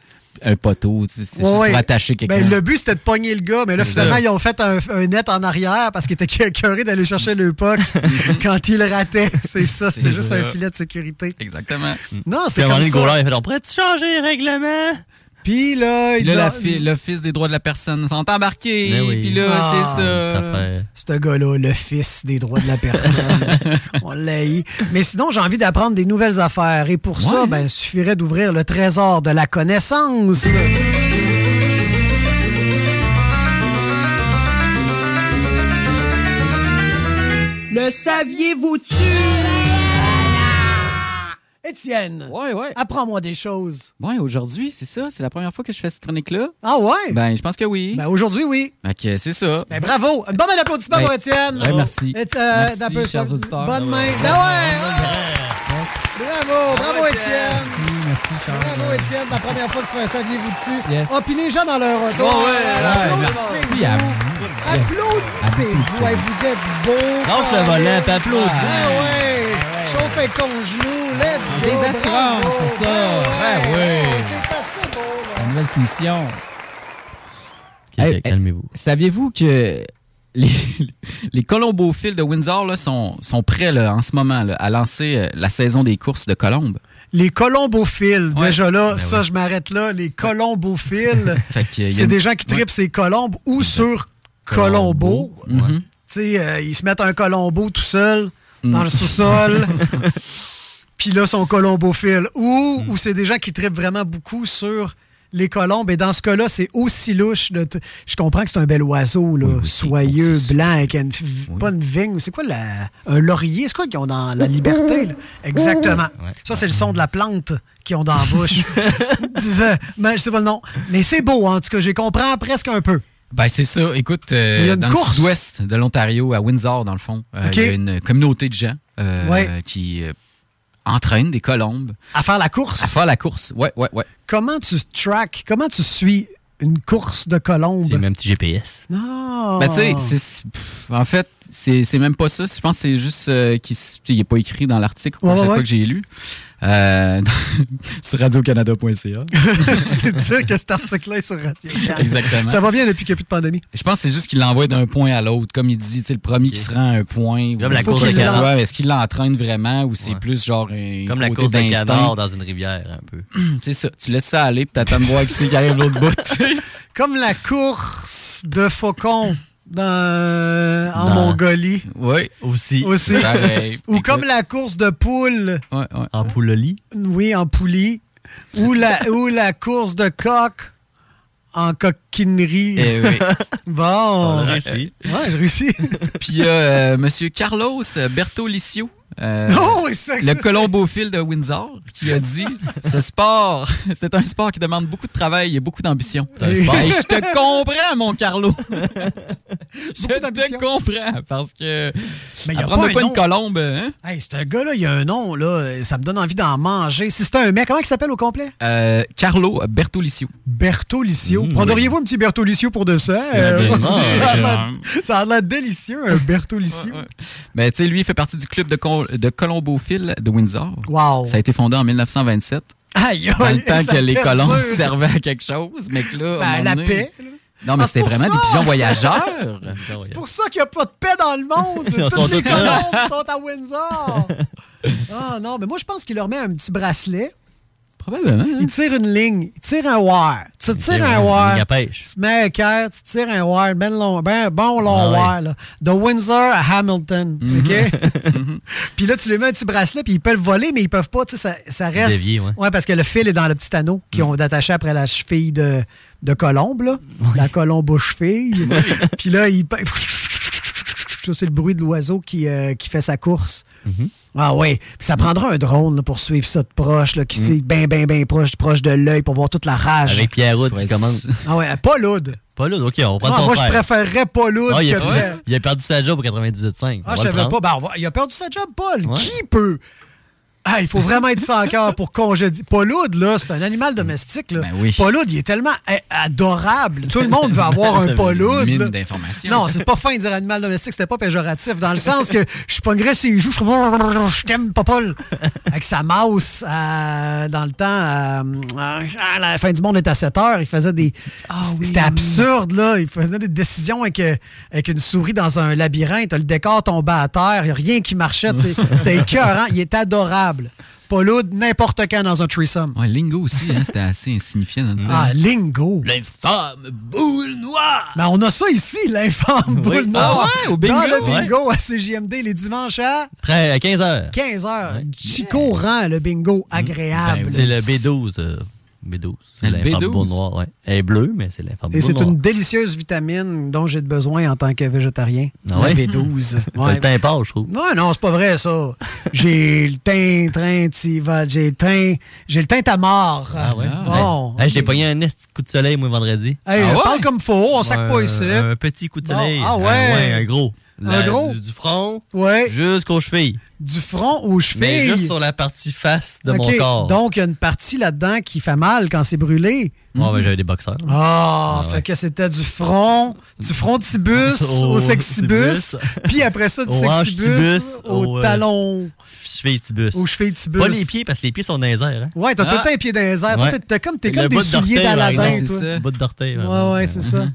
Speaker 23: un poteau, tu sais, c'était
Speaker 9: Ouais,
Speaker 23: juste
Speaker 9: ouais.
Speaker 23: pour attacher quelqu'un.
Speaker 9: Ben, le but, c'était de pogner le gars, mais là,
Speaker 23: C'est
Speaker 9: finalement,
Speaker 23: ça.
Speaker 9: ils ont fait un, un net en arrière parce qu'il était curé d'aller chercher le puck quand il ratait. C'est ça, c'était
Speaker 23: Mm-hmm. C'est
Speaker 9: juste
Speaker 23: ça.
Speaker 9: un filet de sécurité.
Speaker 23: Exactement.
Speaker 9: Non, c'est
Speaker 23: Puis à
Speaker 9: comme
Speaker 23: un moment donné,
Speaker 9: ça.
Speaker 23: le goaler, il fait, on
Speaker 9: pourrait-tu changer les règlements? Puis là,
Speaker 23: Puis
Speaker 9: il
Speaker 23: là, la
Speaker 9: a-
Speaker 23: fi- l'Office des droits de la personne sont embarqués.
Speaker 9: Ben oui.
Speaker 23: Puis là,
Speaker 9: Ah,
Speaker 23: c'est
Speaker 9: cette
Speaker 23: ça.
Speaker 9: affaire. ce gars-là, le fils des droits de la personne. On l'a haï. Mais sinon, j'ai envie d'apprendre des nouvelles affaires. Et pour ça, ben, suffirait d'ouvrir le trésor de la connaissance.
Speaker 33: Le saviez-vous-tu?
Speaker 9: Étienne, apprends-moi des choses.
Speaker 23: Ouais, aujourd'hui, c'est ça. C'est la première fois que je fais cette chronique-là.
Speaker 9: Ah ouais?
Speaker 23: Ben, je pense que oui. Ben,
Speaker 9: aujourd'hui, oui.
Speaker 23: Ok, c'est ça.
Speaker 9: Ben, bravo! Un bon applaudissement
Speaker 23: Ben,
Speaker 9: pour Étienne!
Speaker 23: ouais, merci.
Speaker 9: Et, euh,
Speaker 23: Merci,
Speaker 9: d'applaudissements.
Speaker 23: chers auditeurs.
Speaker 9: Bonne
Speaker 23: Bravo.
Speaker 9: main. Ah ouais! Bravo! Bravo, Étienne!
Speaker 7: Merci, Charles.
Speaker 9: Bravo, Étienne, la première fois que tu fais un saviez-vous dessus.
Speaker 7: Yes.
Speaker 9: Ah, puis les gens dans leur auto.
Speaker 7: Oh, ouais.
Speaker 9: Euh,
Speaker 7: Ouais,
Speaker 9: applaudissez-vous.
Speaker 7: merci à vous.
Speaker 9: Applaudissez-vous.
Speaker 7: Applaudissez-vous.
Speaker 9: Ouais, vous êtes beaux.
Speaker 7: Lâche le volant, puis applaudis.
Speaker 9: Ah, ouais. Chauffez ton genou. Let's go.
Speaker 7: Des assurances
Speaker 9: bravo.
Speaker 7: pour ça.
Speaker 9: Ben
Speaker 7: Ben
Speaker 9: ouais.
Speaker 7: oui.
Speaker 9: T'es assez hein. beau.
Speaker 23: La nouvelle soumission.
Speaker 11: Hey, calmez-vous.
Speaker 23: Saviez-vous que les, les colombophiles de Windsor là, sont, sont prêts là, en ce moment là, à lancer euh, la saison des courses de colombes?
Speaker 9: Les colombophiles, déjà
Speaker 7: Ben
Speaker 9: là, ça, je m'arrête là. Les colombophiles,
Speaker 23: Fait que, euh, il y a
Speaker 9: c'est
Speaker 23: une-
Speaker 9: des gens qui tripent ces colombes ou sur Colombo.
Speaker 23: Mhm.
Speaker 9: Tu sais, euh, ils se mettent un colombo tout seul dans
Speaker 23: Mm.
Speaker 9: le sous-sol. Puis là, son colombophile. Ou,
Speaker 23: Hmm.
Speaker 9: ou c'est des gens qui tripent vraiment beaucoup sur les colombes. Et dans ce cas-là, c'est aussi louche. de t- Je comprends que c'est un bel oiseau, là, soyeux, blanc, avec une, f- pas une vigne. C'est quoi la, un laurier? C'est quoi qu'ils ont dans la liberté? là? Exactement.
Speaker 7: Ouais.
Speaker 9: Ça, c'est le son de la plante qu'ils ont dans la bouche. Disais, mais je sais pas le nom. Mais c'est beau, en tout cas. J'ai comprends presque un peu.
Speaker 23: Ben, c'est ça. Écoute, euh,
Speaker 9: Il y a une
Speaker 23: dans
Speaker 9: course.
Speaker 23: le sud-ouest de l'Ontario, à Windsor, dans le fond, euh,
Speaker 9: OK.
Speaker 23: il y a une communauté de gens euh,
Speaker 9: Ouais.
Speaker 23: qui euh, entraînent des colombes.
Speaker 9: À faire la course?
Speaker 23: À faire la course, ouais, ouais, ouais.
Speaker 9: Comment tu track, comment tu suis une course de colombes? Ah.
Speaker 11: Même petit GPS.
Speaker 9: Non!
Speaker 23: Ben, tu sais, c'est- pff, en fait, c'est c'est même pas ça. Je pense que c'est juste euh, qu'il s- il n'est pas écrit dans l'article, ou quoi,
Speaker 9: Ouais,
Speaker 23: je sais
Speaker 9: ouais,
Speaker 23: pas
Speaker 9: ouais.
Speaker 23: que j'ai lu, Euh, sur radiocanada.ca.
Speaker 9: c'est dire que cet article-là est sur Radio Cannes.
Speaker 23: Exactement.
Speaker 9: Ça va bien depuis qu'il n'y a plus de pandémie.
Speaker 23: Je pense que c'est juste qu'il l'envoie d'un point à l'autre. Comme il dit, tu sais, le premier qui se rend à un point.
Speaker 11: Comme la
Speaker 23: il faut
Speaker 11: course
Speaker 23: qu'il
Speaker 11: de
Speaker 23: le
Speaker 11: canard.
Speaker 23: soit. Est-ce qu'il l'entraîne vraiment ou c'est plus genre un.
Speaker 11: Comme la
Speaker 23: côté
Speaker 11: course de
Speaker 23: d'instinct?
Speaker 11: canard dans une rivière, un peu.
Speaker 23: C'est ça. Tu laisses ça aller, puis t'attends de voir qui c'est qui arrive de l'autre bout.
Speaker 9: Comme la course de faucon dans- en
Speaker 23: Dans-
Speaker 9: Mongolie.
Speaker 23: Oui.
Speaker 11: Aussi.
Speaker 9: Aussi.
Speaker 11: Pareil.
Speaker 9: Ou comme la course de poule.
Speaker 11: En poulolie.
Speaker 9: Oui, en poulie. Ou la, ou la course de coq en coquinerie.
Speaker 23: Eh oui.
Speaker 9: Bon.
Speaker 23: On a réussi.
Speaker 9: Oh, Ouais, j'ai réussi.
Speaker 23: Puis il y a euh, Monsieur Carlos Bertolicio. euh,
Speaker 9: Oh, oui, ça, ça,
Speaker 23: le colombophile de Windsor qui a dit ce sport c'est un sport qui demande beaucoup de travail et beaucoup d'ambition
Speaker 11: C'est un sport.
Speaker 23: Hey, je te comprends mon Carlo je te comprends parce que
Speaker 9: Mais il n'y a
Speaker 23: apprendre
Speaker 9: pas,
Speaker 23: de quoi
Speaker 9: un
Speaker 23: une
Speaker 9: nom.
Speaker 23: colombe hein?
Speaker 9: Hey, c'est un gars-là, il a un nom, là. Ça me donne envie d'en manger. Si c'était un mec, comment il s'appelle au complet?
Speaker 23: Euh, Carlo Bertolicio
Speaker 9: Bertolicio.
Speaker 23: Mmh,
Speaker 9: Prendriez-vous un petit Bertolicio pour de ça?
Speaker 23: C'est hein. bien sûr.
Speaker 9: ça, a l'air- ça a l'air délicieux, un Bertolicio.
Speaker 23: mais tu sais lui il fait partie du club de, col- de colombophiles de Windsor
Speaker 9: Wow.
Speaker 23: ça a été fondé en 1927
Speaker 9: Aïe,
Speaker 23: dans le
Speaker 9: aïe,
Speaker 23: temps
Speaker 9: ça
Speaker 23: que les
Speaker 9: perdure.
Speaker 23: colombes servaient à quelque chose, mais que là. à un
Speaker 9: Ben,
Speaker 23: moment
Speaker 9: la
Speaker 23: donné-
Speaker 9: paix,
Speaker 23: Non, mais
Speaker 9: Ah, c'est
Speaker 23: c'était
Speaker 9: pour
Speaker 23: vraiment
Speaker 9: ça!
Speaker 23: des pigeons voyageurs.
Speaker 9: C'est pour ça qu'il n'y a pas de paix dans le monde.
Speaker 23: Ils en sont
Speaker 9: Toutes les
Speaker 23: tous là.
Speaker 9: colombes sont à Windsor. Ah non, mais moi, je pense qu'il leur met un petit bracelet.
Speaker 23: Probablement.
Speaker 9: Il tire une ligne. Il tire un wire. Tu tires
Speaker 11: tire
Speaker 9: un
Speaker 11: une
Speaker 9: wire.
Speaker 11: ligne à pêche.
Speaker 9: Tu te mets un cœur, tu tires un wire. Ben long, ben bon long
Speaker 11: Ah ouais. Mm-hmm.
Speaker 9: wire. là. De Windsor à Hamilton. OK? puis là, tu lui mets un petit bracelet, puis ils peuvent voler, mais ils peuvent pas. Tu sais, ça, ça reste.
Speaker 11: Dévier, ouais. Mm.
Speaker 9: parce que le fil est dans le petit anneau qu'ils ont attaché après la cheville de, de colombe, là. La colombe aux chevilles. puis là, il. pe- Ça, c'est le bruit de l'oiseau qui, euh, qui fait sa course.
Speaker 7: Mm-hmm.
Speaker 9: Ah ouais. Puis
Speaker 11: Mm.
Speaker 9: ça prendra un drone là, pour suivre ça de proche, là, qui est bien, bien, bien ben, proche, proche de l'œil pour voir toute la rage.
Speaker 11: Avec Pierre-Aude qui commence.
Speaker 9: Ah ouais, pas l'Oud.
Speaker 11: Pas Loud, ok, on prend
Speaker 9: Ah,
Speaker 11: son
Speaker 9: moi, je
Speaker 11: frère.
Speaker 9: préférerais pas Loud
Speaker 11: Ah, il,
Speaker 9: que
Speaker 11: a,
Speaker 9: Pierre.
Speaker 11: il a perdu sa job au 98.5.
Speaker 9: Ah, je savais pas. Ben, on va- il a perdu sa job, Paul. Qui peut? Ah, il faut vraiment être sans cœur pour congédier. Pauloud, là, c'est un animal domestique. Là. Pauloud, il est tellement eh, adorable. Tout le monde veut avoir un Pauloud.
Speaker 23: Mine
Speaker 9: là.
Speaker 23: d'informations.
Speaker 9: Non, c'est pas fin de dire animal domestique, c'était pas péjoratif. Dans le sens que je pognerais ses joues, je serais, je t'aime, pas Paul. Avec sa mouse, euh, dans le temps, euh, à la fin du monde est à 7 heures, il faisait des. c'était absurde, là. Il faisait des décisions avec, euh, avec une souris dans un labyrinthe. Le décor tombait à terre, il n'y a rien qui marchait. tu sais. C'était écœurant, il est adorable. Pauloud, n'importe quand dans un threesome.
Speaker 23: Ouais, Lingo aussi, hein, c'était assez insignifiant dans le temps.
Speaker 9: Ah, Lingo!
Speaker 23: L'infâme boule noire!
Speaker 9: Ben, on a ça ici, l'infâme
Speaker 23: Oui.
Speaker 9: boule noire.
Speaker 23: Ah ouais, au bingo.
Speaker 9: Dans le
Speaker 23: Ouais.
Speaker 9: bingo à CGMD les dimanches à
Speaker 11: Très, à 15h.
Speaker 9: 15h. Chico rend le
Speaker 11: Mm.
Speaker 9: bingo agréable.
Speaker 11: C'est le B12. euh, B12. C'est
Speaker 9: Ah, ben Le B12?
Speaker 11: l'infâme boule noire, ouais. Elle est bleue, mais c'est l'infâme
Speaker 9: Et
Speaker 11: boule
Speaker 9: c'est
Speaker 11: noire.
Speaker 9: une délicieuse vitamine dont j'ai de besoin en tant que végétarien.
Speaker 11: Ah
Speaker 9: La
Speaker 11: ouais?
Speaker 9: B12.
Speaker 11: T'as le teint pâle, je trouve.
Speaker 9: Non, ben, non, c'est pas vrai, ça. J'ai le teint, teint, tival, j'ai le teint, j'ai le teint à mort.
Speaker 11: Ah ouais?
Speaker 9: Bon.
Speaker 11: Hey, hey, j'ai pogné un esti de coup de soleil, moi, vendredi. Ah
Speaker 9: Hey, parle comme faux, on sac
Speaker 11: Ouais, euh,
Speaker 9: pas ici.
Speaker 11: Un petit coup de soleil.
Speaker 9: ah
Speaker 11: Un-
Speaker 9: ouais.
Speaker 11: un gros. La-
Speaker 9: en gros.
Speaker 11: Du, du front
Speaker 9: ouais.
Speaker 11: jusqu'aux chevilles.
Speaker 9: Du front aux chevilles.
Speaker 11: Mais juste sur la partie face de
Speaker 9: OK.
Speaker 11: mon corps.
Speaker 9: Donc, il y a une partie là-dedans qui fait mal quand c'est brûlé.
Speaker 11: Ouais, ben, j'avais des boxeurs.
Speaker 9: Ah,
Speaker 11: Ah,
Speaker 9: fait
Speaker 11: ouais.
Speaker 9: que c'était du front, du frontibus
Speaker 11: Au
Speaker 9: au sexibus,
Speaker 11: sexibus.
Speaker 9: puis après ça, du
Speaker 11: Au hanche-tibus,
Speaker 9: sexibus au
Speaker 11: au, euh,
Speaker 9: talon,
Speaker 11: Cheville-tibus.
Speaker 9: au cheville-tibus.
Speaker 11: Pas les pieds, parce que les pieds sont dans les airs. Hein?
Speaker 9: Ouais, t'as
Speaker 23: Ah.
Speaker 9: tout le temps les pieds dans les airs. Toi,
Speaker 11: Ouais.
Speaker 9: t'es- t'es comme, t'es
Speaker 11: Le
Speaker 9: comme des
Speaker 11: bout de
Speaker 9: souliers
Speaker 11: d'orteil, par
Speaker 9: d'Aladin,
Speaker 11: exemple.
Speaker 9: toi.
Speaker 11: Le bout d'orteil. par
Speaker 9: Ouais, ouais, c'est ça.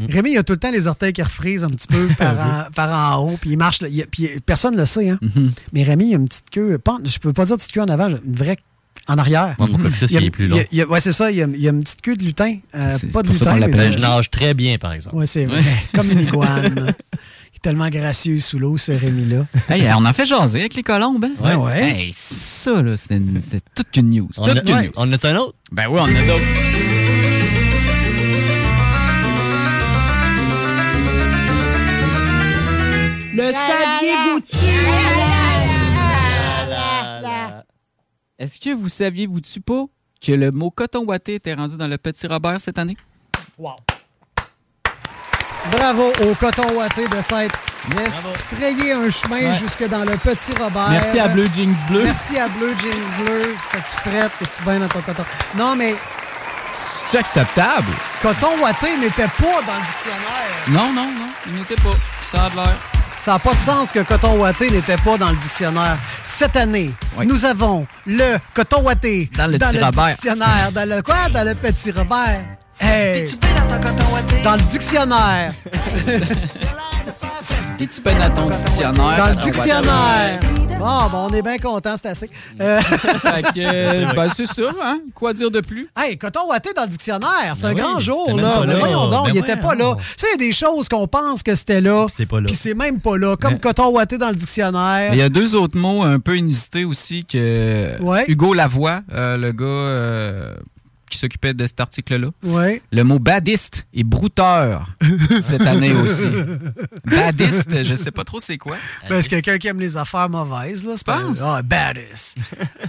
Speaker 11: Mm-hmm.
Speaker 9: Rémi, il a tout le temps les orteils qui refrisent un petit peu
Speaker 11: Ah
Speaker 9: par en, par en haut, puis il marche. là, il y a- puis personne ne le sait. Hein?
Speaker 11: Mm-hmm.
Speaker 9: Mais Rémi, il a une petite queue. pas- je peux pas dire petite queue en avant, une vraie en arrière.
Speaker 11: Ouais, pourquoi que ça,
Speaker 9: Il y a-
Speaker 11: s'il est plus
Speaker 9: il y a-
Speaker 11: long.
Speaker 9: il y a- ouais, c'est ça. Il y, a, il y a une petite queue de lutin. euh, pas de lutin. mais
Speaker 11: Mais
Speaker 9: de-
Speaker 11: Je nage très bien, par exemple.
Speaker 9: Ouais, c'est vrai. Comme une iguane. Il est tellement gracieux sous l'eau, ce Rémi-là.
Speaker 23: Hey, on a fait jaser avec les colombes. hein?
Speaker 9: Ouais, ouais.
Speaker 23: Hey, ça, là, c'était une- c'était toute une news.
Speaker 11: On en a-
Speaker 23: toute une
Speaker 11: ouais.
Speaker 23: news.
Speaker 11: On en a un autre?
Speaker 23: Ben oui, on en a d'autres.
Speaker 7: Le saviez-vous-tu?
Speaker 23: Est-ce que vous saviez, vous-tu pas, que le mot coton watté était rendu dans le Petit Robert cette année?
Speaker 9: Wow. Bravo au coton ouaté de cette frayer un chemin
Speaker 34: Ouais.
Speaker 9: jusque dans le petit Robert.
Speaker 34: Merci à Bleu Jeans Bleu.
Speaker 9: Merci à Bleu Jeans Bleu. Fait que tu frettes, t'es-tu bien dans ton coton? Non, mais
Speaker 23: C'est acceptable?
Speaker 9: coton ouaté n'était pas dans le dictionnaire.
Speaker 23: Non, non, non, il n'était pas. Ça a de l'air.
Speaker 9: Ça n'a pas de sens que coton ouaté n'était pas dans le dictionnaire. Cette année, nous avons le coton ouaté
Speaker 23: Dans le petit Robert.
Speaker 9: dictionnaire. Dans le quoi? Dans le petit Robert. Hey! Dans le dictionnaire.
Speaker 23: Ah, T'es-tu ben à ton dictionnaire? Ah,
Speaker 9: Dans le
Speaker 23: coton
Speaker 9: dictionnaire. Bon, ben, on est bien content, c'est assez. Euh,
Speaker 23: ouaté? fait que, euh, ben, c'est ça, hein? Quoi dire de plus?
Speaker 9: Hey, coton ouaté dans le dictionnaire, c'est
Speaker 23: Ben
Speaker 9: un
Speaker 23: oui,
Speaker 9: grand jour,
Speaker 23: c'était même
Speaker 9: là.
Speaker 23: pas
Speaker 9: Ben
Speaker 23: là.
Speaker 9: voyons donc,
Speaker 23: Ben
Speaker 9: il était pas là.
Speaker 23: voyons.
Speaker 9: Tu sais, il y a des choses qu'on pense que c'était là. C'est
Speaker 11: pas là.
Speaker 9: Puis c'est même pas là. Comme
Speaker 23: Ben-
Speaker 9: coton ouaté dans le dictionnaire.
Speaker 23: Il y a deux autres mots un peu inusités aussi que
Speaker 9: Ouais.
Speaker 23: Hugo Lavoie, euh, le gars euh, qui s'occupait de cet article-là.
Speaker 9: Ouais.
Speaker 23: Le mot badiste et brouteur cette année aussi. Badiste, je sais pas trop c'est quoi.
Speaker 9: Ben, c'est quelqu'un qui aime les affaires mauvaises, là. Je
Speaker 23: penses?
Speaker 9: Ah, badass.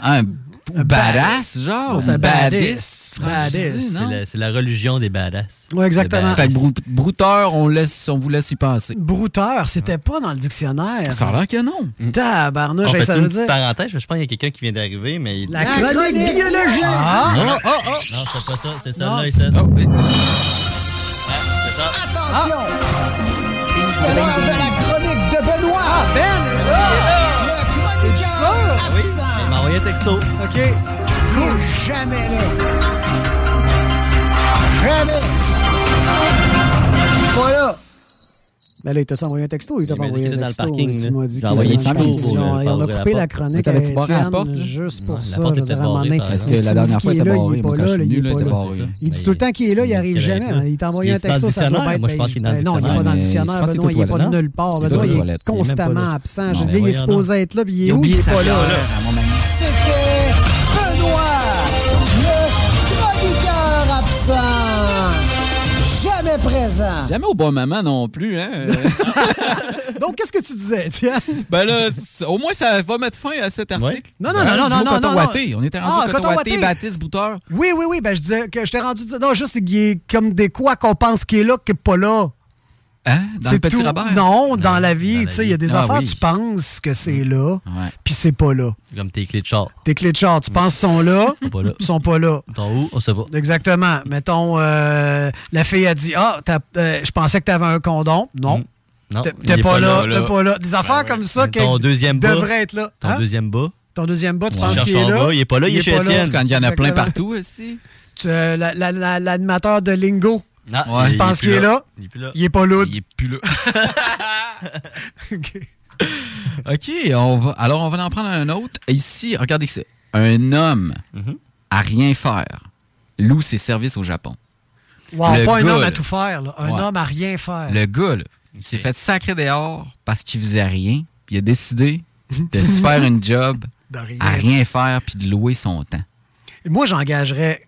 Speaker 23: Un b- badass, genre.
Speaker 9: Non, c'est un
Speaker 23: ou
Speaker 9: badass.
Speaker 23: Badiste.
Speaker 9: Badass,
Speaker 11: C'est la, c'est la religion des badass.
Speaker 23: Eh
Speaker 9: Ouais, exactement.
Speaker 23: Fait que brou- brouteur, on, laisse, on vous laisse y penser.
Speaker 9: Brouteur, c'était pas dans le dictionnaire.
Speaker 23: Ça a l'air que non.
Speaker 9: Tabarnouche,
Speaker 11: On
Speaker 9: Ah, hey,
Speaker 11: fait
Speaker 9: ça
Speaker 11: une
Speaker 9: veut
Speaker 11: petite
Speaker 9: dire.
Speaker 11: parenthèse, je pense qu'il y a quelqu'un qui vient d'arriver, mais... il-
Speaker 9: La chronique biologique. Ah!
Speaker 11: Ah! Non,
Speaker 9: Ah, ah.
Speaker 11: non, c'est pas ça, c'est
Speaker 9: Non,
Speaker 11: celle-là,
Speaker 9: c'est-
Speaker 11: Ethan.
Speaker 23: Oh,
Speaker 9: Attention! C'est l'heure de la chronique de Benoît! Ah, Ben! Le chroniqueur
Speaker 11: Il m'a envoyé un texto.
Speaker 9: OK. jamais là. Jamais. Voilà. Mais Ben, là, il t'a envoyé un texto, il t'a
Speaker 11: Il
Speaker 9: pas
Speaker 11: m'a dit
Speaker 9: envoyé un
Speaker 11: qu'il était dans le
Speaker 9: texto.
Speaker 11: parking,
Speaker 9: tu
Speaker 11: là.
Speaker 9: m'as dit
Speaker 11: J'ai
Speaker 9: qu'il
Speaker 11: envoyé
Speaker 9: était
Speaker 11: un
Speaker 9: dans le
Speaker 11: texto
Speaker 9: parking.
Speaker 11: pour, euh,
Speaker 9: On- On a
Speaker 11: ouvrir la
Speaker 9: coupé la
Speaker 11: porte.
Speaker 9: chronique
Speaker 23: Mais
Speaker 9: à
Speaker 23: t'avais-tu barré la
Speaker 9: Étienne,
Speaker 23: porte, là?
Speaker 9: juste pour
Speaker 23: Ouais, la
Speaker 9: ça.
Speaker 23: porte
Speaker 9: je veux
Speaker 23: était
Speaker 9: dire, à un moment
Speaker 23: barrée,
Speaker 9: donné,
Speaker 23: par exemple.
Speaker 9: si tu
Speaker 23: Parce que la
Speaker 9: dis
Speaker 23: dernière fois,
Speaker 9: qu'il est
Speaker 23: elle
Speaker 9: là,
Speaker 23: était
Speaker 9: il
Speaker 23: barrée,
Speaker 9: est pas
Speaker 23: moi, quand je
Speaker 9: là, il
Speaker 23: suis venu,
Speaker 9: est
Speaker 23: là,
Speaker 9: pas
Speaker 23: elle était
Speaker 9: là.
Speaker 23: barrée, là.
Speaker 9: Il dit tout le temps qu'il est là, il arrive
Speaker 11: qu'il est
Speaker 9: jamais. hein.
Speaker 11: là.
Speaker 9: Il t'a envoyé
Speaker 11: Il
Speaker 9: un
Speaker 11: est dans le
Speaker 9: texto, ça doit
Speaker 11: dictionnaire.
Speaker 9: être...
Speaker 11: Moi, je pense qu'il est dans le
Speaker 9: ben Non, il est pas dans
Speaker 11: dictionnaire.
Speaker 9: le
Speaker 11: Je
Speaker 9: dictionnaire,
Speaker 11: pense qu'il est
Speaker 9: Benoît,
Speaker 11: aux
Speaker 9: il est pas de
Speaker 11: toilettes.
Speaker 9: nulle part.
Speaker 11: Il est
Speaker 9: Benoît,
Speaker 11: aux
Speaker 9: il est
Speaker 11: toilettes. Il est même pas
Speaker 9: constamment
Speaker 11: là.
Speaker 9: absent.
Speaker 11: Non,
Speaker 9: Je l'ai,
Speaker 11: mais
Speaker 9: il est
Speaker 11: voyons donc.
Speaker 9: supposé être là, puis il
Speaker 23: Il
Speaker 9: est
Speaker 23: a
Speaker 9: où?
Speaker 23: oublié
Speaker 9: Il est
Speaker 23: sa
Speaker 9: pas
Speaker 23: bière,
Speaker 9: là.
Speaker 23: là, à mon ami.
Speaker 9: C'était Benoît, le chroniqueur absent, jamais présent.
Speaker 23: Jamais au bon moment non plus, hein? Euh,
Speaker 9: Donc, qu'est-ce que tu disais, tiens?
Speaker 23: ben là, c- au moins, ça va mettre fin à cet article. Ben,
Speaker 9: Non, non, non,
Speaker 23: Rendu
Speaker 9: non, non,
Speaker 23: au
Speaker 9: non,
Speaker 23: coton
Speaker 9: non,
Speaker 23: ouaté.
Speaker 9: non.
Speaker 23: On était rendu
Speaker 9: Ah,
Speaker 23: au coton
Speaker 9: coton
Speaker 23: ouaté,
Speaker 9: ouaté.
Speaker 23: Baptiste Brouteur.
Speaker 9: Oui, oui, oui, ben je disais que je t'ai rendu dire- non, juste qu'il est comme des quoi qu'on pense qu'il est là, qu'il n'est pas là.
Speaker 23: Hein? Dans
Speaker 9: C'est
Speaker 23: le petit
Speaker 9: tout.
Speaker 23: Robert?
Speaker 9: Non, dans la vie, tu sais, il y a des
Speaker 23: Ah,
Speaker 9: affaires,
Speaker 23: oui.
Speaker 9: tu penses que c'est là,
Speaker 23: Ouais.
Speaker 9: puis c'est pas là.
Speaker 11: Comme tes clés de char.
Speaker 9: Tes clés de char, tu penses qu'ils sont là,
Speaker 11: pas là.
Speaker 9: ils sont pas là.
Speaker 11: T'en où? On sait pas.
Speaker 9: Exactement. Mettons, euh, la fille a dit Ah, t'as- euh, je pensais que tu avais un condom. Non.
Speaker 11: Non,
Speaker 9: T'es-
Speaker 11: il
Speaker 9: T'es
Speaker 11: est
Speaker 9: pas,
Speaker 11: pas
Speaker 9: là,
Speaker 11: là,
Speaker 9: t'es
Speaker 11: là.
Speaker 9: pas là. Des affaires comme ça qui
Speaker 11: Ton deuxième bas.
Speaker 9: devraient être là.
Speaker 11: Ton
Speaker 9: Hein?
Speaker 11: deuxième bas.
Speaker 9: Ton deuxième bas, tu
Speaker 11: Ouais.
Speaker 9: penses
Speaker 11: Cherche
Speaker 9: qu'il est
Speaker 11: ton
Speaker 9: là.
Speaker 11: bas, il est pas là, il est chez
Speaker 9: pas là.
Speaker 11: Étienne.
Speaker 23: Quand il y en a plein
Speaker 9: Exactement.
Speaker 23: partout aussi.
Speaker 9: Tu, euh, la- la- la- L'animateur de Lingo.
Speaker 11: Ah,
Speaker 9: tu
Speaker 11: il-
Speaker 9: penses
Speaker 11: il
Speaker 9: qu'il
Speaker 11: est
Speaker 9: est
Speaker 11: plus là.
Speaker 9: là.
Speaker 11: Il est plus là.
Speaker 9: Il est pas là.
Speaker 23: Il est plus là. OK, on va, alors on va en prendre un autre. Ici, regardez que c'est un homme à rien faire loue ses services au Japon.
Speaker 9: Wow,
Speaker 23: Le
Speaker 9: pas un
Speaker 23: gars,
Speaker 9: homme à
Speaker 23: là.
Speaker 9: tout faire, là. un
Speaker 23: Ouais.
Speaker 9: homme à rien faire.
Speaker 23: Le gars, là, il s'est fait sacrer dehors parce qu'il faisait rien, puis il a décidé de se faire une job
Speaker 9: De rien.
Speaker 23: à rien faire puis de louer son temps.
Speaker 9: Moi, j'engagerais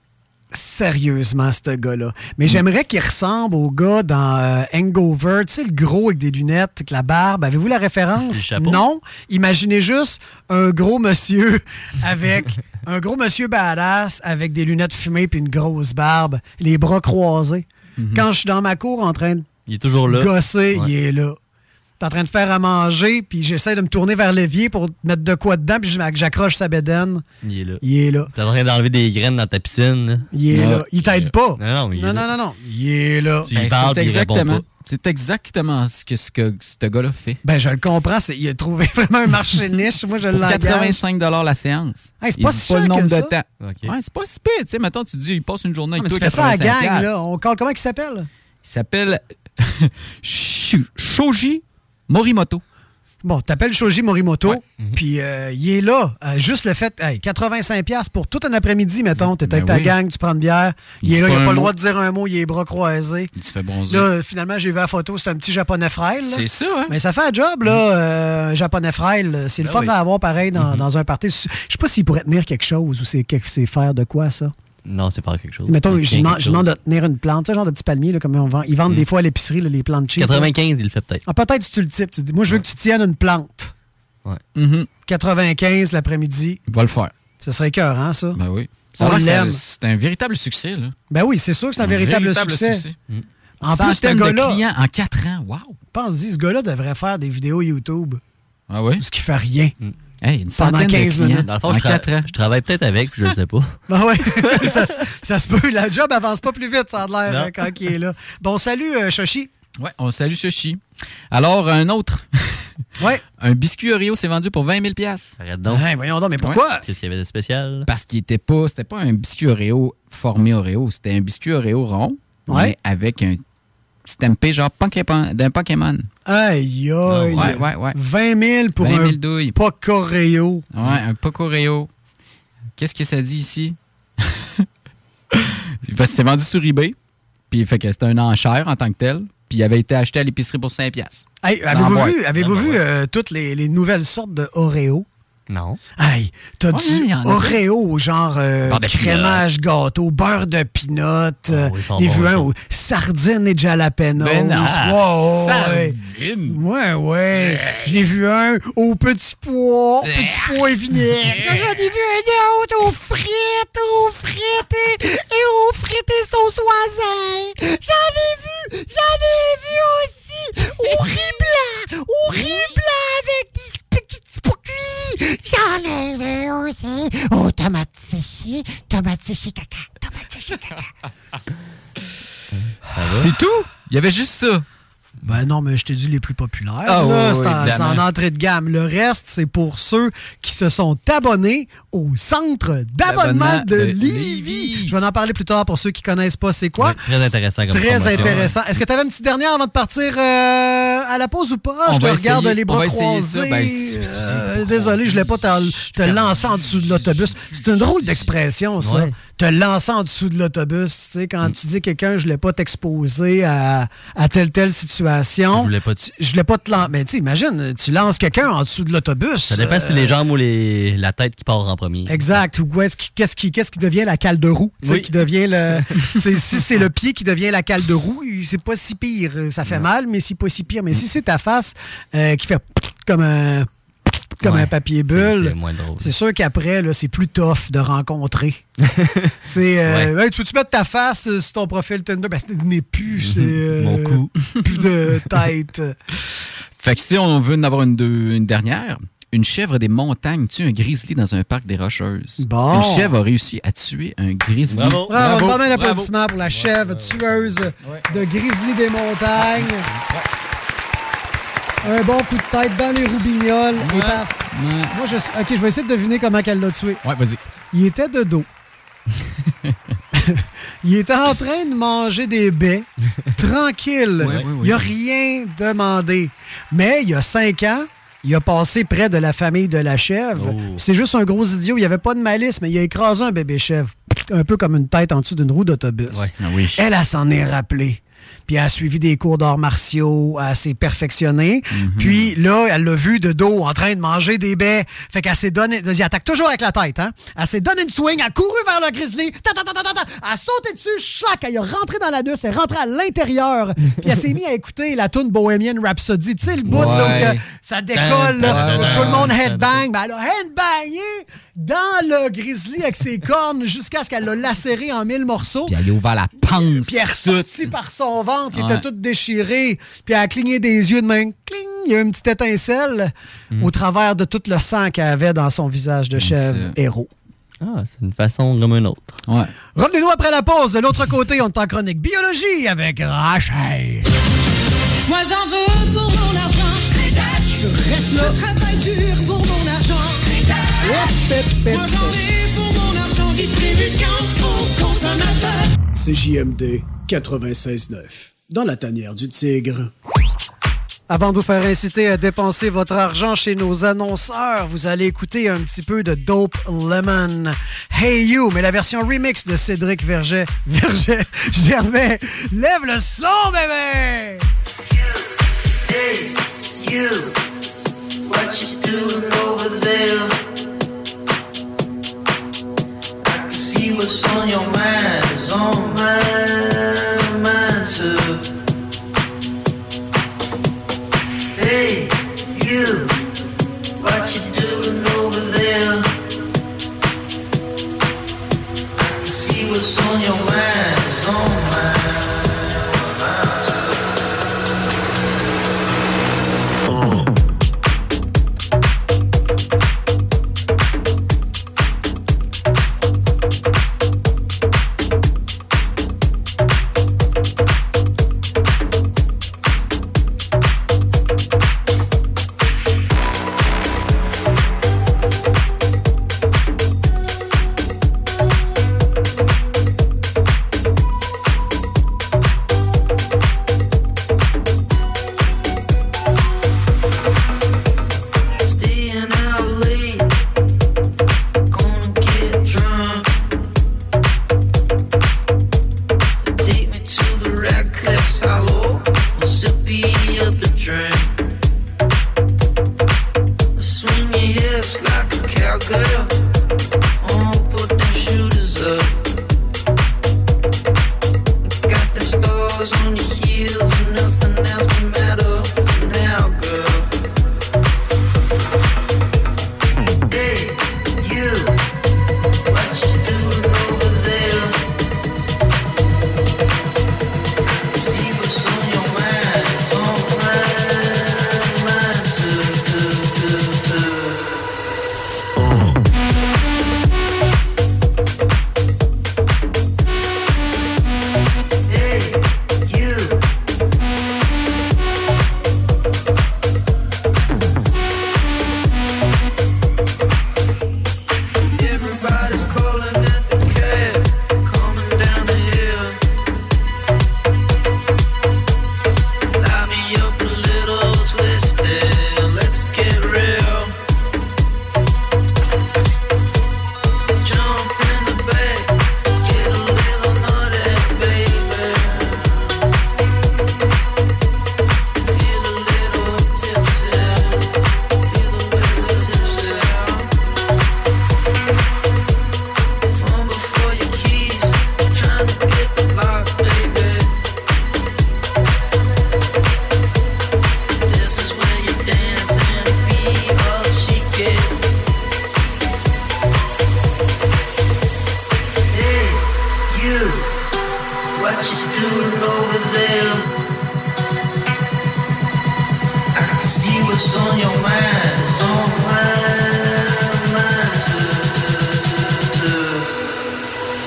Speaker 9: sérieusement ce gars-là. Mais
Speaker 11: Mm.
Speaker 9: j'aimerais qu'il ressemble au gars dans euh, Hangover, tu sais, le gros avec des lunettes, avec la barbe. Avez-vous la
Speaker 11: Le
Speaker 9: référence?
Speaker 11: chapeau.
Speaker 9: Non. Imaginez juste un gros monsieur avec un gros monsieur badass avec des lunettes fumées puis une grosse barbe, les bras croisés. Quand je suis dans ma cour en train de
Speaker 11: Mm-hmm. Il est toujours là.
Speaker 9: gosser,
Speaker 11: Ouais.
Speaker 9: il est là. T'es en train de faire à manger, puis j'essaie de me tourner vers l'évier pour mettre de quoi dedans, puis je- j'accroche sa bédaine.
Speaker 11: Il est là.
Speaker 9: Il est là.
Speaker 11: T'es en train d'enlever des graines dans ta piscine. là.
Speaker 9: Il est là. Il t'aide pas.
Speaker 11: Non, non, il est
Speaker 9: Non,
Speaker 11: là.
Speaker 9: non, Ah non, non. Il est là.
Speaker 11: Tu y Ben, parles, c'est puis il répond
Speaker 23: Exactement.
Speaker 11: pas.
Speaker 23: C'est exactement ce que ce, que ce gars-là fait.
Speaker 9: Ben, je le comprends. c'est- Il a trouvé vraiment un marché niche. Moi, je
Speaker 23: Pour
Speaker 9: l'engage.
Speaker 23: 85 la séance.
Speaker 9: Hey, c'est
Speaker 23: Il
Speaker 9: pas
Speaker 23: dit
Speaker 9: si
Speaker 23: le
Speaker 9: cher
Speaker 23: nombre
Speaker 9: que ça.
Speaker 23: de temps. Ouais, c'est pas si pire. Tu sais, mettons, tu dis, il passe une journée
Speaker 9: Ah, mais
Speaker 23: avec
Speaker 9: tu
Speaker 23: toi,
Speaker 9: fais ça à la
Speaker 23: 85
Speaker 9: gang,
Speaker 23: piastres.
Speaker 9: là. On colle comment il s'appelle?
Speaker 23: Il s'appelle Shu- Shoji Morimoto. Mm-hmm.
Speaker 9: Bon, t'appelles Shoji Morimoto, puis euh, il est là. Euh, juste le fait, hey, 85$ piastres pour tout un après-midi, mettons. T'es avec
Speaker 23: Ben
Speaker 9: ta
Speaker 23: oui.
Speaker 9: gang, tu prends une bière. Il,
Speaker 23: Il
Speaker 9: est
Speaker 23: dit
Speaker 9: là, il
Speaker 23: pas
Speaker 9: n'a
Speaker 23: un
Speaker 9: pas le
Speaker 23: mot.
Speaker 9: droit de dire un mot, il a les bras croisés.
Speaker 23: Il se fait bronzer.
Speaker 9: Là, finalement, j'ai vu la photo, c'est un petit japonais frêle. là.
Speaker 23: C'est ça, hein?
Speaker 9: Mais ça fait un job, là, euh, un japonais frêle. là. C'est le
Speaker 23: Ben
Speaker 9: fun
Speaker 23: oui.
Speaker 9: d'avoir pareil dans, dans un party. Je sais pas s'il pourrait tenir quelque chose ou c'est quelque- c'est faire de quoi, ça.
Speaker 11: Non, c'est pas quelque chose.
Speaker 9: Mettons,
Speaker 11: Il
Speaker 9: je
Speaker 11: tient
Speaker 9: demande
Speaker 11: quelque
Speaker 9: je demande
Speaker 11: chose.
Speaker 9: de tenir une plante, tu sais, genre de petit palmier, là, comme on vend. Ils vendent
Speaker 23: Mm.
Speaker 9: des fois à l'épicerie, là, les plantes cheap. là.
Speaker 11: 95, il le fait peut-être.
Speaker 9: Ah, peut-être si tu le types, tu dis, moi, je veux que tu tiennes une plante.
Speaker 11: Ouais.
Speaker 9: 95 l'après-midi.
Speaker 23: Il Mm-hmm. va le faire.
Speaker 9: Ce serait écœurant, ça.
Speaker 23: Ben oui.
Speaker 9: On
Speaker 23: Ça a l'air que
Speaker 9: l'aime.
Speaker 23: c'est un- C'est un véritable succès, là.
Speaker 9: Ben oui, c'est sûr que c'est un, véritable, succès.
Speaker 23: Mm.
Speaker 9: En plus, ce
Speaker 23: Centaines de
Speaker 9: gars-là-
Speaker 23: clients en 4 ans. Wow!
Speaker 9: Pense-y, ce gars-là devrait faire des vidéos YouTube.
Speaker 23: Ah oui?
Speaker 9: Ce qui fait rien.
Speaker 23: Hey, une
Speaker 9: Pendant
Speaker 23: centaine
Speaker 9: 15
Speaker 23: de clients
Speaker 9: minutes.
Speaker 11: Mm. Dans le fond,
Speaker 23: en
Speaker 11: je, tra-
Speaker 23: 4 ans.
Speaker 11: je travaille peut-être avec, puis je le sais pas.
Speaker 9: Ben ouais, ça, ça se peut. La job avance pas plus vite, ça a l'air,
Speaker 23: Non.
Speaker 9: hein, quand il est là. Bon, salut, euh, Shoshi.
Speaker 23: Ouais, on salue Shoshi. Alors, un autre.
Speaker 9: ouais.
Speaker 23: Un biscuit Oreo s'est vendu pour 20 000 Arrête
Speaker 11: donc.
Speaker 9: Ouais, voyons donc, mais
Speaker 11: pourquoi? Qu'est-ce qu'il y avait de spécial?
Speaker 23: Parce qu'il était pas, c'était pas un biscuit Oreo formé Oreo, c'était un biscuit Oreo rond,
Speaker 9: Ouais.
Speaker 23: mais avec un stampé genre Pokémon, d'un Pokémon.
Speaker 9: Aïe, aïe.
Speaker 23: Ah Ouais, ouais, ouais.
Speaker 9: 20 000 pour
Speaker 23: 20 000
Speaker 9: un
Speaker 23: douilles.
Speaker 9: pas coréo.
Speaker 23: Ouais, un Poco Oreo. Qu'est-ce que ça dit ici? Parce que c'est vendu sur eBay, puis fait que c'était un enchère en tant que tel, puis il avait été acheté à l'épicerie pour 5 piastres.
Speaker 9: Hey,
Speaker 23: Dans la
Speaker 9: avez-vous
Speaker 23: boîte.
Speaker 9: vu, avez-vous vu euh, toutes les, les nouvelles sortes de Oreo?
Speaker 11: Non.
Speaker 9: Hey, t'as
Speaker 23: Ouais, il
Speaker 9: du
Speaker 23: y en a
Speaker 9: Oreo, genre euh,
Speaker 23: Beurre de Ah
Speaker 9: crémage gâteau, beurre de pinot, euh,
Speaker 11: ils sont
Speaker 9: les
Speaker 11: bons,
Speaker 9: vieux
Speaker 11: ils
Speaker 9: ou sardines et jalapeno.
Speaker 11: Ben non.
Speaker 23: ah,
Speaker 9: Sardines? oh, Ouais, ouais. Je l'ai vu un au petit pois, petit pois et vinaigrette. J'en ai vu un autre aux frites, aux frites et, et aux frites et sauce oisin. J'en ai vu, j'en ai vu aussi au riz blanc, au riz blanc hein, avec des petits pois cuits. J'en ai vu aussi aux tomates séchées, tomates séchées caca, tomates séchées caca.
Speaker 23: C'est tout? Il y avait juste ça.
Speaker 9: Ben non, mais je t'ai dit les plus populaires.
Speaker 23: Ah
Speaker 9: là,
Speaker 23: oui,
Speaker 9: c'est
Speaker 23: oui,
Speaker 9: en,
Speaker 23: évidemment.
Speaker 9: c'est en entrée de gamme. Le reste, c'est pour ceux qui se sont abonnés au centre d'abonnement
Speaker 11: L'abonnement
Speaker 9: de
Speaker 11: de
Speaker 9: Livy. Je vais en parler plus tard pour ceux qui connaissent pas c'est quoi.
Speaker 11: Très intéressant comme
Speaker 9: Très
Speaker 11: formation.
Speaker 9: intéressant. Est-ce que tu avais une petite dernière avant de partir euh, à la pause ou pas?
Speaker 23: On
Speaker 9: je te
Speaker 23: va
Speaker 9: regarde
Speaker 23: essayer-
Speaker 9: les
Speaker 23: on
Speaker 9: bras
Speaker 23: va essayer ça.
Speaker 9: croisés.
Speaker 23: Ben, c'est- c'est-
Speaker 9: Euh, désolé, je ne l'ai pas te, te lancer en dessous de l'autobus. C'est une drôle d'expression, ça.
Speaker 11: Ouais.
Speaker 9: Te lancer en dessous de l'autobus. Tu sais,
Speaker 23: Mm.
Speaker 9: Quand tu dis quelqu'un, je ne l'ai pas t'exposer à, à telle telle situation. Je voulais
Speaker 11: pas
Speaker 9: je voulais pas te lancer. Mais tu sais, imagine, tu lances quelqu'un en dessous de l'autobus.
Speaker 11: Ça dépend si
Speaker 9: Euh,
Speaker 11: les jambes ou les... la tête qui part en premier.
Speaker 9: Exact. Ou est-ce qui- qu'est-ce qui, qu'est-ce qui devient la cale de roue? Tu sais,
Speaker 11: Oui.
Speaker 9: Qui devient le, tu sais, si c'est le pied qui devient la cale de roue, c'est pas si pire. euh, Ça fait mal, mais c'est pas si pire. Mais si c'est ta face euh, qui fait comme un, comme un papier bulle, c'est sûr qu'après, là, c'est plus tough de rencontrer. tu sais, euh, Hey, tu peux-tu mettre ta face euh, sur ton profil Tinder? Ben, ce n'est plus. c'est, euh,
Speaker 23: Mon cou.
Speaker 9: Plus de tête.
Speaker 23: Fait que si on veut en avoir une, deux- une dernière, une chèvre des montagnes tue un grizzly dans un parc des Rocheuses.
Speaker 9: Bon.
Speaker 23: Une chèvre a réussi à tuer un grizzly.
Speaker 9: Bravo, pas mal d'applaudissements pour la chèvre tueuse de Grizzly des montagnes. Un bon coup de tête dans les roubignoles. et paf. Moi, je, OK, je vais essayer de deviner comment qu'elle l'a tué.
Speaker 23: Ouais, vas-y.
Speaker 9: Il était de dos. Il était en train de manger des baies, tranquille.
Speaker 23: Ouais, ouais, ouais.
Speaker 9: Il n'a rien demandé. Mais il y a cinq ans, il a passé près de la famille de la chèvre.
Speaker 23: Oh.
Speaker 9: C'est juste un gros idiot. Il n'y avait pas de malice, mais il a écrasé un bébé chèvre. Un peu comme une tête en dessous d'une roue d'autobus.
Speaker 23: ah
Speaker 9: Elle, elle s'en est rappelée. Puis elle a suivi des cours d'arts martiaux, elle s'est perfectionnée.
Speaker 23: Mhm.
Speaker 9: Puis là, elle l'a vu de dos en train de manger des baies. Fait qu'elle s'est donné. Elle attaque toujours avec la tête, hein? Elle s'est donné une swing, elle a couru vers le grizzly. Ta, ta, ta, ta, ta, ta. Elle a sauté dessus, schlac, elle y a rentré dans la nuce, elle est rentrée à l'intérieur. Puis elle s'est mise à écouter la tune Bohemian Rhapsody. Tu sais, le bout, là, où
Speaker 23: Ouais.
Speaker 9: que ça décolle, là,
Speaker 23: Ouais,
Speaker 9: où
Speaker 23: ouais,
Speaker 9: tout le
Speaker 23: ouais.
Speaker 9: monde headbang. Ben, elle a headbangé dans le grizzly avec ses cornes jusqu'à ce qu'elle l'a lacéré en mille morceaux.
Speaker 23: Puis elle a ouvert la panse.
Speaker 9: Pierre sorti par son ventre, il
Speaker 23: Ouais.
Speaker 9: était tout déchiré, puis elle a cligné des yeux de main, cling, il y a une petite étincelle au travers de tout le sang qu'elle avait dans son visage de chèvre héros.
Speaker 11: Ah, c'est une façon comme une autre.
Speaker 35: Ouais.
Speaker 9: Revenez-nous après la pause. De l'autre côté, on est en chronique biologie avec Rachel.
Speaker 36: Moi j'en veux pour mon argent. C'est Je reste là. Je travaille dur pour mon argent. C'est Moi j'en ai pour mon argent. Distribution au consommateur.
Speaker 37: CJMD 96.9. Dans la tanière du tigre.
Speaker 9: Avant de vous faire inciter à dépenser votre argent chez nos annonceurs, vous allez écouter un petit peu de Dope Lemon. Hey You, mais la version remix de Cédric Verget. Verget, Gervais, lève le son, bébé!
Speaker 7: Hey, you, what you doing over there? I can see what's on your mind, it's on my mind, too. Hey, you, what you doing over there? I can see what's on your mind, it's on my mind, too. Staying out late, gonna get drunk. Take me to the Radcliffe's Hollow, we'll sip up a drink. Swing your hips like a cowgirl. Oh, put them shooters up. Got them stars on your heels, and nothing else can matter now, girl. Hey, you, what you doing over there? See what's on your mind, it's on my mind, too, too, too, too. Hey, you, everybody's calling it a cab, coming down the hill. Light me up a little twisted, let's get real. Jump in the bed, get a little naughty, baby. Feel a little tipsy, feel a little tipsy. Fumble for your keys, trying to get the lock, baby. This is when you dance and be all she get. Hey, you, what you doing over there? I can see what's on your mind. It's on my mind. Duh, duh, duh, duh.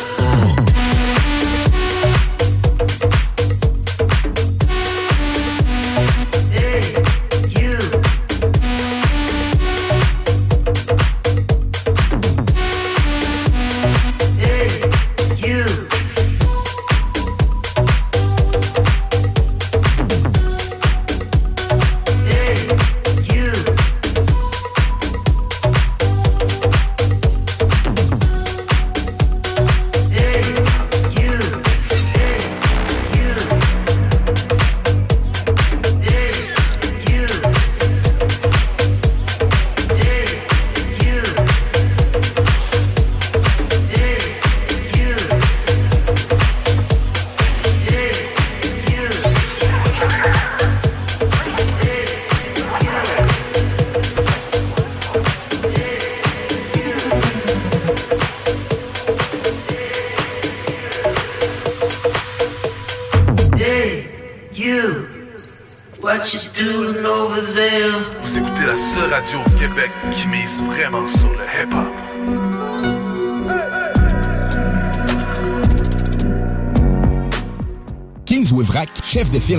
Speaker 7: Hey, you,
Speaker 6: What you doing over there?
Speaker 38: Vous écoutez la seule radio au Québec qui mise vraiment sur le hip-hop.
Speaker 5: Kings Wivrac, chef de file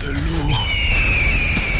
Speaker 38: De l'eau.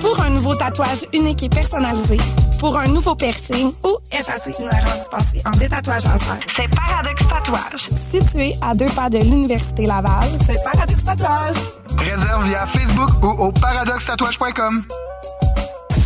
Speaker 29: Pour un nouveau tatouage unique et personnalisé, pour un nouveau piercing ou effacer une erreur dispensée en détatouage en fer. C'est Paradox Tatouage. Situé à deux pas de l'Université Laval, c'est Paradox Tatouage.
Speaker 39: Réserve via Facebook ou au paradoxetatouage.com.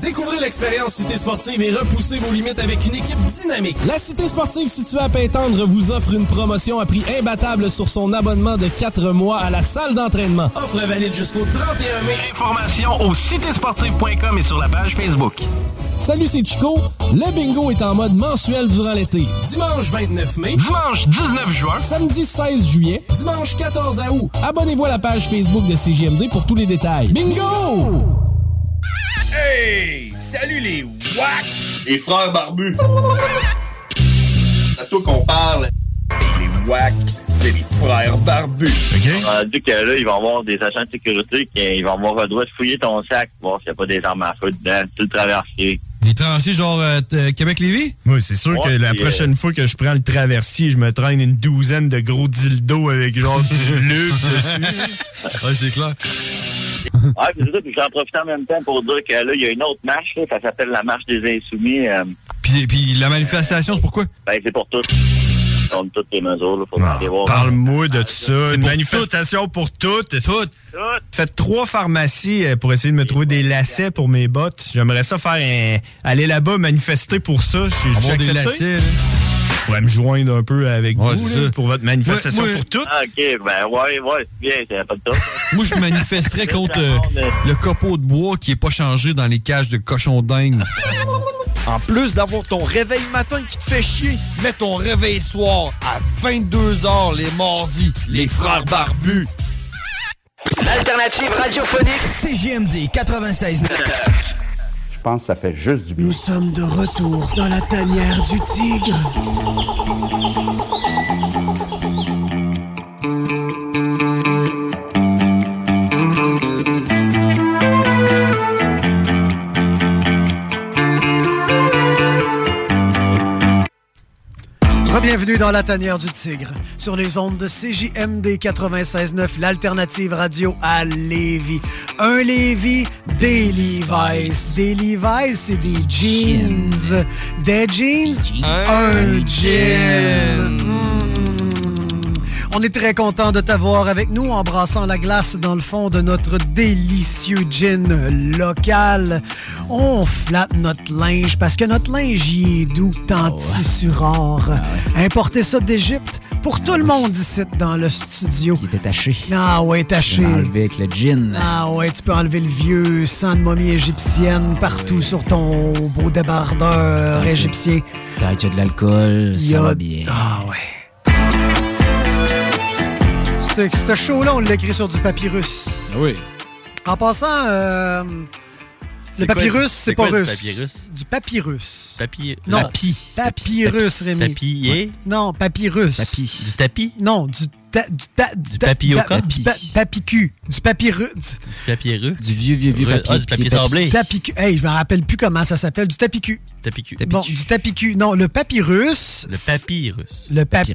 Speaker 2: Découvrez l'expérience Cité Sportive et repoussez vos limites avec une équipe dynamique. La Cité Sportive située à Pintendre vous offre une promotion à prix imbattable sur son abonnement de 4 mois à la salle d'entraînement. Offre valide jusqu'au 31 mai.
Speaker 38: Information au citésportive.com et sur la page Facebook.
Speaker 2: Salut, c'est Chico. Le bingo est en mode mensuel durant l'été. Dimanche 29 mai.
Speaker 38: Dimanche 19 juin.
Speaker 2: Samedi 16 juillet. Dimanche 14 août. Abonnez-vous à la page Facebook de CGMD pour tous les détails. Bingo!
Speaker 40: Hey! Salut les WAC! Les frères barbus! C'est à toi qu'on parle. Les WAC, c'est les frères barbus.
Speaker 18: On a dit Ah, que là, ils vont avoir des agents de sécurité qui ils vont avoir le droit de fouiller ton sac, voir s'il n'y a pas des armes à feu dedans, tout le traverser.
Speaker 10: Des traversiers genre euh, t- euh, Québec-Lévis?
Speaker 18: Oui,
Speaker 10: C'est sûr que la prochaine fois que je prends le traversier, je me traîne une douzaine de gros dildos avec genre du lube dessus. ouais, c'est clair.
Speaker 18: Ouais, puis c'est ça, puis j'en profite en même temps pour dire que là, il y a une autre marche, là, ça s'appelle la marche des insoumis. euh,
Speaker 10: Puis, puis la manifestation, c'est pourquoi?
Speaker 18: ben, c'est pour tous. Contre toutes les mesures, là, faut aller voir.
Speaker 10: Parle-moi de ça. Une manifestation pour toutes. Toutes. Faites trois pharmacies euh, pour essayer de me trouver des lacets pour mes bottes. J'aimerais ça faire un... aller là-bas manifester pour ça. Je suis je suis
Speaker 18: Avoir des
Speaker 10: accepté.
Speaker 18: lacets, là.
Speaker 10: Je pourrais me joindre un peu avec
Speaker 18: Ouais,
Speaker 10: vous
Speaker 18: c'est
Speaker 10: là,
Speaker 18: ça.
Speaker 10: pour votre manifestation pour toutes.
Speaker 18: Ah, ok, ben, ouais, ouais, c'est bien, c'est pas de tout.
Speaker 41: Moi, je manifesterais contre euh, le copeau de bois qui est pas changé dans les cages de cochons dingue.
Speaker 42: En plus d'avoir ton réveil matin qui te fait chier, mets ton réveil soir à 22h les mardis. Les frères barbus.
Speaker 15: L'alternative radiophonique.
Speaker 8: CGMD 96.
Speaker 16: Je pense que ça fait juste du bien.
Speaker 28: Nous sommes de retour dans la tanière du tigre.
Speaker 9: Bienvenue dans la tanière du tigre, sur les ondes de CJMD 96.9, l'alternative radio à Lévis. Un Lévis, des Levi's. Des Levi's, c'est des jeans. Des jeans, un jean. Mm. On est très content de t'avoir avec nous en brassant la glace dans le fond de notre délicieux gin local. On flatte notre linge parce que notre linge y est doux, tant tissu rare. Importer ça d'Égypte pour tout le monde ici dans le studio.
Speaker 3: Il était taché.
Speaker 9: Ah ouais, taché.
Speaker 3: Enlevé avec le gin.
Speaker 9: Ah ouais, tu peux enlever le vieux sang de momie égyptienne partout sur ton beau débardeur égyptien.
Speaker 3: Quand il y a de l'alcool,
Speaker 9: Il y
Speaker 3: ça
Speaker 9: a-
Speaker 3: va bien.
Speaker 9: Ah ouais. Ce ce show-là, on l'écrit sur du
Speaker 26: Ah
Speaker 9: papyrus.
Speaker 3: Oui.
Speaker 9: En passant, euh, le
Speaker 26: C'est quoi-
Speaker 9: papyrus,
Speaker 26: c'est
Speaker 9: c'est pas
Speaker 26: quoi du
Speaker 9: russe.
Speaker 26: papyrus?
Speaker 9: Du papyrus.
Speaker 26: Papier.
Speaker 9: Non,
Speaker 26: Papi.
Speaker 9: papyrus, Rémi.
Speaker 26: Papier.
Speaker 9: Non, papyrus.
Speaker 26: Papy. Du tapis.
Speaker 9: Non, du ta, du ta, du, ta-
Speaker 26: papilloca?
Speaker 9: ta- du pa- papicu. Du papyrus.
Speaker 26: Du papier rue.
Speaker 3: Du vieux, vieux, vieux
Speaker 26: Re-
Speaker 3: papier.
Speaker 26: Ah, du papier sablé.
Speaker 9: Tapicu. Hey, je me rappelle plus comment ça s'appelle. Du tapicu.
Speaker 26: Tapis cul.
Speaker 9: Bon, du tapicu. Non, le papyrus.
Speaker 26: Le papyrus.
Speaker 9: Le pap-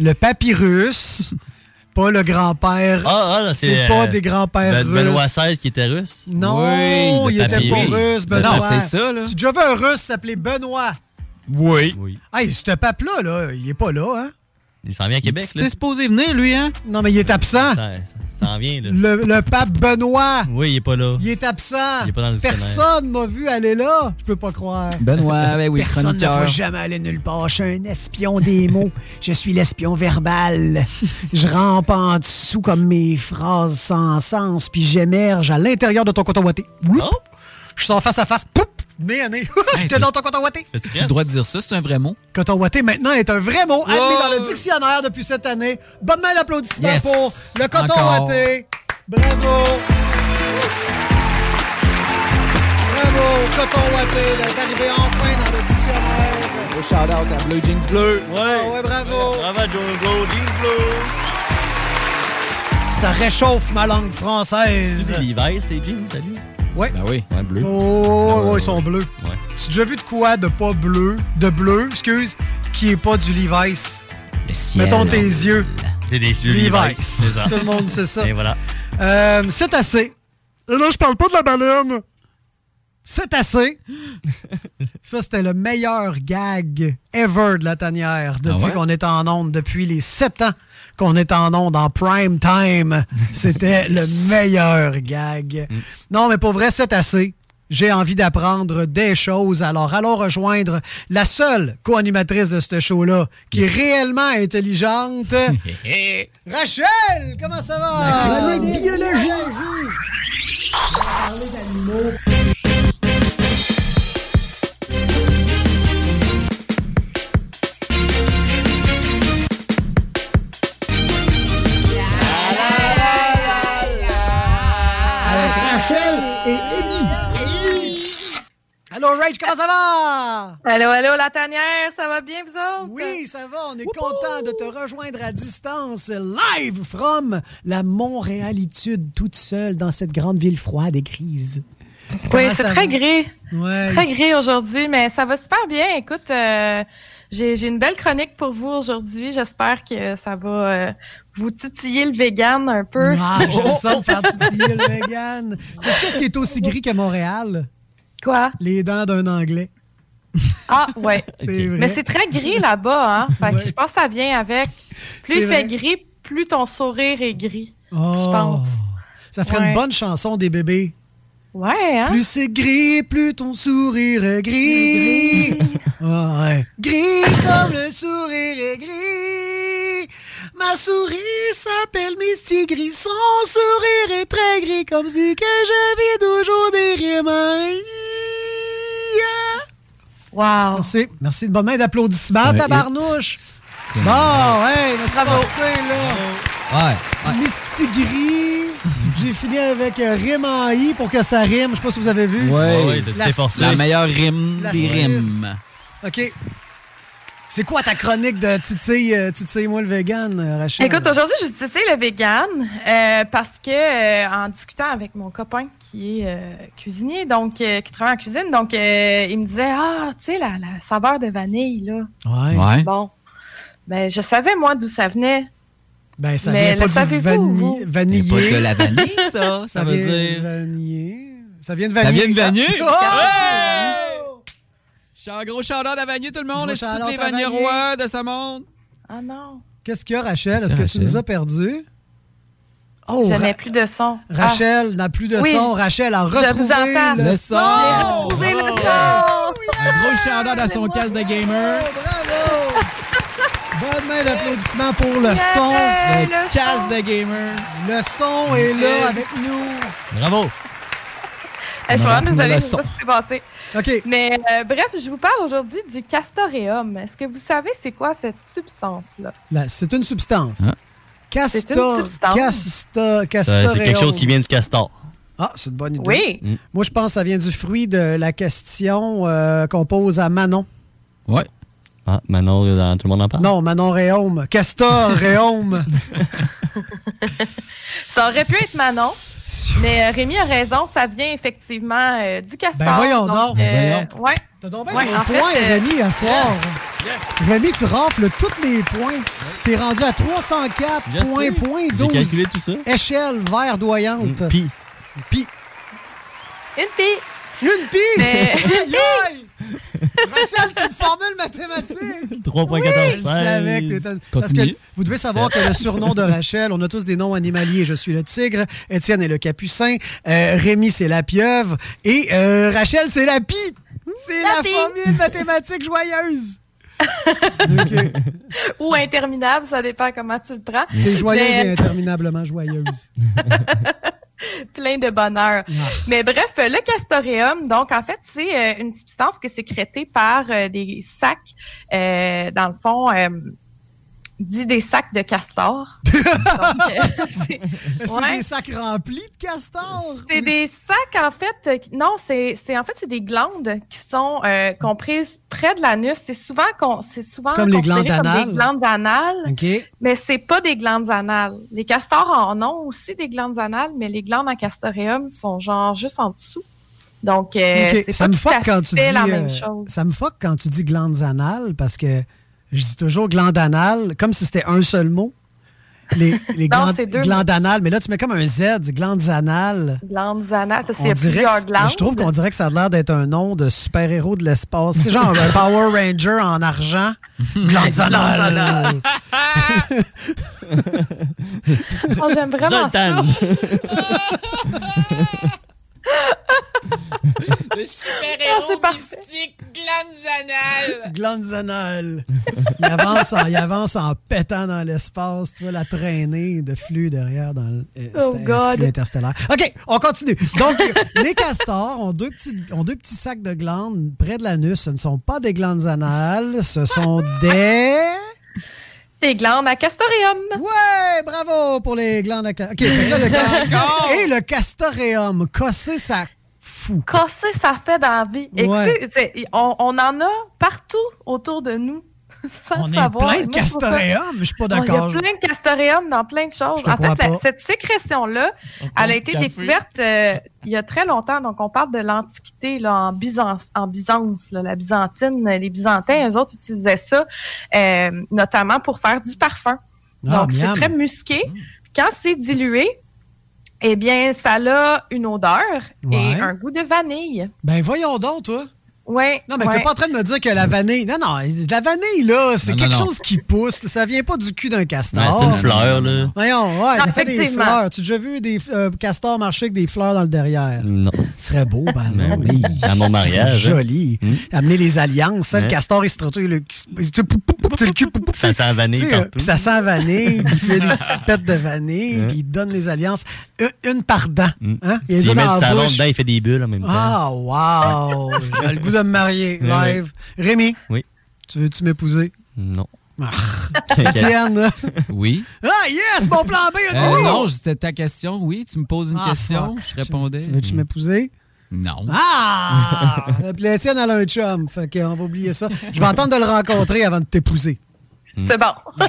Speaker 9: Le papyrus. pas le grand-père.
Speaker 26: Ah, ah, là, c'est.
Speaker 9: C'est pas
Speaker 26: euh,
Speaker 9: des grands-pères
Speaker 26: Ben- Benoît
Speaker 9: russes.
Speaker 26: XVI qui était russe.
Speaker 9: Non,
Speaker 26: le
Speaker 9: il était pas
Speaker 26: papyrus.
Speaker 9: russe,
Speaker 26: Ben
Speaker 9: Benoît.
Speaker 26: non, c'est ça, là.
Speaker 9: Tu as déjà vu un russe s'appeler Benoît.
Speaker 26: Oui.
Speaker 9: Hey, ce pape-là, là, il est pas là, hein?
Speaker 26: Il s'en vient à Québec, là.
Speaker 3: supposé venir, lui, hein?
Speaker 9: Non, mais il est absent.
Speaker 26: Ça, ça s'en vient, là.
Speaker 9: Le, le pape Benoît,
Speaker 26: Oui, il est pas là.
Speaker 9: il est absent.
Speaker 26: Il est pas dans le
Speaker 9: Personne m'a vu aller là. Je peux pas croire.
Speaker 3: Benoît, ben oui,
Speaker 9: Personne ne
Speaker 3: chroniqueur.
Speaker 9: va jamais aller nulle part. Je suis un espion des mots. Je suis l'espion verbal. Je rampe en dessous comme mes phrases sans sens, puis j'émerge à l'intérieur de ton coton ouaté. Whoop!
Speaker 26: Oh.
Speaker 9: Je sors face à face. Poup! Nez à nez. Je te donne ton coton ouaté.
Speaker 3: Tu as le droit de dire ça, c'est un vrai mot.
Speaker 9: Coton ouaté maintenant est un vrai mot admis
Speaker 3: Wow!
Speaker 9: dans le dictionnaire depuis cette année. Bonne main d'applaudissements
Speaker 3: Yes!
Speaker 9: pour le coton
Speaker 3: Encore.
Speaker 9: ouaté. Bravo! Bravo, coton ouaté d'être arrivé enfin dans le dictionnaire.
Speaker 3: Un shout-out à Bleu Jeans Bleu.
Speaker 9: Ah ouais, bravo!
Speaker 26: Bravo, Joe Blow, Jean Blow.
Speaker 9: Ça réchauffe ma langue française.
Speaker 26: C'est l'hiver, c'est Jean, t'as vu?
Speaker 9: Ouais.
Speaker 3: Ben oui.
Speaker 26: Ouais, bleu.
Speaker 9: Oh,
Speaker 26: Ah ouais,
Speaker 9: ouais, ils sont bleus.
Speaker 26: Ouais.
Speaker 9: Tu as déjà vu de quoi de pas bleu, de bleu, excuse, qui est pas du Levi's?
Speaker 3: ciel.
Speaker 9: Mettons tes yeux.
Speaker 26: C'est des jeux
Speaker 9: Levi's.
Speaker 26: c'est ça.
Speaker 9: Tout le monde sait ça.
Speaker 26: Et voilà.
Speaker 9: Euh, c'est assez. Et là, je parle pas de la baleine. C'est assez. Ça, c'était le meilleur gag ever de la tanière depuis
Speaker 3: Ah ouais?
Speaker 9: qu'on est en onde, depuis les sept ans qu'on est en onde en prime time. C'était le meilleur gag. Non, mais pour vrai, c'est assez. J'ai envie d'apprendre des choses, alors allons rejoindre la seule co-animatrice de ce show-là qui est réellement intelligente. Rachel, comment ça va? Avec Rachel et Amy. Allô, Rach, comment ça va?
Speaker 24: Allô, allô, la tanière, ça va bien, vous autres?
Speaker 9: Oui, ça va. On est content de te rejoindre à distance, live from la Montréalitude, toute seule dans cette grande ville froide et grise.
Speaker 24: Oui,
Speaker 9: Comment
Speaker 24: c'est
Speaker 9: ça
Speaker 24: très
Speaker 9: va?
Speaker 24: gris.
Speaker 9: Ouais.
Speaker 24: C'est très gris aujourd'hui, mais ça va super bien. Écoute, euh, j'ai j'ai une belle chronique pour vous aujourd'hui. J'espère que ça va euh, vous titiller le vegan un peu.
Speaker 9: Ah, j'aime ça me faire titiller le vegan. Tu sais, qu'est-ce qui est aussi gris qu'à Montréal?
Speaker 24: Quoi?
Speaker 9: Les dents d'un Anglais.
Speaker 24: Ah, ouais.
Speaker 9: C'est vrai.
Speaker 24: Mais c'est très gris là-bas, hein? Fait que je pense que ça vient avec.
Speaker 9: C'est
Speaker 24: Plus il fait
Speaker 9: vrai.
Speaker 24: gris, plus ton sourire est gris. Je
Speaker 9: Oh.
Speaker 24: pense.
Speaker 9: Ça ferait
Speaker 24: Ouais.
Speaker 9: une bonne chanson des bébés.
Speaker 24: Ouais, hein?
Speaker 9: Plus c'est gris, plus ton sourire est gris. Ah, ouais. Gris comme le sourire est gris. Ma souris s'appelle Misty Gris. Son sourire est très gris, comme si que je vis toujours des rimes.
Speaker 24: Wow.
Speaker 9: Merci. Merci. Une bonne main d'applaudissements,
Speaker 3: C'est un
Speaker 9: tabarnouche.
Speaker 3: C'est un
Speaker 9: Bon, hey, je me suis forcé, là.
Speaker 3: Ouais.
Speaker 9: Misty Gris. J'ai fini avec euh, rime en i pour que ça rime. Je sais pas si vous avez vu.
Speaker 3: Ouais. Ouais, t'es forcé. La meilleure rime
Speaker 9: La
Speaker 3: des
Speaker 9: six.
Speaker 3: rimes.
Speaker 9: OK. C'est quoi ta chronique de Titi, moi le vegan, euh, Rachel?
Speaker 24: Écoute, aujourd'hui, je suis le vegan euh, parce que euh, en discutant avec mon copain qui est euh, cuisinier, donc euh, qui travaille en cuisine, donc euh, il me disait Ah, tu sais, la, la saveur de vanille, là.
Speaker 9: Ouais. Ouais.
Speaker 24: Bon. Ben, je savais, moi, d'où ça venait.
Speaker 9: Ben, ça
Speaker 24: Mais
Speaker 9: vient pas
Speaker 24: le
Speaker 9: du
Speaker 24: savez-vous,
Speaker 9: vani-
Speaker 24: vous?
Speaker 9: vanillé.
Speaker 3: Mais pas de la vanille, ça. Ça veut
Speaker 9: vient
Speaker 3: dire-
Speaker 9: de vanillé. Ça vient de
Speaker 3: Ça
Speaker 9: vanille.
Speaker 3: vient de Vanier?
Speaker 9: Oh!
Speaker 3: Je suis un gros chandard à Vanier, tout le monde.
Speaker 9: Gros
Speaker 3: Je suis
Speaker 9: shout-out
Speaker 3: les
Speaker 9: à Vanier.
Speaker 3: Vanillerois de ce monde.
Speaker 24: Ah non.
Speaker 9: Qu'est-ce qu'il y a, Rachel? Est-ce que tu
Speaker 3: Rachel?
Speaker 9: nous as perdu? Oh,
Speaker 24: je
Speaker 9: Ra-
Speaker 24: n'ai plus de son. Ah.
Speaker 9: Rachel n'a plus de
Speaker 24: Oui.
Speaker 9: son. Rachel a
Speaker 24: Je vous
Speaker 9: retrouvé
Speaker 24: entends.
Speaker 9: le
Speaker 24: Le
Speaker 9: son. Oh,
Speaker 24: son. J'ai retrouvé le son.
Speaker 3: Un Oh, gros chandard à son casque de gamer.
Speaker 9: Bravo! Bonne main d'applaudissement pour le
Speaker 3: Yeah,
Speaker 9: son.
Speaker 3: le Le son. casque de gamer.
Speaker 9: Le son est là
Speaker 3: Yes.
Speaker 9: avec nous.
Speaker 26: Euh,
Speaker 18: Bravo!
Speaker 24: Ah, je suis
Speaker 18: On a
Speaker 24: vraiment désolée, je
Speaker 18: retrouvé le
Speaker 24: sais pas
Speaker 18: son.
Speaker 24: ce qui s'est passé. Mais euh, bref, je vous parle aujourd'hui du castoreum. Est-ce que vous savez c'est quoi cette substance-là?
Speaker 9: Là, C'est une substance. Castor,
Speaker 24: C'est une substance.
Speaker 9: Casta,
Speaker 18: Ah. Ça, C'est quelque
Speaker 9: castoréum.
Speaker 18: chose qui vient du castor.
Speaker 9: Ah, c'est une bonne idée.
Speaker 24: Oui.
Speaker 18: Mm.
Speaker 9: Moi, je pense que ça vient du fruit de la question euh, qu'on pose à Manon.
Speaker 18: Ouais. Ah, Manon, euh, tout le monde en parle?
Speaker 9: Non, Manon Réaume. Castor Réaume.
Speaker 24: Ça aurait pu être Manon, mais euh, Rémi a raison, ça vient effectivement euh, du castor. euh,
Speaker 9: Ben voyons donc. Ben voyons.
Speaker 24: ouais.
Speaker 9: T'as donc bien
Speaker 24: Ouais,
Speaker 9: des
Speaker 24: en fait,
Speaker 9: points,
Speaker 24: euh,
Speaker 9: Rémi, à soir. Rémi, tu rafles tous les points. T'es rendu à 304
Speaker 18: Je
Speaker 9: points,
Speaker 18: sais.
Speaker 9: points,
Speaker 18: J'ai
Speaker 9: 12.
Speaker 18: calculé tout ça. Mm.
Speaker 9: Échelle verdoyante. Pi. Pi.
Speaker 24: Une pie.
Speaker 9: Une pie.
Speaker 18: Mais-
Speaker 9: Aïe, aïe. Rachel, c'est une formule mathématique.
Speaker 18: 3.14.
Speaker 9: Je savais que t'étais- Parce que
Speaker 18: Continue.
Speaker 9: vous devez savoir que le surnom de Rachel, on a tous des noms animaliers. Je suis le tigre, Étienne est le capucin, euh, Rémi c'est la pieuvre et euh, Rachel c'est la pie. C'est la, formule mathématique joyeuse.
Speaker 24: Ou interminable, ça dépend comment tu le prends.
Speaker 9: C'est joyeuse
Speaker 24: Mais- euh,
Speaker 9: et interminablement joyeuse.
Speaker 24: plein de bonheur. Mais bref, euh, le castoreum, donc en fait, c'est euh, une substance qui est sécrétée par euh, des sacs, euh, dans le fond, euh, dit des sacs de castor. euh,
Speaker 9: C'est
Speaker 24: Ouais.
Speaker 9: des sacs remplis de castors.
Speaker 24: C'est des sacs, en fait. euh, qui- non, c'est c'est- en fait c'est des glandes qui sont euh, comprises près de l'anus. C'est souvent qu'on c'est souvent
Speaker 9: C'est comme les
Speaker 24: considéré
Speaker 9: glandes
Speaker 24: comme
Speaker 9: anales.
Speaker 24: des glandes anales.
Speaker 9: OK.
Speaker 24: Mais c'est pas des glandes anales. Les castors en ont aussi des glandes anales, mais les glandes en castoreum sont genre juste en dessous. Donc, euh,
Speaker 9: Ok,
Speaker 24: c'est
Speaker 9: Ça
Speaker 24: pas
Speaker 9: me
Speaker 24: tout à
Speaker 9: fuck quand tu dis
Speaker 24: fait la
Speaker 9: euh,
Speaker 24: même chose.
Speaker 9: ça me fuck quand tu dis glandes anales parce que je dis toujours glandes anales comme si c'était un seul mot. Les, les
Speaker 24: Non,
Speaker 9: glandes,
Speaker 24: c'est deux
Speaker 9: glandes
Speaker 24: mots.
Speaker 9: anales, mais là tu mets comme un Z, glandes anales.
Speaker 24: Glandes anales, parce qu'il y
Speaker 9: On
Speaker 24: a
Speaker 9: dirait
Speaker 24: plusieurs
Speaker 9: que-
Speaker 24: glandes.
Speaker 9: Je trouve qu'on dirait que ça a l'air d'être un nom de super-héros de l'espace. Tu sais, genre un Power Ranger en argent. Glandes anales.
Speaker 24: Oh, j'aime vraiment
Speaker 18: Zoltan.
Speaker 24: ça.
Speaker 3: Le
Speaker 24: Ah, c'est parfait.
Speaker 9: Glandes anales. Il avance, en, il avance en pétant dans l'espace. Tu vois la traînée de flux derrière dans le euh,
Speaker 15: Oh,
Speaker 9: c'est un
Speaker 15: God.
Speaker 9: flux interstellaire. Ah, OK, on continue. Donc, les castors ont deux, petits, ont deux petits sacs de glandes près de l'anus. Ce ne sont pas des glandes anales, ce sont des...
Speaker 24: Des glandes à castoreum.
Speaker 9: Ouais, bravo pour les glandes à castoreum. Et le castoreum, cossé ça fou.
Speaker 24: Casser, ça fait dans la vie.
Speaker 9: Ouais.
Speaker 24: Écoutez, c'est- on, on en a partout autour de nous. Sans
Speaker 9: On est
Speaker 24: savoir.
Speaker 9: plein de
Speaker 24: Moi, je trouve ça-
Speaker 9: castoreums, je suis pas
Speaker 24: Oh,
Speaker 9: d'accord.
Speaker 24: Il y a plein de castoréums dans plein de choses.
Speaker 9: Je te
Speaker 24: En
Speaker 9: crois
Speaker 24: fait, la-
Speaker 9: pas.
Speaker 24: cette sécrétion-là, elle a été
Speaker 9: café.
Speaker 24: découverte euh, il y a très longtemps. Donc, on parle de l'Antiquité là, en Byzance. En Byzance là, la Byzantine, les Byzantins, eux autres utilisaient ça euh, notamment pour faire du parfum.
Speaker 15: Ah,
Speaker 24: Donc, c'est
Speaker 15: miam.
Speaker 24: très musqué.
Speaker 9: Mm.
Speaker 24: Quand c'est dilué, eh bien, ça a une odeur
Speaker 9: Ouais.
Speaker 24: et un goût de vanille.
Speaker 9: Ben voyons donc, toi.
Speaker 24: Ouais,
Speaker 9: Non, mais
Speaker 24: ouais.
Speaker 9: t'es pas en train de me dire que la vanille. Non, non, la vanille, là, c'est
Speaker 18: Non,
Speaker 9: quelque
Speaker 18: non, non.
Speaker 9: chose qui pousse. Ça vient pas du cul d'un
Speaker 18: Ouais,
Speaker 9: castor.
Speaker 18: c'est une fleur, là.
Speaker 9: Voyons, ouais,
Speaker 24: Non,
Speaker 9: ça fait des
Speaker 24: effectivement.
Speaker 9: fleurs. Tu as déjà vu des euh, castors marcher avec des fleurs dans le derrière?
Speaker 18: Non.
Speaker 9: Ce serait beau, ben non,
Speaker 18: oui,
Speaker 9: mais-
Speaker 18: à mon mariage, hein.
Speaker 26: hein.
Speaker 9: Joli.
Speaker 3: Hmm?
Speaker 9: Amener les alliances. hein, Le
Speaker 18: Ouais.
Speaker 9: castor, il se retrouve le, il se- pou- pou- pou- c'est le cul. pou- pou-
Speaker 18: Ça sent la vanille
Speaker 9: tu sais, euh,
Speaker 18: partout.
Speaker 9: puis ça sent vanille, puis il fait des petites pètes de vanille,
Speaker 18: Ouais.
Speaker 9: puis il donne les alliances une, une par dent. Hein? Il les
Speaker 18: Tu
Speaker 9: a
Speaker 18: mets
Speaker 9: dans
Speaker 18: le
Speaker 9: la
Speaker 18: salon
Speaker 9: bouche.
Speaker 18: dedans, il fait des bulles en même temps.
Speaker 9: Ah, wow! J'ai le goût de me marier
Speaker 18: Oui,
Speaker 9: live. Rémi,
Speaker 18: Oui.
Speaker 9: tu veux-tu m'épouser?
Speaker 18: Non.
Speaker 9: Ah, Étienne.
Speaker 3: Oui.
Speaker 9: Ah, yes, mon plan B! a dit
Speaker 3: Euh,
Speaker 9: oui.
Speaker 3: non, c'était ta question. Oui, tu me poses une
Speaker 9: Ah,
Speaker 3: question.
Speaker 9: fuck.
Speaker 3: Je répondais. Hmm.
Speaker 9: Veux-tu m'épouser?
Speaker 3: Non.
Speaker 9: Ah! Puis Étienne, elle a un chum. Fait qu'on va oublier ça. Je vais entendre de le rencontrer avant de t'épouser.
Speaker 24: C'est bon.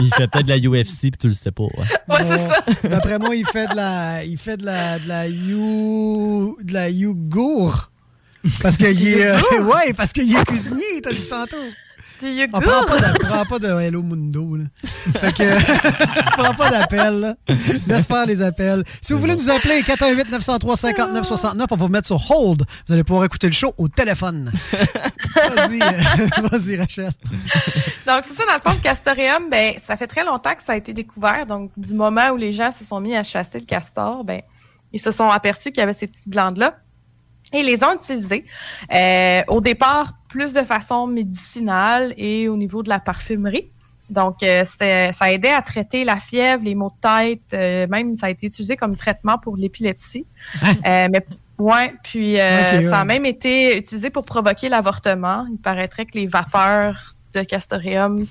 Speaker 26: Il fait peut-être de la UFC, puis tu le sais pas. hein. ouais.
Speaker 24: Ouais, c'est ça.
Speaker 9: D'après moi, il fait de la. Il fait de la. de la you. de la yougour. Parce qu'il est.
Speaker 24: Oh.
Speaker 9: euh, ouais, parce qu'il est cuisinier, t'as dit tantôt. On prend Ah, pas, de, prend pas de Hello Mundo. Là. Fait que, prend pas d'appel. là. Laisse faire les appels. Si vous voulez nous appeler, 418-903-5969, on va vous mettre sur hold. Vous allez pouvoir écouter le show au téléphone. Vas-y, euh, vas-y, Rachel.
Speaker 24: Donc, c'est ça, dans le fond, le castoreum, ben, ça fait très longtemps que ça a été découvert. Donc, du moment où les gens se sont mis à chasser le castor, ben, ils se sont aperçus qu'il y avait ces petites glandes-là. Et ils les ont utilisées. euh, au départ, plus de façon médicinale et au niveau de la parfumerie. Donc, euh, c'est- ça aidait à traiter la fièvre, les maux de tête, euh, même ça a été utilisé comme traitement pour l'épilepsie. Euh, mais ouais, puis euh,
Speaker 7: Ok,
Speaker 24: ça a
Speaker 7: ouais.
Speaker 24: même été utilisé pour provoquer l'avortement. Il paraîtrait que les vapeurs de castoreum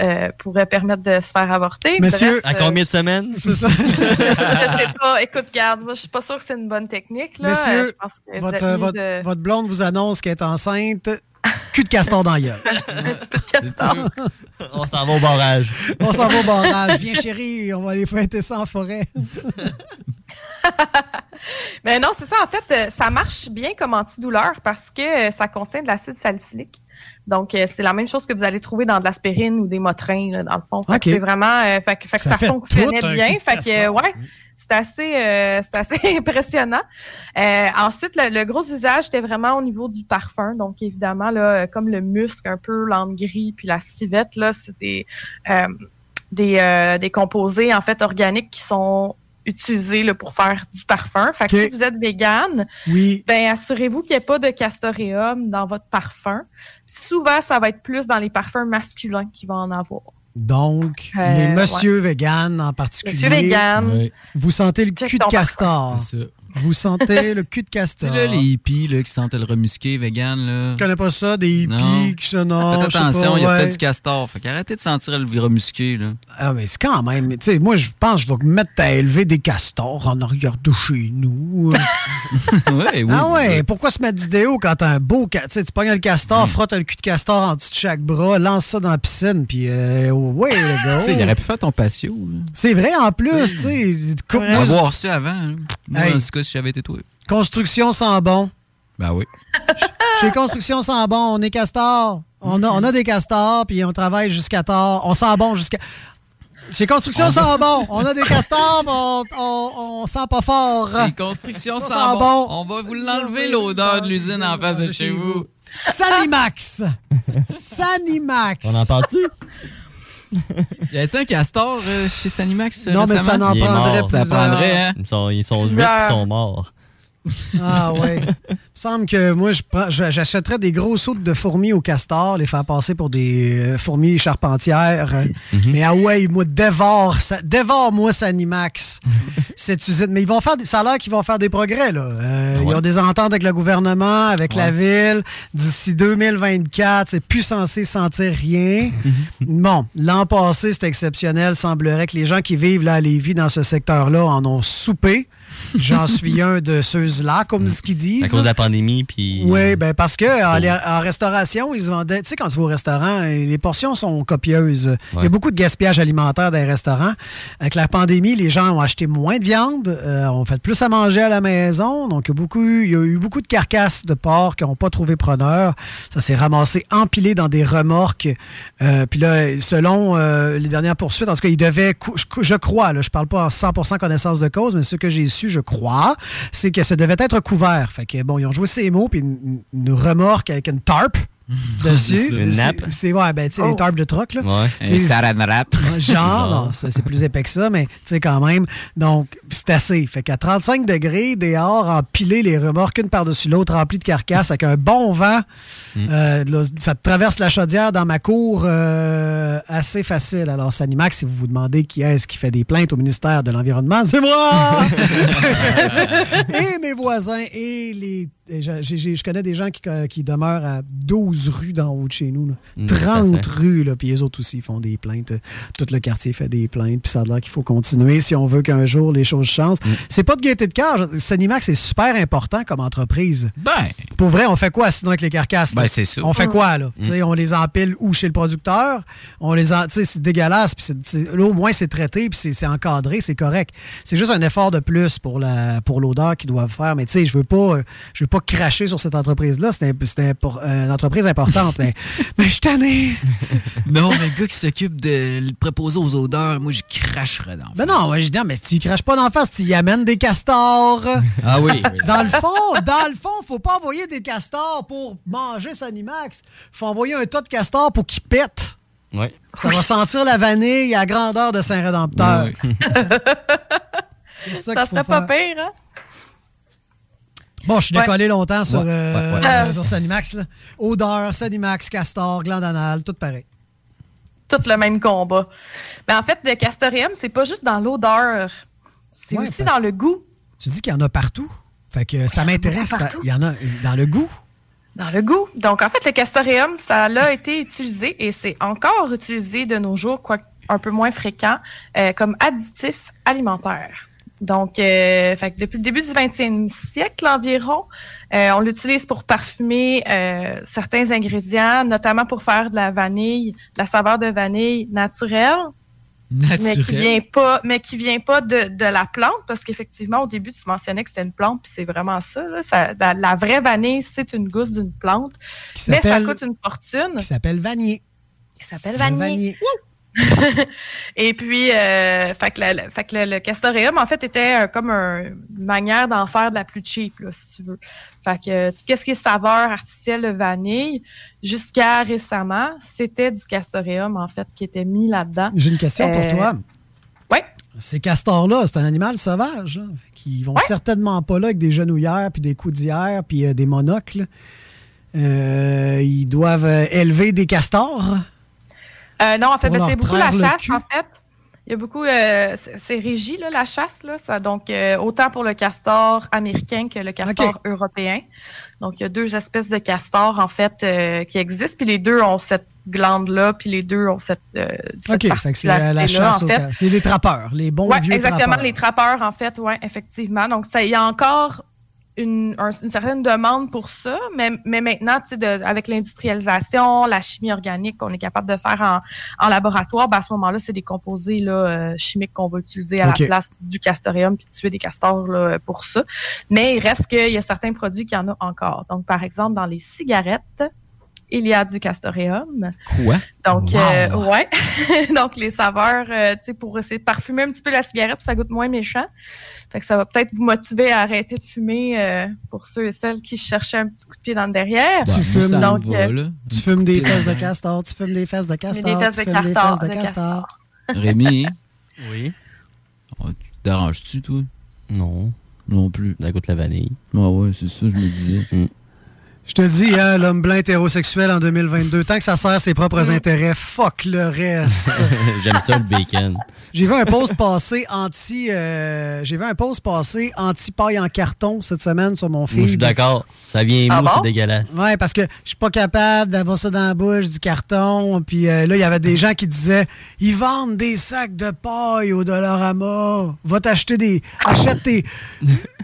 Speaker 24: euh, pourraient permettre de se faire avorter. Bref,
Speaker 26: à
Speaker 24: euh,
Speaker 26: combien de semaines?
Speaker 9: C'est ça.
Speaker 24: je sais pas. Écoute, garde, moi, je suis pas sûre que c'est une bonne technique. Là. Euh,
Speaker 9: Messieurs,
Speaker 24: je pense que vous
Speaker 9: votre,
Speaker 24: êtes mieux
Speaker 9: votre-
Speaker 24: de-
Speaker 9: votre blonde vous annonce qu'elle est enceinte. Cul de castor dans la gueule.
Speaker 26: On s'en va au barrage.
Speaker 9: On s'en va au barrage. Viens, chérie, on va aller fêter ça en forêt.
Speaker 24: Mais non, c'est ça. En fait, euh, ça marche bien comme antidouleur parce que euh, ça contient de l'acide salicylique. Donc, euh, c'est la même chose que vous allez trouver dans de l'aspirine ou des motrins, là, dans le fond. Fait
Speaker 15: Ok.
Speaker 24: que C'est vraiment. euh, fait, que- fait que
Speaker 15: Ça
Speaker 24: ça,
Speaker 15: fait
Speaker 24: fonctionnait
Speaker 15: tout un
Speaker 24: bien.
Speaker 15: coup de
Speaker 24: Fait que, euh,
Speaker 15: castor.
Speaker 24: ouais, c'est assez, euh, c'est assez impressionnant. Euh, ensuite, le, le gros usage, c'était vraiment au niveau du parfum. Donc, évidemment, là, euh, comme le musc, un peu l'ambre gris, puis la civette, là, c'est des. euh, des, euh, des composés en fait organiques qui sont utilisés là, pour faire du parfum. Fait que
Speaker 15: Ok.
Speaker 24: si vous êtes vegan,
Speaker 9: Oui.
Speaker 24: ben assurez-vous qu'il n'y ait pas de castoreum dans votre parfum. Souvent, ça va être plus dans les parfums masculins qui va en avoir.
Speaker 9: Donc,
Speaker 24: Euh,
Speaker 9: les monsieur vegan en particulier.
Speaker 24: Monsieur vegan. Oui.
Speaker 9: Vous sentez le cul de
Speaker 24: ton
Speaker 9: castor.
Speaker 3: C'est ça.
Speaker 9: Vous sentez le cul de
Speaker 3: Tu
Speaker 9: castor.
Speaker 3: sais, là, les hippies là, qui sentent le remusqué vegan, là.
Speaker 9: Je connais pas ça, des hippies
Speaker 3: Non.
Speaker 9: qui se non,
Speaker 3: Faites
Speaker 9: Ah, je sais pas,
Speaker 3: attention, il y a
Speaker 9: ouais.
Speaker 3: peut-être du castor. Fait qu'arrêtez de sentir le remusqué, là.
Speaker 9: Ah, mais c'est quand même. Tu sais, moi, je pense que je vais me mettre à élever des castors en arrière de chez nous.
Speaker 3: ouais, Eh oui.
Speaker 9: ah ouais, pourquoi se mettre d'idéo quand t'as un beau. ca- Tu sais, tu pognes le castor, frotte le cul de castor en dessous de chaque bras, lance ça dans la piscine, puis euh, ouais,
Speaker 3: Ah, Tu
Speaker 9: le
Speaker 3: sais,
Speaker 9: go.
Speaker 3: il aurait pu faire ton patio. là.
Speaker 9: C'est vrai, en plus, tu sais,
Speaker 3: On va
Speaker 9: coupe-moi ce
Speaker 3: voir ça avant. hein. Moi,
Speaker 9: Hey.
Speaker 3: en tout cas, si j'avais été toi.
Speaker 9: Construction sans bon.
Speaker 3: Ben oui.
Speaker 9: Chez Construction sans bon, on est castor. On a, on a des castors, puis on travaille jusqu'à tard. On sent bon jusqu'à. Chez Construction
Speaker 3: On-
Speaker 9: sans bon, on a des castors, puis on, on, on sent pas fort.
Speaker 3: Les constructions
Speaker 9: Ça
Speaker 3: sans
Speaker 9: sent bon.
Speaker 3: bon.
Speaker 9: Ah,
Speaker 3: On va vous l'enlever l'odeur de l'usine en face de chez vous.
Speaker 9: Sanimax. Sanimax.
Speaker 26: On en parle-tu?
Speaker 3: Y a-t-il un castor euh, chez Sanimax euh,
Speaker 9: Non, mais ça
Speaker 3: récemment?
Speaker 9: n'en
Speaker 26: Il est
Speaker 9: prendrait
Speaker 26: mort.
Speaker 3: Ça prendrait, hein?
Speaker 26: Ils sont, ils sont huit,
Speaker 9: Plusieurs.
Speaker 26: ils sont morts.
Speaker 9: Ah ouais. Il me semble que moi, je prends- je- j'achèterais des grosses sautes de fourmis au castor, les faire passer pour des euh, fourmis charpentières. euh. Mais ah ouais, moi, dévore, ça- dévore-moi Sanimax. Cette usine. Mais ils vont faire des, ça a l'air qu'ils vont faire des progrès, là. Euh, Ils ont des ententes avec le gouvernement, avec la ville. D'ici 2024, c'est plus censé sentir rien.
Speaker 3: Mhm.
Speaker 9: Bon, l'an passé, c'était exceptionnel. Semblerait que les gens qui vivent là à Lévis, dans ce secteur-là, en ont soupé. J'en suis un de ceux-là, comme ce qu'ils disent.
Speaker 26: À cause de la pandémie, puis.
Speaker 9: Oui, ben parce que en, les- en restauration, ils se vendaient. Tu sais, quand tu vas au restaurant, euh, les portions sont copieuses. Il y a beaucoup de gaspillage alimentaire dans les restaurants. Avec la pandémie, les gens ont acheté moins de viande, euh, ont fait plus à manger à la maison. Donc, il y a, beaucoup, il y a eu beaucoup de carcasses de porc qui n'ont pas trouvé preneur. Ça s'est ramassé empilé dans des remorques. Euh, puis là, selon euh, les dernières poursuites, en tout cas, ils devaient, cou- je, je crois, là, je parle pas en 100% connaissance de cause, mais ce que j'ai su, je crois, c'est que ça devait être couvert. Fait que, bon, ils ont joué ces mots, puis une, une remorque avec une tarp dessus.
Speaker 3: C'est ça. Une
Speaker 9: C'est-
Speaker 3: nappe.
Speaker 9: C'est, ouais, ben, tu sais, les tarps de truck, là.
Speaker 3: Ouais. Un
Speaker 9: Puis-
Speaker 3: saran wrap.
Speaker 9: Ah, Genre, non, ça, c'est plus épais que ça, mais tu sais, quand même. Donc, c'est assez. Fait qu'à 35 degrés, dehors, empiler les remorques une par-dessus l'autre, remplies de carcasses, avec un bon vent,
Speaker 11: Mm.
Speaker 9: euh, de la- ça te traverse la chaudière dans ma cour euh, assez facile. Alors, Sanimax, si vous vous demandez qui est-ce qui fait des plaintes au ministère de l'Environnement, c'est moi! Et mes voisins. voisins et les. et j'ai- j'ai- je connais des gens qui, euh, qui demeurent à 12 rues d'en haut de chez nous. là.
Speaker 18: Mm,
Speaker 9: 30
Speaker 18: ça sent.
Speaker 9: rues, là, puis les autres aussi font des plaintes. Tout le quartier fait des plaintes, puis ça a l'air qu'il faut continuer si on veut qu'un jour les choses changent. C'est pas de gaieté de cœur. Sanimax, c'est super important comme entreprise.
Speaker 3: Ben!
Speaker 9: Pour vrai, on fait quoi sinon avec les carcasses? là?
Speaker 3: Ben, c'est sûr.
Speaker 9: On fait
Speaker 3: Mm.
Speaker 9: quoi, là?
Speaker 3: Mm.
Speaker 9: Tu sais, on les empile ou chez le producteur, on les en- tu sais, c'est dégueulasse, puis c'est- c'est- là, au moins, c'est traité, puis c'est- c'est encadré, c'est correct. C'est juste un effort de plus pour la pour l'odeur qu'ils doivent faire, mais tu sais, je veux pas euh, je veux pas cracher sur cette entreprise-là, c'est un- c'est un pour- euh, une entreprise importante, mais, mais je suis tanné!
Speaker 3: Non, mais le gars qui s'occupe de le proposer aux odeurs, moi, je cracherais dans.
Speaker 9: Ben non, ouais, je dis, ah, mais tu craches pas d'en face, tu y amènes des castors.
Speaker 3: Ah oui, oui.
Speaker 9: Dans le fond, dans le fond, faut pas envoyer des castors pour manger Sanimax. Faut envoyer un tas de castors pour qu'ils pètent.
Speaker 26: hmm,
Speaker 18: Ouais.
Speaker 9: Ça va sentir la vanille à la grandeur de Saint-Rédempteur. C'est
Speaker 24: Ça,
Speaker 9: qu'il faut
Speaker 24: serait pas
Speaker 9: faire.
Speaker 24: pire, hein?
Speaker 9: Bon, je suis
Speaker 24: Ouais. Ah.
Speaker 9: décollé longtemps sur,
Speaker 24: Ouais, ouais,
Speaker 9: euh,
Speaker 24: ouais.
Speaker 9: sur Sanimax. là. Odeur, Sanimax, castor, gland anal, tout pareil.
Speaker 24: Tout le même combat. Mais en fait, le castoreum, c'est pas juste dans l'odeur. C'est
Speaker 9: Ouais,
Speaker 24: aussi
Speaker 9: parce-
Speaker 24: dans le goût.
Speaker 9: Tu dis qu'il y en a partout. Fait que
Speaker 24: Ah,
Speaker 9: ça m'intéresse. ça-
Speaker 24: partout.
Speaker 9: Il y en a dans le goût.
Speaker 24: Dans le goût. Donc, en fait, le castoreum, ça l'a été utilisé et c'est encore utilisé de nos jours, quoique un peu moins fréquent, euh, comme additif alimentaire. Donc, euh, fait que depuis le début du 20e siècle environ, euh, on l'utilise pour parfumer euh, certains ingrédients, notamment pour faire de la vanille, de la saveur de vanille naturelle. Mais qui vient pas, mais qui vient pas de, de la plante, parce qu'effectivement, au début, tu mentionnais que c'était une plante, puis c'est vraiment ça, là. Ça- la, la vraie vanille, c'est une gousse d'une plante,
Speaker 9: Qui
Speaker 24: mais ça
Speaker 9: s'appelle-
Speaker 24: coûte une fortune.
Speaker 9: Qui s'appelle Vanier.
Speaker 24: Qui s'appelle
Speaker 9: C'est
Speaker 24: vanille. Et puis, euh, fait que, la- la- fait que le, le castoreum, en fait, était euh, comme un- une manière d'en faire de la plus cheap, là, si tu veux. Fait que euh, tout ce qui est saveur artificielle de vanille, jusqu'à récemment, c'était du castoreum, en fait, qui était mis là-dedans.
Speaker 9: J'ai une question pour
Speaker 24: Euh,
Speaker 9: toi.
Speaker 24: Oui.
Speaker 9: Ces castors-là, c'est un animal sauvage. là, qui vont certainement pas là avec des genouillères, puis des coudières, puis euh, des monocles. Euh, ils doivent euh, élever des castors.
Speaker 24: Euh, non, en fait,
Speaker 9: Pour
Speaker 24: ben,
Speaker 9: leur
Speaker 24: c'est beaucoup
Speaker 9: traire
Speaker 24: la
Speaker 9: le
Speaker 24: chasse,
Speaker 9: cul.
Speaker 24: en fait. Il y a beaucoup, euh, c'est c'est régi, là, la chasse, là, ça, donc euh, autant pour le castor américain que le castor européen. Donc, il y a deux espèces de castors, en fait, euh, qui existent, puis les deux ont cette glande-là, puis les deux ont cette, euh, cette
Speaker 9: OK, fait que c'est la, la
Speaker 24: particularité-là,
Speaker 9: chasse
Speaker 24: en
Speaker 9: aux
Speaker 24: fait.
Speaker 9: castors. C'est les trappeurs, les bons
Speaker 24: Ouais,
Speaker 9: vieux
Speaker 24: exactement,
Speaker 9: trappeurs.
Speaker 24: les trappeurs, en fait, oui, effectivement. Donc, ça, il y a encore une, un- une certaine demande pour ça, mais, mais maintenant, tu sais, de- avec l'industrialisation, la chimie organique qu'on est capable de faire en, en laboratoire, ben, à ce moment-là, c'est des composés là, euh, chimiques qu'on va utiliser à
Speaker 7: Ok.
Speaker 24: la place du castoreum puis de tuer des castors là, pour ça. Mais il reste qu'il y a certains produits qu'il y en a encore. Donc, par exemple, dans les cigarettes, il y a du castoreum.
Speaker 18: Quoi?
Speaker 24: Donc, euh, ouais. Donc, les saveurs, euh, tu sais, pour essayer de parfumer un petit peu la cigarette, ça goûte moins méchant. Fait que ça va peut-être vous motiver à arrêter de fumer euh, pour ceux et celles qui cherchaient un petit coup de pied dans le derrière.
Speaker 9: Tu fumes,
Speaker 24: Donc, euh,
Speaker 9: tu fumes des
Speaker 3: couplet.
Speaker 9: fesses de castor, tu fumes des fesses de castor,
Speaker 24: des fesses
Speaker 9: tu
Speaker 24: de
Speaker 9: fumes des
Speaker 24: castor,
Speaker 9: fesses de
Speaker 24: de
Speaker 9: castor.
Speaker 3: Rémi,
Speaker 26: Oui.
Speaker 3: oh, tu te déranges-tu, toi?
Speaker 26: Non.
Speaker 3: Non plus.
Speaker 26: La goutte la vanille.
Speaker 3: Ouais, ouais, c'est ça, je me disais.
Speaker 9: Je te dis, hein, l'homme blanc hétérosexuel en 2022, tant que ça sert ses
Speaker 24: Mm.
Speaker 9: propres intérêts, fuck le reste.
Speaker 26: J'aime ça le bacon.
Speaker 9: J'ai vu un post passer anti euh, j'ai vu un post passer anti paille en carton cette semaine sur mon
Speaker 26: Moi, je suis
Speaker 9: feed.
Speaker 26: d'accord. Ça vient mou,
Speaker 9: Ah bon?
Speaker 26: c'est dégueulasse.
Speaker 9: Ouais, parce que je suis pas capable d'avoir ça dans la bouche du carton. Puis euh, là, il y avait des gens qui disaient ils vendent des sacs de paille au Dollarama. Va t'acheter des achète tes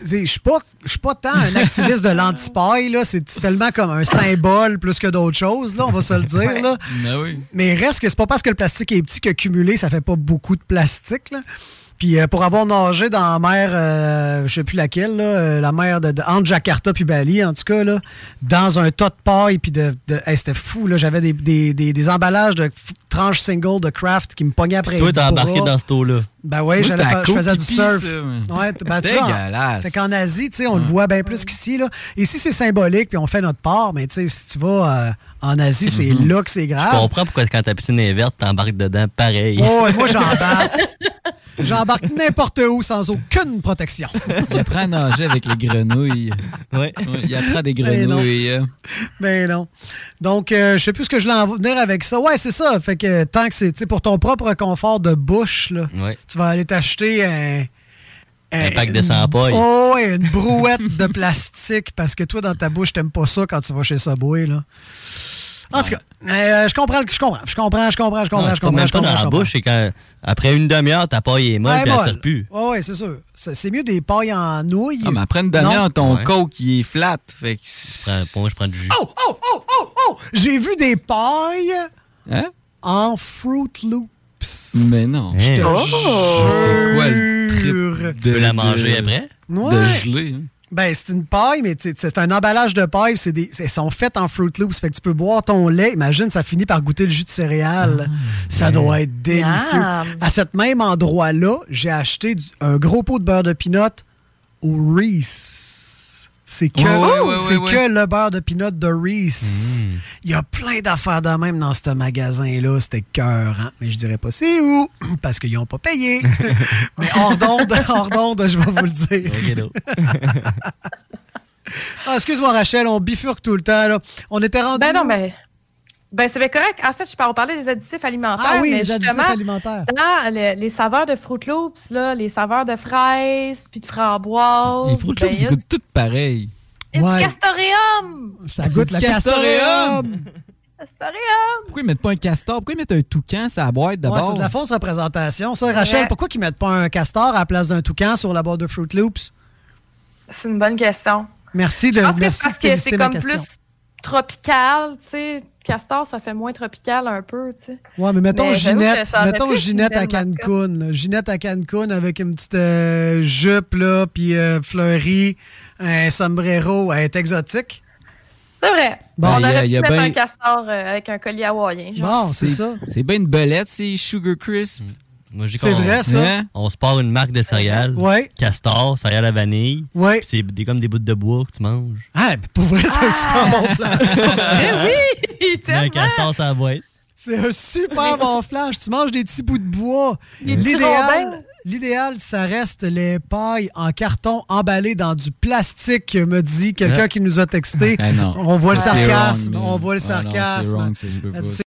Speaker 9: C'est- je suis pas je suis pas tant un activiste de l'anti-paille là, c'est c'est tellement comme un symbole plus que d'autres choses là, on va se le dire là.
Speaker 3: Ben oui.
Speaker 9: Mais reste que c'est pas parce que le plastique est petit que cumulé, ça fait pas beaucoup de plastique. Là. Puis euh, pour avoir nagé dans la mer, euh, je sais plus laquelle, là, euh, la mer de, de- entre Jakarta puis Bali, en tout cas, là, dans un tas de paille, puis de, de- hey, c'était fou. là. J'avais des, des- des- des emballages de f- tranches single de craft qui me pognaient après.
Speaker 26: Toi,
Speaker 9: les
Speaker 26: t'es
Speaker 9: bras.
Speaker 26: embarqué dans ce taux-là.
Speaker 9: Ben oui,
Speaker 26: Moi,
Speaker 9: j'allais
Speaker 26: c'était à
Speaker 9: faire- je
Speaker 26: Koh
Speaker 9: faisais du
Speaker 26: Phi Phi,
Speaker 9: surf.
Speaker 26: ça,
Speaker 9: Ouais, ouais, t- ben, tu vois,
Speaker 3: Dégueulasse.
Speaker 9: Fait qu'en Asie, tu sais, on le voit bien plus qu'ici. là. Et si c'est symbolique, puis on fait notre part, mais tu sais, si tu vas euh, en Asie, c'est
Speaker 26: Mhm.
Speaker 9: là que c'est grave.
Speaker 26: Je comprends pourquoi quand ta piscine est verte, t'embarques dedans pareil.
Speaker 9: Oh, et moi, j'embarque. j'embarque n'importe où sans aucune protection.
Speaker 3: Il apprend à nager avec les grenouilles.
Speaker 26: Ouais.
Speaker 3: Il apprend des
Speaker 9: Eh non.
Speaker 3: grenouilles. euh.
Speaker 9: Mais non. Donc, euh, je sais plus ce que je voulais en venir avec ça. Ouais, c'est ça. Fait que euh, tant que c'est tu sais, pour ton propre confort de bouche, là,
Speaker 26: Ouais.
Speaker 9: tu vas aller t'acheter un,
Speaker 11: L'impact descend pas. il-
Speaker 9: Oh, ouais, une brouette de plastique parce que toi, dans ta bouche, t'aimes pas ça quand tu vas chez Subway, là. En tout cas, euh, je comprends, le- je comprends, je comprends, je comprends, je
Speaker 11: Non,
Speaker 9: comprends, je
Speaker 11: c'est pas
Speaker 9: comprends,
Speaker 11: même
Speaker 9: je
Speaker 11: pas dans
Speaker 9: comprends.
Speaker 11: la
Speaker 9: je
Speaker 11: bouche, c'est quand après une demi-heure, ta paille est molle
Speaker 9: Ouais,
Speaker 11: et elle
Speaker 9: molle.
Speaker 11: sert plus.
Speaker 9: Ouais, ouais, c'est sûr. C'est c'est mieux des pailles en nouilles.
Speaker 23: Ah, mais après une
Speaker 9: Non.
Speaker 23: demi-heure, ton
Speaker 11: Ouais.
Speaker 23: coke, il est flat. Fait que...
Speaker 11: pour moi, je prends du jus.
Speaker 9: Oh, oh, oh, oh, oh! J'ai vu des pailles
Speaker 23: Hein?
Speaker 9: en Fruit Loops.
Speaker 23: Mais non.
Speaker 9: Je te
Speaker 23: Oh! C'est quoi le trip
Speaker 11: Hein? Tu peux la manger après?
Speaker 9: Ouais.
Speaker 23: De gelée. hein?
Speaker 9: Ben, c'est une paille, mais tu sais, c'est un emballage de paille. c'est Des, elles sont faites en Fruit Loops. Fait que tu peux boire ton lait. Imagine, ça finit par goûter le jus de céréales. ça doit être délicieux.
Speaker 7: Ah, ben, Yum.
Speaker 9: À cet même endroit-là, j'ai acheté du- un gros pot de beurre de pinot au Reese. C'est que,
Speaker 7: Ouais, ouais, ouais,
Speaker 9: c'est
Speaker 7: ouais,
Speaker 9: que
Speaker 7: ouais. Mm.
Speaker 9: le beurre de pinot de Reese. Il y a plein d'affaires de même dans ce magasin-là. C'était cœur, hein. mais je dirais pas c'est où parce qu'ils n'ont pas payé. mais hors d'onde, hors d'onde, je vais vous le dire. Ah, excuse-moi, Rachel, on bifurque tout le temps. Là. On était rendu. Ben non,
Speaker 24: mais. Ben, c'est bien correct. En fait, je par- on parlait des additifs alimentaires.
Speaker 9: Ah oui,
Speaker 24: mais
Speaker 9: les additifs
Speaker 24: justement,
Speaker 9: alimentaires.
Speaker 24: Dans le- les saveurs de Fruit Loops, là, les saveurs de fraises, puis de framboises.
Speaker 23: Les Fruit
Speaker 24: ben,
Speaker 23: Loops,
Speaker 24: il y
Speaker 23: ils
Speaker 24: a
Speaker 23: goûtent toutes pareilles.
Speaker 24: du- il y a du castoreum!
Speaker 9: Ça goûte
Speaker 23: le
Speaker 9: le castoreum.
Speaker 24: Castoreum!
Speaker 23: Pourquoi ils mettent pas un castor? Pourquoi ils mettent un toucan sur la boîte
Speaker 9: Ouais,
Speaker 23: d'abord?
Speaker 9: c'est de la fausse représentation, ça. Rachel,
Speaker 24: Ouais.
Speaker 9: pourquoi qu'ils mettent pas un castor à la place d'un toucan sur la boîte de Fruit Loops?
Speaker 24: C'est une bonne question.
Speaker 9: Merci de
Speaker 24: Je pense que
Speaker 9: merci
Speaker 24: c'est parce
Speaker 9: de
Speaker 24: que
Speaker 9: féliciter
Speaker 24: c'est
Speaker 9: ma
Speaker 24: comme
Speaker 9: question.
Speaker 24: plus tropical, tu sais. Castor, ça fait moins tropical un peu, tu sais.
Speaker 9: Ouais, mais mettons
Speaker 24: Mais j'avoue que
Speaker 9: Ginette,
Speaker 24: ça aurait
Speaker 9: mettons
Speaker 24: pu être une
Speaker 9: Ginette à
Speaker 24: belle mascotte.
Speaker 9: Cancun. là. Ginette à Cancun avec une petite euh, jupe, là, puis euh, fleurie, un sombrero. Elle est exotique.
Speaker 24: C'est vrai.
Speaker 9: Bon,
Speaker 24: on
Speaker 9: il y a-
Speaker 24: aurait
Speaker 23: il y
Speaker 24: pu
Speaker 23: a
Speaker 24: mettre
Speaker 23: ben-
Speaker 24: un castor euh, avec un collier hawaïen. genre.
Speaker 23: C'est bien une belette, c'est Sugar Crisp.
Speaker 11: Mm. Moi, je dis
Speaker 23: C'est
Speaker 11: qu'on-
Speaker 23: vrai, ça? Hein?
Speaker 11: On se part une marque de céréales.
Speaker 9: Ouais.
Speaker 11: Castor, céréales à vanille.
Speaker 9: Ouais.
Speaker 11: C'est des- comme des bouts de bois que tu manges.
Speaker 9: Ah, mais pour vrai, c'est un super bon flash.
Speaker 24: Eh oui!
Speaker 11: Tu mets un castor, ça va être.
Speaker 9: C'est un super bon flash. Tu manges des petits bouts de bois.
Speaker 11: Des petits rondins.
Speaker 9: L'idéal, l'idéal, ça reste les pailles en carton emballées dans du plastique, me dit quelqu'un
Speaker 23: Yep.
Speaker 9: qui nous a texté.
Speaker 23: Ah non.
Speaker 9: On voit le
Speaker 23: Ça, c'est
Speaker 9: sarcasme.
Speaker 23: wrong, man.
Speaker 9: on voit le
Speaker 23: Ah non, c'est
Speaker 9: sarcasme.
Speaker 23: wrong, ça se peut pas,
Speaker 9: C'est